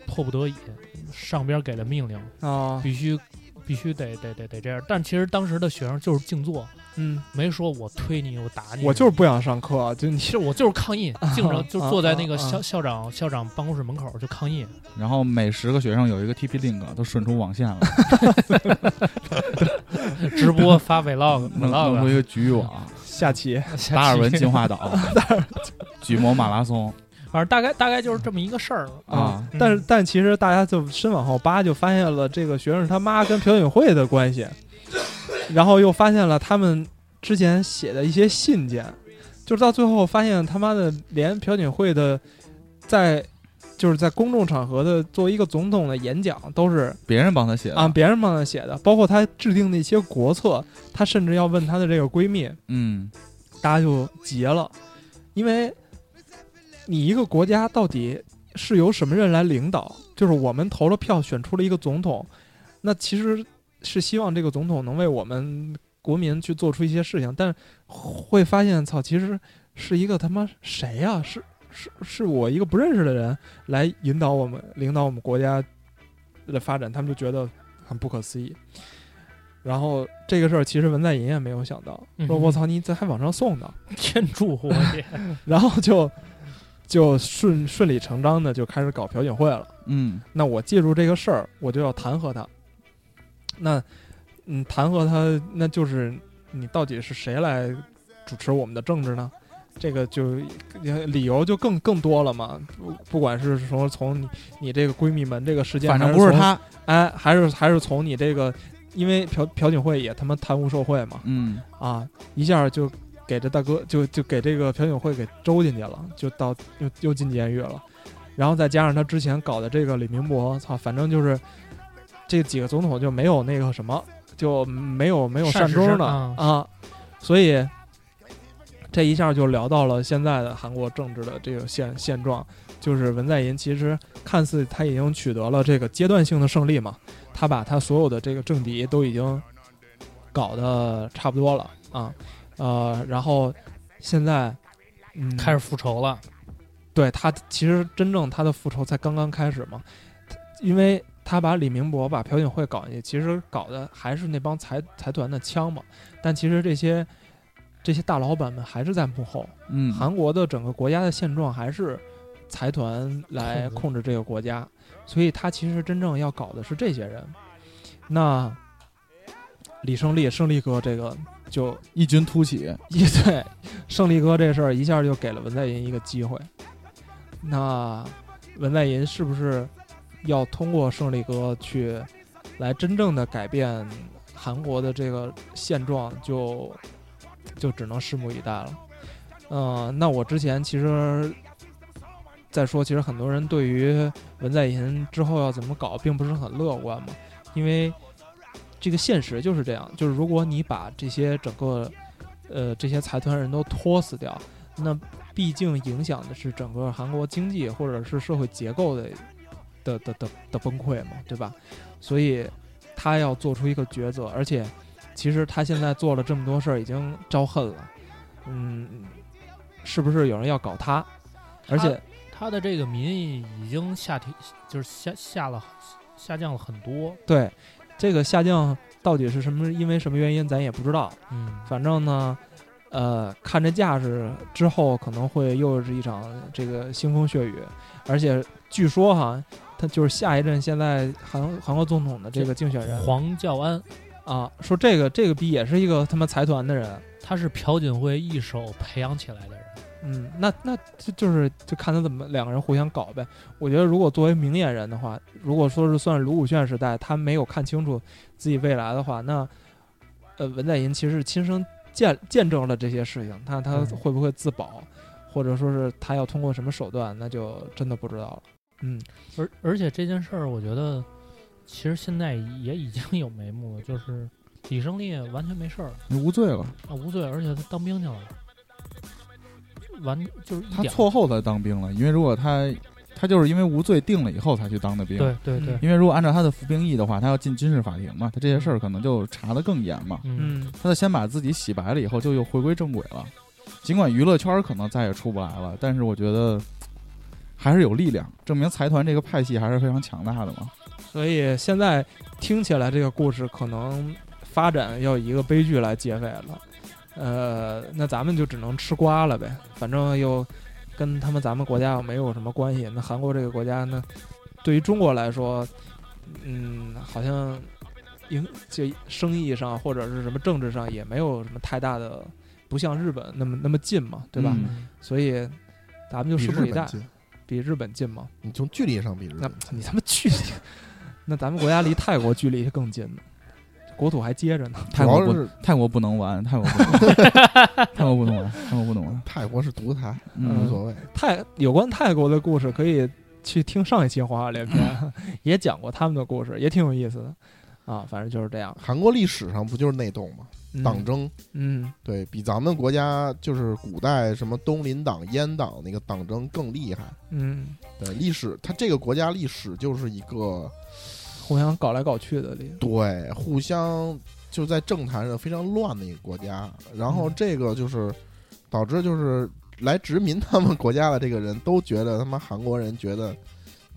Speaker 5: 迫不得已，上边给了命令。
Speaker 2: 啊，
Speaker 5: 必须必须得得得得这样。但其实当时的学生就是静坐，
Speaker 2: 嗯，
Speaker 5: 没说我推你，我打你。
Speaker 2: 我就是不想上课，就你
Speaker 5: 其实我就是抗议，静着就坐在那个
Speaker 2: 啊啊啊啊
Speaker 5: 校校长校长办公室门口就抗议。
Speaker 3: 然后每十个学生有一个 TP link 都顺出网线了，
Speaker 5: 直播 发 vlog 啊
Speaker 3: 弄弄出一
Speaker 5: vlog，
Speaker 3: 个局域网，
Speaker 2: 下棋，
Speaker 3: 达尔文进化岛，举魔马拉松
Speaker 5: 反正大概大概就是这么一个事儿了。
Speaker 3: 啊。
Speaker 5: 嗯
Speaker 2: 但是但其实大家就深往后扒，就发现了这个学生他妈跟朴槿惠的关 系，然后又发现了他们之前写的一些信件，就是到最后发现他妈的连朴槿惠的在就是在公众场合的作为一个总统的演讲都是
Speaker 3: 别人帮他写的，
Speaker 2: 按啊别人帮他写的，包括他制定的一些国策，他甚至要问他的这个闺蜜，
Speaker 3: 嗯，
Speaker 2: 大家就结了，因为你一个国家到底是由什么人来领导？就是我们投了票选出了一个总统，那其实是希望这个总统能为我们国民去做出一些事情，但会发现，操，其实是一个他妈谁呀、是是是我一个不认识的人来引导我们，领导我们国家的发展，他们就觉得很不可思议。然后这个事儿，其实文在寅也没有想到，说
Speaker 5: 嗯
Speaker 2: 我操，你这还往上送呢，
Speaker 5: 天助 我也！
Speaker 2: 然后就就顺顺理成章的就开始搞朴槿惠了。
Speaker 3: 嗯，
Speaker 2: 那我借助这个事儿，我就要弹劾他。那嗯，弹劾他，那就是你到底是谁来主持我们的政治呢？这个就呃理由就更更多了嘛，不不管是说从你你这个闺蜜们这个事件，
Speaker 3: 反正
Speaker 2: 还
Speaker 3: 不是
Speaker 2: 从，
Speaker 3: 他，
Speaker 2: 哎，还是还是从你这个，因为朴朴槿惠也他妈贪污受贿嘛，
Speaker 3: 嗯，
Speaker 2: 啊，一下就给这大哥就就给这个朴槿惠给周进去了，就到又又进监狱了。然后再加上他之前搞的这个李明博，操，反正就是这几个总统就没有那个什么，就没有没有
Speaker 5: 善
Speaker 2: 善
Speaker 5: 始
Speaker 2: 终
Speaker 5: 善
Speaker 2: 的
Speaker 5: 啊
Speaker 2: 啊所以啊这一下就聊到了现在的韩国政治的这个现现状，就是文在寅其实看似他已经取得了这个阶段性的胜利嘛，他把他所有的这个政敌都已经搞得差不多了啊，呃，然后现在嗯
Speaker 5: 开始复仇了，
Speaker 2: 对他其实真正他的复仇才刚刚开始嘛，因为他把李明博把朴槿惠搞进去，其实搞的还是那帮财财团的枪嘛，但其实这些这些大老板们还是在幕后，
Speaker 3: 嗯，
Speaker 2: 韩国的整个国家的现状还是财团来
Speaker 5: 控制
Speaker 2: 控制这个国家，所以他其实真正要搞的是这些人。那李胜利，胜利哥这个就
Speaker 3: 异军突起，
Speaker 2: 一对胜利哥这事儿一下就给了文在寅一个机会。那文在寅是不是要通过胜利哥去来真正的改变韩国的这个现状就，就只能拭目以待了。嗯、那我之前其实再说，其实很多人对于文在寅之后要怎么搞，并不是很乐观嘛，因为这个现实就是这样，就是如果你把这些整个呃这些财团人都拖死掉，那毕竟影响的是整个韩国经济或者是社会结构的的的的的崩溃嘛，对吧？所以他要做出一个抉择，而且其实他现在做了这么多事儿，已经招恨了，嗯，是不是有人要搞他？而且
Speaker 5: 他的这个民意已经下调，就是下下了下降了很多。
Speaker 2: 对这个下降到底是什么，因为什么原因，咱也不知道。
Speaker 5: 嗯，
Speaker 2: 反正呢，呃，看这架势之后，可能会又是一场这个腥风血雨，而且据说哈，他就是下一任现在韩韩国总统的这个竞选人
Speaker 5: 嗯黄教安
Speaker 2: 啊，说这个这个逼也是一个他妈财团的人，
Speaker 5: 他是朴槿惠一手培养起来的人，
Speaker 2: 嗯，那那就就是就看他怎么两个人互相搞呗。我觉得如果作为明眼人的话，如果说是算卢武铉时代，他没有看清楚自己未来的话，那呃文在寅其实是亲身见见证了这些事情，那他
Speaker 5: 嗯
Speaker 2: 会不会自保，或者说是他要通过什么手段，那就真的不知道了。嗯，
Speaker 5: 而而且这件事儿，我觉得其实现在也已经有眉目了，就是李胜利完全没事儿
Speaker 3: 你无罪了，
Speaker 5: 啊，无罪，而且他当兵去了，完就是一
Speaker 3: 他
Speaker 5: 点
Speaker 3: 错后才当兵了，因为如果他他就是因为无罪定了以后才去当的兵，
Speaker 5: 对对对，
Speaker 3: 因为如果按照他的服兵役的话，他要进军事法庭嘛，他这些事儿可能就查得更严嘛。
Speaker 5: 嗯，
Speaker 3: 他就先把自己洗白了以后，就又回归正轨了。尽管娱乐圈儿可能再也出不来了，但是我觉得还是有力量，证明财团这个派系还是非常强大的嘛。
Speaker 2: 所以现在听起来这个故事可能发展要以一个悲剧来结尾了，呃，那咱们就只能吃瓜了呗，反正又跟他们咱们国家又没有什么关系。那韩国这个国家呢，对于中国来说，嗯，好像影就生意上或者是什么政治上也没有什么太大的，不像日本那么那么近嘛，对吧？
Speaker 3: 嗯
Speaker 2: 所以咱们就
Speaker 4: 比
Speaker 2: 拭
Speaker 4: 日
Speaker 2: 目以
Speaker 4: 本
Speaker 2: 待，
Speaker 4: 近，
Speaker 2: 比日本近嘛。
Speaker 4: 你从距离上比日
Speaker 2: 那
Speaker 4: 本近。
Speaker 2: 你他妈去！那咱们国家离泰国距离更近呢，国土还接着呢。
Speaker 3: 泰
Speaker 4: 主
Speaker 3: 国
Speaker 4: 要
Speaker 3: 不
Speaker 4: 是
Speaker 3: 泰国不能玩，泰国不能玩，泰国不能玩，泰国不能玩。
Speaker 4: 泰国是独裁，无
Speaker 3: 嗯，
Speaker 4: 所谓。
Speaker 2: 泰有关泰国的故事，可以去听上一期《黄海连 篇》，也讲过他们的故事，也挺有意思的啊。反正就是这样，
Speaker 4: 韩国历史上不就是内斗吗？
Speaker 2: 嗯
Speaker 4: 党争，
Speaker 2: 嗯
Speaker 4: 对比咱们国家就是古代什么东林党、阉党那个党争更厉害。
Speaker 2: 嗯，
Speaker 4: 对，历史它这个国家历史就是一个
Speaker 2: 互相搞来搞去的里，
Speaker 4: 对互相就在政坛上非常乱的一个国家，然后
Speaker 2: 嗯
Speaker 4: 这个就是导致就是来殖民他们国家的这个人都觉得他妈韩国人觉得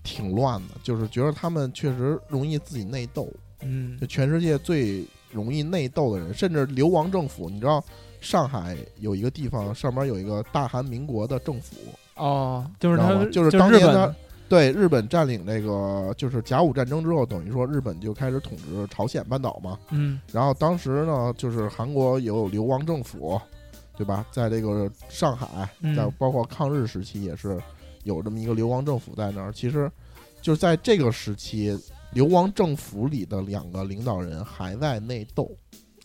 Speaker 4: 挺乱的，就是觉得他们确实容易自己内斗，
Speaker 2: 嗯
Speaker 4: 就全世界最容易内斗的人，甚至流亡政府。你知道上海有一个地方上面有一个大韩民国的政府，
Speaker 2: 哦，就是
Speaker 4: 知道
Speaker 2: 他
Speaker 4: 吗就是当
Speaker 2: 日
Speaker 4: 年
Speaker 2: 本
Speaker 4: 他对日本占领这个就是甲午战争之后，等于说日本就开始统治朝鲜半岛嘛。
Speaker 2: 嗯
Speaker 4: 然后当时呢，就是韩国有流亡政府，对吧？在这个上海，
Speaker 2: 嗯
Speaker 4: 在包括抗日时期也是有这么一个流亡政府在那儿。其实就是在这个时期，流亡政府里的两个领导人还在内斗。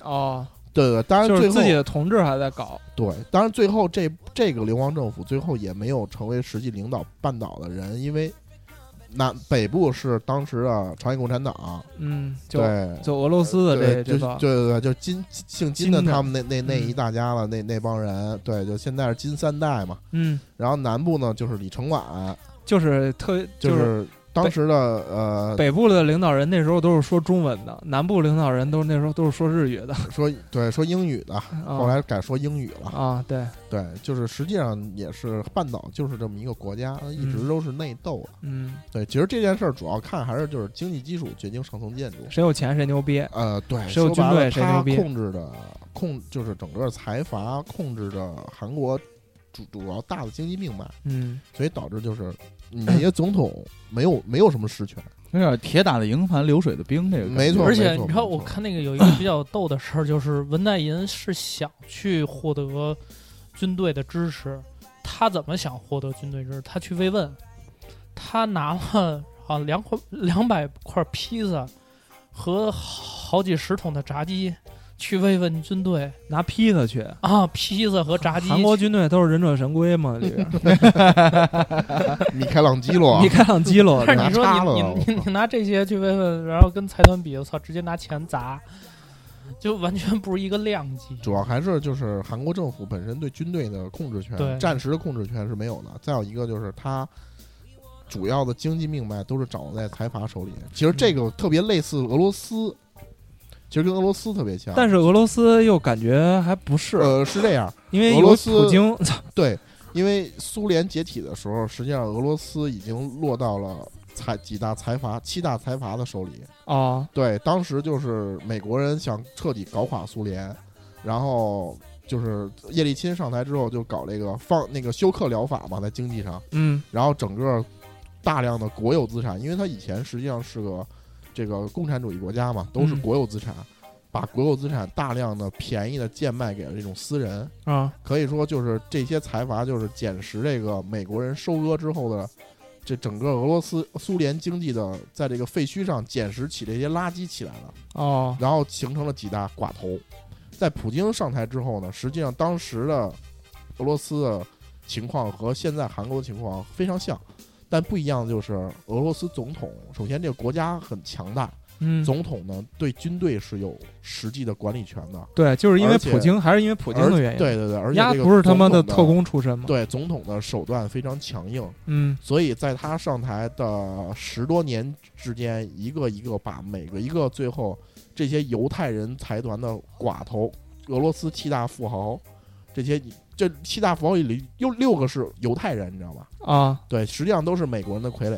Speaker 2: 哦，
Speaker 4: 对对，当然
Speaker 2: 就
Speaker 4: 最
Speaker 2: 是
Speaker 4: 后
Speaker 2: 自己的同志还在搞，
Speaker 4: 对，当然最后这这个流亡政府最后也没有成为实际领导半岛的人，因为南北部是当时的朝鲜共产党，
Speaker 2: 嗯，就
Speaker 4: 对，
Speaker 2: 就俄罗斯的这
Speaker 4: 对，
Speaker 2: 这
Speaker 4: 就
Speaker 2: 帮
Speaker 4: 对，对对，就金姓金的
Speaker 2: 金的
Speaker 4: 他们那那那
Speaker 2: 嗯
Speaker 4: 一大家了，那那帮人，对，就现在是金三代嘛。
Speaker 2: 嗯，
Speaker 4: 然后南部呢，就是李承晚，
Speaker 2: 就是特
Speaker 4: 就是是当时的呃，
Speaker 2: 北部的领导人那时候都是说中文的，南部领导人都是那时候都是说日语的。
Speaker 4: 说对说英语的，
Speaker 2: 啊
Speaker 4: 后来改说英语了。
Speaker 2: 啊，对，
Speaker 4: 对，就是实际上也是半岛就是这么一个国家，一直都是内斗的。
Speaker 2: 嗯，
Speaker 4: 对，其实这件事儿主要看还是就是经济基础决定上层建筑。
Speaker 2: 谁有钱谁牛逼。
Speaker 4: 呃，对，
Speaker 2: 谁有
Speaker 4: 说白
Speaker 2: 军队
Speaker 4: 了
Speaker 2: 谁
Speaker 4: 他
Speaker 2: 牛逼
Speaker 4: 控制的控就是整个财阀控制着韩国主主要大的经济命脉，
Speaker 2: 嗯，
Speaker 4: 所以导致就是 你那些总统没有没有什么实权，
Speaker 3: 有点铁打的营盘流水的兵，这个感觉
Speaker 4: 没错
Speaker 5: 而且
Speaker 4: 没错
Speaker 5: 你知道，
Speaker 4: 没错
Speaker 5: 我看那个有一个比较逗的事儿，就是文在寅是想去获得军队的支持，他怎么想获得军队支持？他去慰问，他拿了啊两块两百块披萨和好几十桶的炸鸡去慰问军队
Speaker 2: 拿披萨去。
Speaker 5: 啊，披萨和炸鸡。
Speaker 2: 韩国军队都是忍者神龟嘛， 里边儿
Speaker 4: 米开朗基 罗啊
Speaker 2: 米开朗基 罗
Speaker 5: 但是
Speaker 4: 拿
Speaker 5: 你说
Speaker 4: 叉了
Speaker 5: 你
Speaker 4: 我
Speaker 5: 你你
Speaker 4: 靠
Speaker 5: 你拿这些去慰问，然后跟财团比，我操，直接拿钱砸，就完全不是一个量级。
Speaker 4: 主要还是就是韩国政府本身对军队的控制
Speaker 5: 对
Speaker 4: 权、战时的控制权是没有的。再有一个就是他主要的经济命脉都是掌握在财阀手里。其实
Speaker 2: 嗯
Speaker 4: 这个特别类似俄罗斯，其实跟俄罗斯特别像。
Speaker 2: 但是俄罗斯又感觉还不是，
Speaker 4: 呃是这样，
Speaker 2: 因为
Speaker 4: 俄罗
Speaker 2: 有
Speaker 4: 斯
Speaker 2: 普京，
Speaker 4: 对，因为苏联解体的时候，实际上俄罗斯已经落到了财几大财阀、七大财阀的手里。
Speaker 2: 哦，
Speaker 4: 对，当时就是美国人想彻底搞垮苏联，然后就是叶利钦上台之后就搞这个放那个休克疗法嘛，在经济上，
Speaker 2: 嗯
Speaker 4: 然后整个大量的国有资产，因为它以前实际上是个这个共产主义国家嘛，都是
Speaker 2: 嗯
Speaker 4: 国有资产，把国有资产大量的便宜的贱卖给了这种私人，
Speaker 2: 啊，
Speaker 4: 可以说就是这些财阀就是捡拾这个美国人收割之后的这整个俄罗斯苏联经济的在这个废墟上捡拾起这些垃圾起来了，
Speaker 2: 哦，
Speaker 4: 然后形成了几大寡头。在普京上台之后呢，实际上当时的俄罗斯的情况和现在韩国的情况非常像，但不一样的就是俄罗斯总统首先这个国家很强大，
Speaker 2: 嗯，
Speaker 4: 总统呢对军队是有实际的管理权的。
Speaker 2: 对，就是因为
Speaker 4: 而且
Speaker 2: 普京，还是因为普京
Speaker 4: 而
Speaker 2: 的原因，，
Speaker 4: 对对对，而且
Speaker 2: 丫
Speaker 4: 这个
Speaker 2: 不是他妈
Speaker 4: 总
Speaker 2: 的
Speaker 4: 统的
Speaker 2: 特工出身嘛，，
Speaker 4: 对总统的手段非常强硬，
Speaker 2: 嗯
Speaker 4: 所以在他上台的十多年之间，一个一个把每个一个最后这些犹太人财团的寡头，俄罗斯七大富豪，这些这七大富豪里有六个是犹太人，你知道吧？
Speaker 2: 啊，
Speaker 4: 对，实际上都是美国人的傀儡，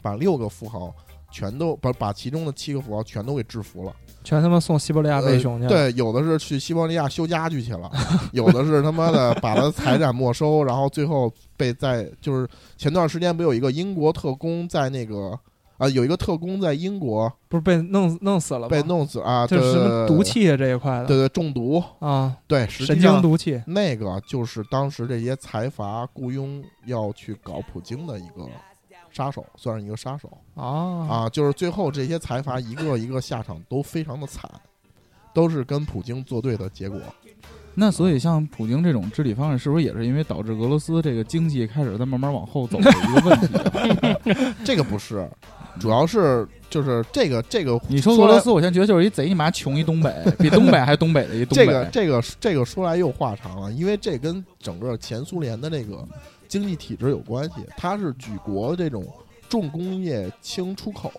Speaker 4: 把六个富豪全都把把其中的七个富豪全都给制服了。
Speaker 2: 全他妈送西伯利亚
Speaker 4: 呃
Speaker 2: 贝熊去了，
Speaker 4: 对，有的是去西伯利亚修家具去了，有的是他妈的把他财产没收，然后最后被在就是前段时间不有一个英国特工在那个啊、有一个特工在英国
Speaker 2: 不是被弄弄死了吗？
Speaker 4: 被弄死啊，
Speaker 2: 就
Speaker 4: 对
Speaker 2: 是什么毒，气啊这一块的，
Speaker 4: 对对对对中毒，
Speaker 2: 啊，
Speaker 4: 对，实
Speaker 2: 神
Speaker 4: 际
Speaker 2: 经
Speaker 4: 上
Speaker 2: 毒气，
Speaker 4: 那个就是当时这些财阀雇佣要去搞普京的一个杀手，算是一个杀手。
Speaker 2: 啊
Speaker 4: 啊，就是最后这些财阀一个一个下场都非常的惨，都是跟普京作对的结果。
Speaker 3: 那所以像普京这种治理方式，是不是也是因为导致俄罗斯这个经济开始在慢慢往后走的 一个问题？
Speaker 4: 这个不是，主要是就是这个这个
Speaker 3: 你说俄罗斯，我现在觉得就是一贼你妈穷一东北，比东北还东北的一 东北。
Speaker 4: 这个这个这个说来又话长了，因为这跟整个前苏联的那个经济体制有关系，它是举国这种重工业轻出口，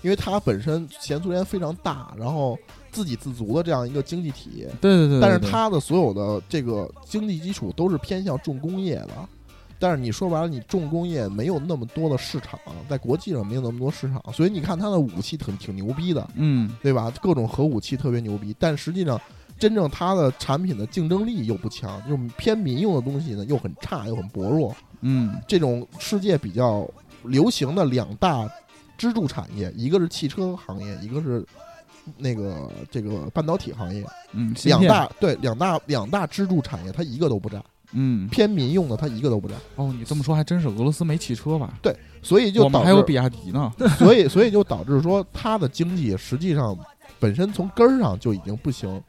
Speaker 4: 因为它本身前苏联非常大，然后自给自足的这样一个经济体，
Speaker 3: 对对对对对，
Speaker 4: 但是它的所有的这个经济基础都是偏向重工业的。但是你说白了，你重工业没有那么多的市场，在国际上没有那么多市场，所以你看它的武器挺挺牛逼的，
Speaker 3: 嗯，
Speaker 4: 对吧？各种核武器特别牛逼，但实际上真正它的产品的竞争力又不强，就偏民用的东西呢又很差又很薄弱。
Speaker 3: 嗯
Speaker 4: 这种世界比较流行的两大支柱产业，一个是汽车行业，一个是那个这个半导体行业。
Speaker 3: 嗯，芯
Speaker 4: 两
Speaker 3: 片
Speaker 4: 大对两大两大支柱产业，它一个都不占，
Speaker 3: 嗯
Speaker 4: 偏民用的它一个都不占，
Speaker 3: 哦，你这么说还真是俄罗斯没汽车吧？
Speaker 4: 所以
Speaker 3: 我
Speaker 4: 就
Speaker 3: 们
Speaker 4: 导
Speaker 3: 还有
Speaker 4: 致
Speaker 3: 比 亚迪呢。
Speaker 4: 所以所以就导致说它的经济实际上本身从根儿上就已经不行，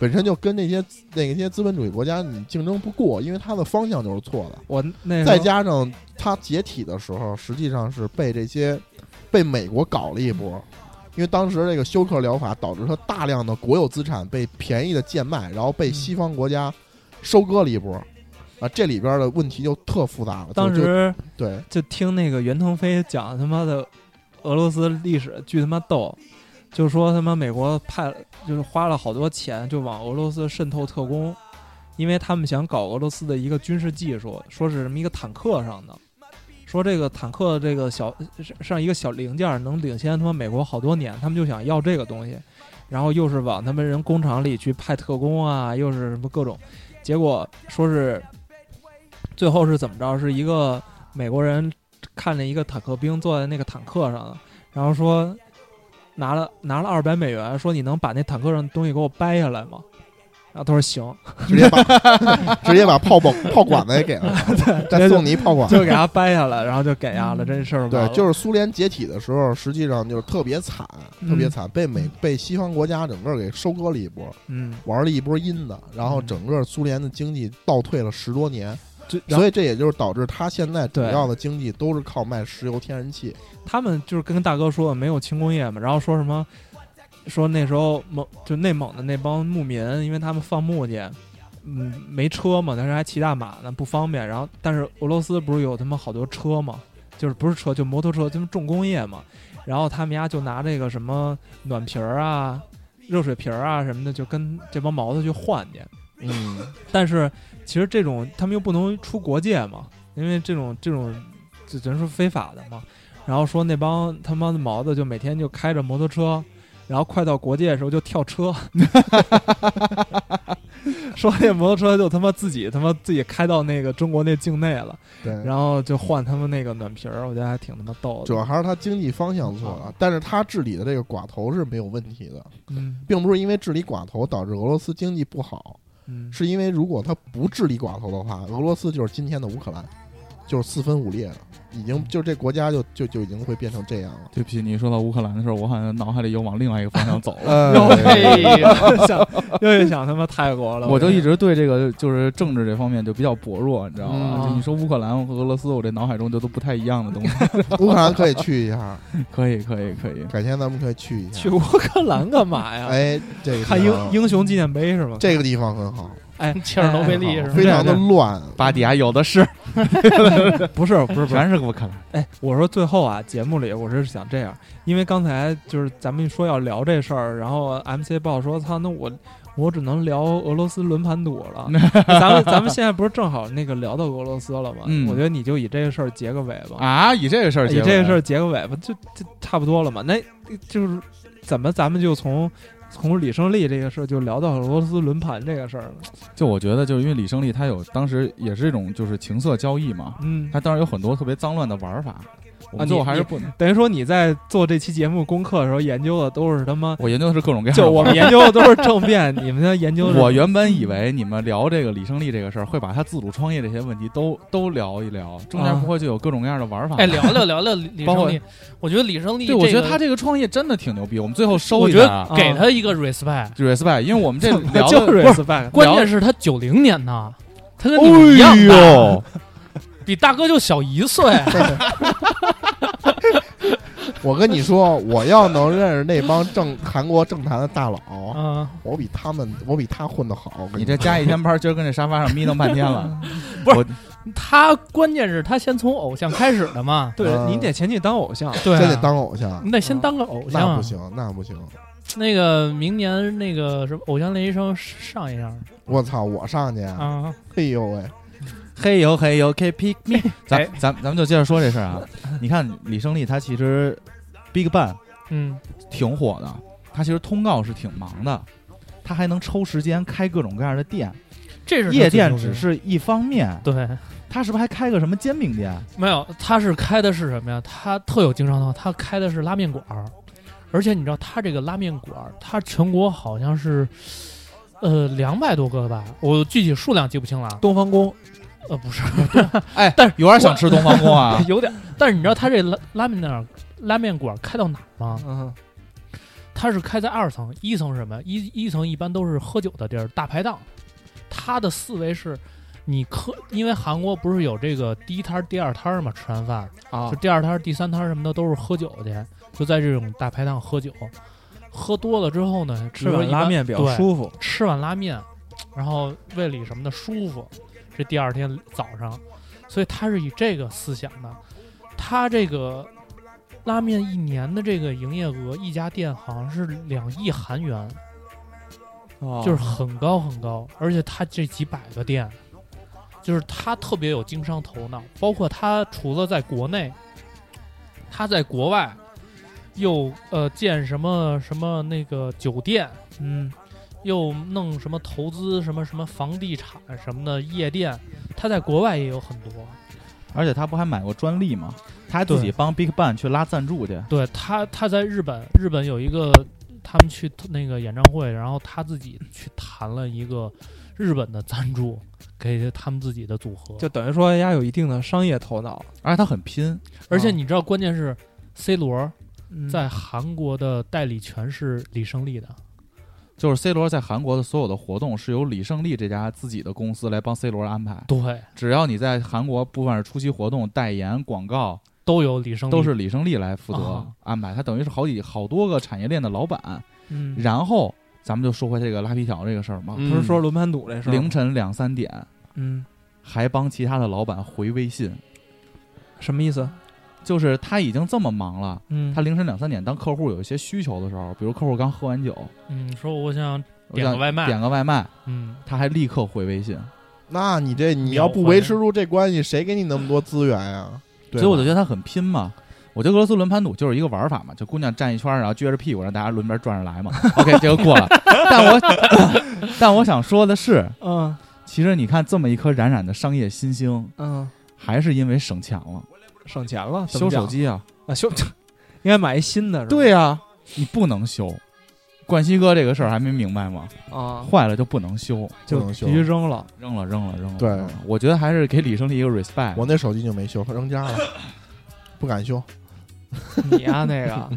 Speaker 4: 本身就跟那些那些资本主义国家你竞争不过，因为它的方向就是错的。
Speaker 2: 我那时候
Speaker 4: 再加上它解体的时候，实际上是被这些被美国搞了一波，因为当时这个休克疗法导致它大量的国有资产被便宜的贱卖，然后被西方国家收割了一波。啊，这里边的问题就特复杂了。就
Speaker 2: 当
Speaker 4: 就
Speaker 2: 时
Speaker 4: 对，
Speaker 2: 就听那个袁腾飞讲他妈的俄罗斯历史，巨他妈逗，就说他妈美国派就是花了好多钱就往俄罗斯渗透特工，因为他们想搞俄罗斯的一个军事技术，说是什么一个坦克上的，说这个坦克这个小上一个小零件能领先他妈美国好多年，他们就想要这个东西，然后又是往他们人工厂里去派特工啊，又是什么各种，结果说是最后是怎么着，是一个。美国人看着一个坦克兵坐在那个坦克上，然后说拿了拿了二百美元，说你能把那坦克上的东西给我掰下来吗？然后他说行，
Speaker 4: 直接把直接把炮管炮管子也给 了他，再送你一炮管。
Speaker 2: 就给他掰下来，然后就给丫了，这事儿
Speaker 4: 对，就是是苏联解体的时候，实际上就是特别惨，
Speaker 2: 嗯
Speaker 4: 特别惨，被美被西方国家整个给收割了一波，
Speaker 2: 嗯，
Speaker 4: 玩了一波阴的，然后
Speaker 2: 嗯
Speaker 4: 整个苏联的经济倒退了十多年，
Speaker 2: 就然后
Speaker 4: 所以这也就是导致它现在主
Speaker 2: 对
Speaker 4: 要的经济都是靠卖石油、天然气。
Speaker 2: 他们就是跟大哥说没有轻工业嘛，然后说什么说那时候蒙就内蒙的那帮牧民，因为他们放牧去，嗯，没车嘛，但是还骑大马呢，不方便。然后但是俄罗斯不是有他妈好多车嘛，就是不是车就摩托车，他们重工业嘛。然后他们家就拿这个什么暖瓶儿啊、热水瓶儿啊什么的，就跟这帮毛子去换去。
Speaker 4: 嗯，
Speaker 2: 但是其实这种他们又不能出国界嘛，因为这种这种只只能说非法的嘛。然后说那帮他妈的毛子就每天就开着摩托车，然后快到国界的时候就跳车，说那摩托车就他妈自己他妈自己开到那个中国那境内了，
Speaker 4: 对。
Speaker 2: 然后就换他们那个暖瓶儿，我觉得还挺他妈逗的。
Speaker 4: 主要还是它经济方向错了，但是它治理的这个寡头是没有问题的，
Speaker 2: 嗯
Speaker 4: 并不是因为治理寡头导致俄罗斯经济不好，
Speaker 2: 嗯
Speaker 4: 是因为如果他不治理寡头的话，俄罗斯就是今天的乌克兰，就是四分五裂了，已经
Speaker 2: 嗯
Speaker 4: 就这国家就就就已经会变成这样了。
Speaker 3: 对不起，你一说到乌克兰的时候，我好像脑海里又往另外一个方向走了。
Speaker 4: 呃
Speaker 7: 哟
Speaker 3: 哎
Speaker 7: 嘿呀，
Speaker 2: 想 又又想他妈泰国了，
Speaker 3: 我就一直对这个就是政治这方面就比较薄弱，你知道吗？
Speaker 2: 嗯
Speaker 3: 就你说乌克兰和俄罗斯，我这脑海中就都不太一样的东 西。
Speaker 4: 乌克兰可以去一下，
Speaker 3: 可以，可以，可以。
Speaker 4: 改天咱们可以去一
Speaker 2: 去
Speaker 4: 下。
Speaker 2: 乌克兰干嘛呀？
Speaker 4: 哎，这个地方
Speaker 2: 看英英雄纪念碑是吗？
Speaker 4: 这个地方很好，
Speaker 2: 哎，
Speaker 5: 切尔诺贝利
Speaker 2: 哎
Speaker 5: 是吧
Speaker 4: 非常的乱。
Speaker 3: 巴迪亚有的 是，
Speaker 2: 不是不是不是，
Speaker 3: 全是乌克 兰。
Speaker 2: 哎，我说最后啊，节目里我是想这样，因为刚才就是咱们说要聊这事儿，然后 MC 报说操，那我我只能聊俄罗斯轮盘赌 了。咱们咱们现在不是正好那个聊到俄罗斯了吗？
Speaker 3: 嗯
Speaker 2: 我觉得你就以这个事儿结个尾吧，
Speaker 3: 啊，以这个事儿，
Speaker 2: 以这个事儿，结个尾吧，就就差不多了嘛。那就是怎么咱们就从从李胜利这个事儿就聊到俄罗斯轮盘这个事儿了？
Speaker 3: 就我觉得，就是因为李胜利他有当时也是这种就是情色交易嘛，
Speaker 2: 嗯，
Speaker 3: 他当然有很多特别脏乱的玩法。我
Speaker 2: 啊
Speaker 3: 最后
Speaker 2: 你
Speaker 3: 还是
Speaker 2: 你
Speaker 3: 不能，
Speaker 2: 等于说你在做这期节目功课的时候研究的都是他妈。
Speaker 3: 我研究的是各种各样的玩法。
Speaker 2: 就我们研究的都是政变，你们在研究的
Speaker 3: 我原本以为你们聊这个李胜利这个事儿，会把他自主创业这些问题都都聊一聊，中间
Speaker 2: 啊
Speaker 3: 不会就有各种各样的玩法吗。
Speaker 5: 哎，聊聊聊聊李
Speaker 3: 啊包括
Speaker 5: 胜利，我觉得李胜利，
Speaker 3: 对，我觉得他这个创业真的挺牛逼。我们最后收
Speaker 5: 我
Speaker 3: 一
Speaker 5: 觉
Speaker 3: 下
Speaker 5: 得
Speaker 3: 啊嗯
Speaker 5: 给他一个 respect，
Speaker 3: ，respect，因为我们这聊
Speaker 2: 就
Speaker 3: 的
Speaker 2: 是 respect，
Speaker 5: 关键是他九零年的，他
Speaker 3: 哎
Speaker 5: 跟你一样大，，比大哥就小一 岁。
Speaker 4: 我跟你说，我要能认识那帮政韩国政坛的大佬，
Speaker 5: 啊，
Speaker 4: 我比他们，我比他混得好。我跟
Speaker 3: 你
Speaker 4: 嗯你说
Speaker 3: 这加一天班，今儿跟这沙发上眯瞪半天 了。
Speaker 5: 他关键是他先从偶像开始的嘛，
Speaker 2: 对
Speaker 4: 嗯
Speaker 2: 你得前期当偶像，
Speaker 5: 对啊，
Speaker 4: 真得当偶像，
Speaker 5: 你得先当个
Speaker 3: 嗯
Speaker 5: 偶像，
Speaker 4: 那不。行，啊那不行。
Speaker 5: 那个明年那个什么偶像练习生上一上
Speaker 4: 我操，我上去，
Speaker 3: 嗯
Speaker 5: 啊，
Speaker 4: 哎呦喂，
Speaker 3: 嘿呦嘿呦，K pick me，咱
Speaker 5: 哎
Speaker 3: 咱咱们就接着说这事儿啊。你看李胜利他其实 Big Bang
Speaker 5: 嗯，
Speaker 3: 挺火的，他其实通告是挺忙的，他还能抽时间开各种各样的店，
Speaker 5: 这是他
Speaker 3: 夜
Speaker 5: 最牛
Speaker 3: 店
Speaker 5: 逼
Speaker 3: 只
Speaker 5: 的
Speaker 3: 是一方面。
Speaker 5: 对，
Speaker 3: 他是不是还开个什么煎饼店？
Speaker 5: 没有，他是开的是什么呀？他特有经商套，他开的是拉面馆儿，而且你知道他这个拉面馆儿，他全国好像是。呃，两百多个吧，我具体数量记不清了啊。
Speaker 2: 东方宫
Speaker 5: 呃，不是，
Speaker 3: 哎，
Speaker 5: 但是！
Speaker 3: 有点想吃东方宫啊
Speaker 5: 有点。但是你知道他这拉拉面那儿拉面馆儿开到哪儿吗？
Speaker 2: 嗯，
Speaker 5: 它是开在二层，一层是什么？一一层一般都是喝酒的地儿，大排档。它的思维是，你客，因为韩国不是有这个第一摊儿、第二摊儿嘛，吃完饭
Speaker 2: 啊
Speaker 5: 就，第二摊儿、第三摊儿什么的都是喝酒去，就在这种大排档喝酒。喝多了之后呢，
Speaker 2: 吃
Speaker 5: 吃
Speaker 2: 碗拉面比较
Speaker 5: 服，
Speaker 2: 舒服。
Speaker 5: 吃碗拉面，然后胃里什么的舒服，这第二天早上，所以他是以这个思想的。他这个拉面一年的这个营业额，一家店好像是两亿韩元，
Speaker 2: 哦
Speaker 5: 就是很高很高，而且他这几百个店，就是他特别有经商头脑，包括他除了在国内，他在国外又呃建什么什么那个酒店，嗯，又弄什么投资什么什么房地产什么的夜店，他在国外也有很多，
Speaker 3: 而且他不还买过专利吗？他自己
Speaker 5: 对
Speaker 3: 帮 Big Bang 去拉赞助去，
Speaker 5: 对他，他在日本，日本有一个他们去那个演唱会，然后他自己去谈了一个日本的赞助，给他们自己的组合。
Speaker 2: 就等于说人家有一定的商业头脑，
Speaker 3: 而且他很拼，
Speaker 5: 而且你知道，关键是 C 罗
Speaker 2: 嗯
Speaker 5: 在韩国的代理权是李胜利的，
Speaker 3: 就是 C 罗在韩国的所有的活动是由李胜利这家自己的公司来帮 C 罗安排。
Speaker 5: 对，
Speaker 3: 只要你在韩国，不管是出席活动、代言、广告，
Speaker 5: 都有李胜利，
Speaker 3: 都是李胜利来负责
Speaker 5: 嗯啊
Speaker 3: 安排。他等于是好几好多个产业链的老板。
Speaker 2: 嗯，
Speaker 3: 然后咱们就说回这个拉皮条这个事儿嘛，
Speaker 5: 嗯
Speaker 2: 不是说轮盘赌这事儿吗
Speaker 3: 凌晨两三点
Speaker 2: 嗯
Speaker 3: 还帮其他的老板回微信，
Speaker 2: 什么意思？
Speaker 3: 就是他已经这么忙了。
Speaker 2: 嗯
Speaker 3: 他凌晨两三点，当客户有一些需求的时候，比如客户刚喝完酒，
Speaker 5: 嗯，说我想
Speaker 3: 我
Speaker 5: 点个
Speaker 3: 想
Speaker 5: 外卖
Speaker 3: 点个外卖，
Speaker 5: 嗯，
Speaker 3: 他还立刻回微信，
Speaker 4: 那你这你要不维持住这关系，谁给你那么多资源啊呀？对
Speaker 3: 所以我就觉
Speaker 4: 吧
Speaker 3: 得他很拼嘛。我觉得俄罗斯轮盘赌就是一个玩法嘛，就姑娘站一圈儿，然后撅着屁股让大家轮边转着来嘛。OK，这个过了。但我 但我想说的是，
Speaker 2: 嗯
Speaker 3: 其实你看这么一颗冉冉的商业新星，
Speaker 2: 嗯，
Speaker 3: 还是因为省钱了，
Speaker 2: 省钱了，怎
Speaker 3: 修
Speaker 2: 么
Speaker 3: 手
Speaker 2: 讲
Speaker 3: 机啊，
Speaker 2: 啊修，应该买一新的是吧？
Speaker 3: 对呀、你不能修。冠希哥这个事儿还没明白吗？
Speaker 2: 啊，
Speaker 3: 坏了就不能修，
Speaker 2: 就
Speaker 4: 不能
Speaker 2: 必
Speaker 4: 修
Speaker 2: 须扔了。
Speaker 3: 扔了扔了扔了。
Speaker 4: 对
Speaker 3: 扔了，我觉得还是给李胜利一个 respect。
Speaker 4: 我那手机就没修，扔家了，不敢修。
Speaker 2: 你呀、那 个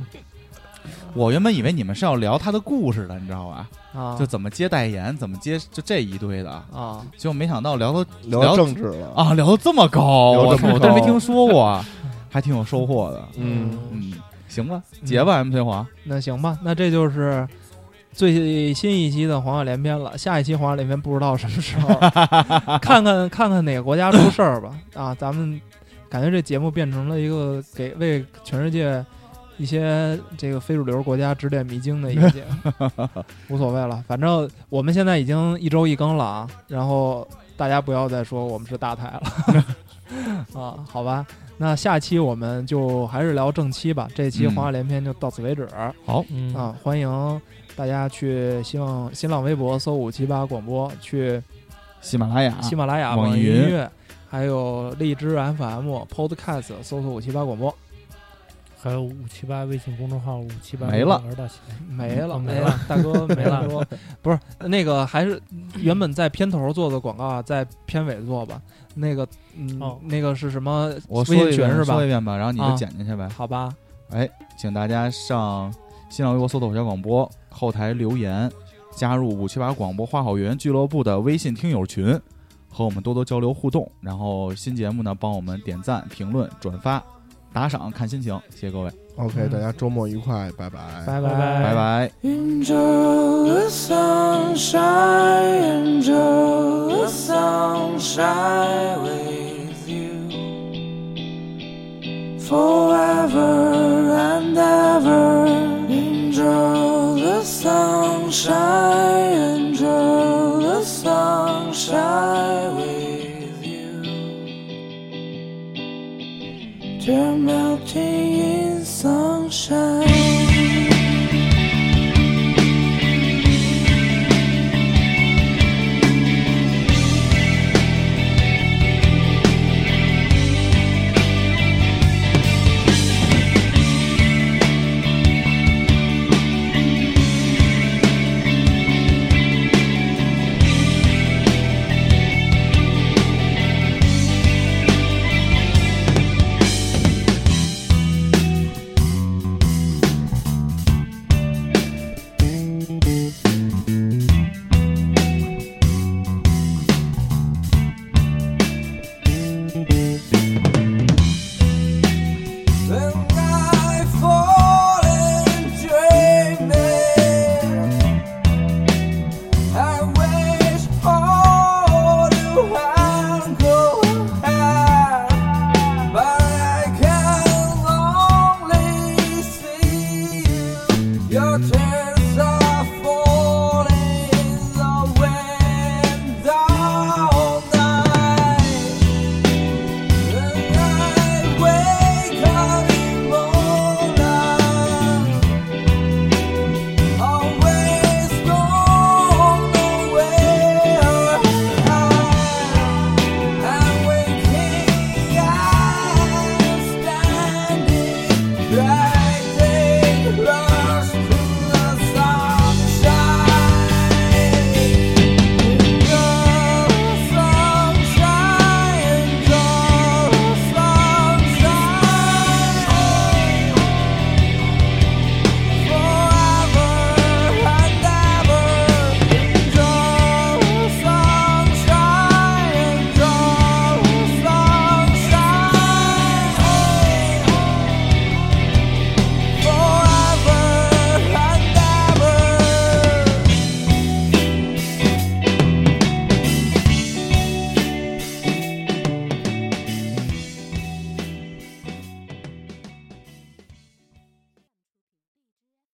Speaker 3: 我原本以为你们是要聊他的故事的，你知道吧？
Speaker 2: 啊，
Speaker 3: 就怎么接代言，怎么接，就这一堆的。
Speaker 2: 啊，
Speaker 3: 结果没想到聊到
Speaker 4: 聊
Speaker 3: 聊
Speaker 4: 到政治了，
Speaker 3: 啊，聊到这么高，
Speaker 4: 聊
Speaker 3: 我
Speaker 4: 这
Speaker 3: 操，
Speaker 4: 么
Speaker 3: 我真没
Speaker 4: 高
Speaker 3: 听说过，啊 还挺有收获的。
Speaker 4: 嗯，
Speaker 3: 嗯，行吧，结吧，M 翠华，
Speaker 2: 那行吧，那这就是最新一期的《黄鹤连篇》了。下一期《黄鹤连篇》不知道什么时候，看看看看哪个国家出事儿吧。啊，咱们感觉这节目变成了一个给为全世界一些这个非主流国家指点迷津的一个节目，无所谓了。反正我们现在已经一周一更了啊，然后大家不要再说我们是大台了啊，好吧。那下期我们就还是聊正期吧，这期《
Speaker 3: 嗯
Speaker 2: 黄鹤连篇》就到此为止。
Speaker 5: 嗯
Speaker 2: 啊，欢迎大家去新浪新浪微博搜五七八广播，去
Speaker 3: 喜马拉雅，
Speaker 2: 喜马拉雅、
Speaker 3: 啊网
Speaker 2: 网
Speaker 3: 易
Speaker 2: 易
Speaker 3: 云
Speaker 2: 音乐，还有荔枝 FM、Podcast 搜索五七八广播，
Speaker 5: 还有五七八微信公众号五七八
Speaker 3: 没了
Speaker 5: 玩大写
Speaker 2: 没了，
Speaker 5: 哦没
Speaker 2: 哎
Speaker 5: 了
Speaker 2: 呀，大哥没
Speaker 5: 没了
Speaker 2: 了，说不是那个还是原本在片头做的广告啊，在片尾做吧，那个嗯，
Speaker 5: 哦
Speaker 2: 那个是什么？
Speaker 3: 我说
Speaker 2: 微信
Speaker 3: 一
Speaker 2: 群
Speaker 3: 遍
Speaker 2: 是吧
Speaker 3: 说一？遍吧，然后你就
Speaker 2: 啊
Speaker 3: 剪进去呗。
Speaker 2: 好吧，
Speaker 3: 哎，请大家上新浪微博搜索“小广播”，后台留言，加入五七八广播花好园俱乐部的微信听友群，和我们多多交流互动。然后新节目呢，帮我们点赞、评论、转发、打赏，看心情。谢谢各位，
Speaker 4: OK，大家周末愉快，拜拜。
Speaker 2: 拜
Speaker 5: 拜拜
Speaker 3: 拜拜。
Speaker 7: Angel the sunshine, angel the sunshine with you. For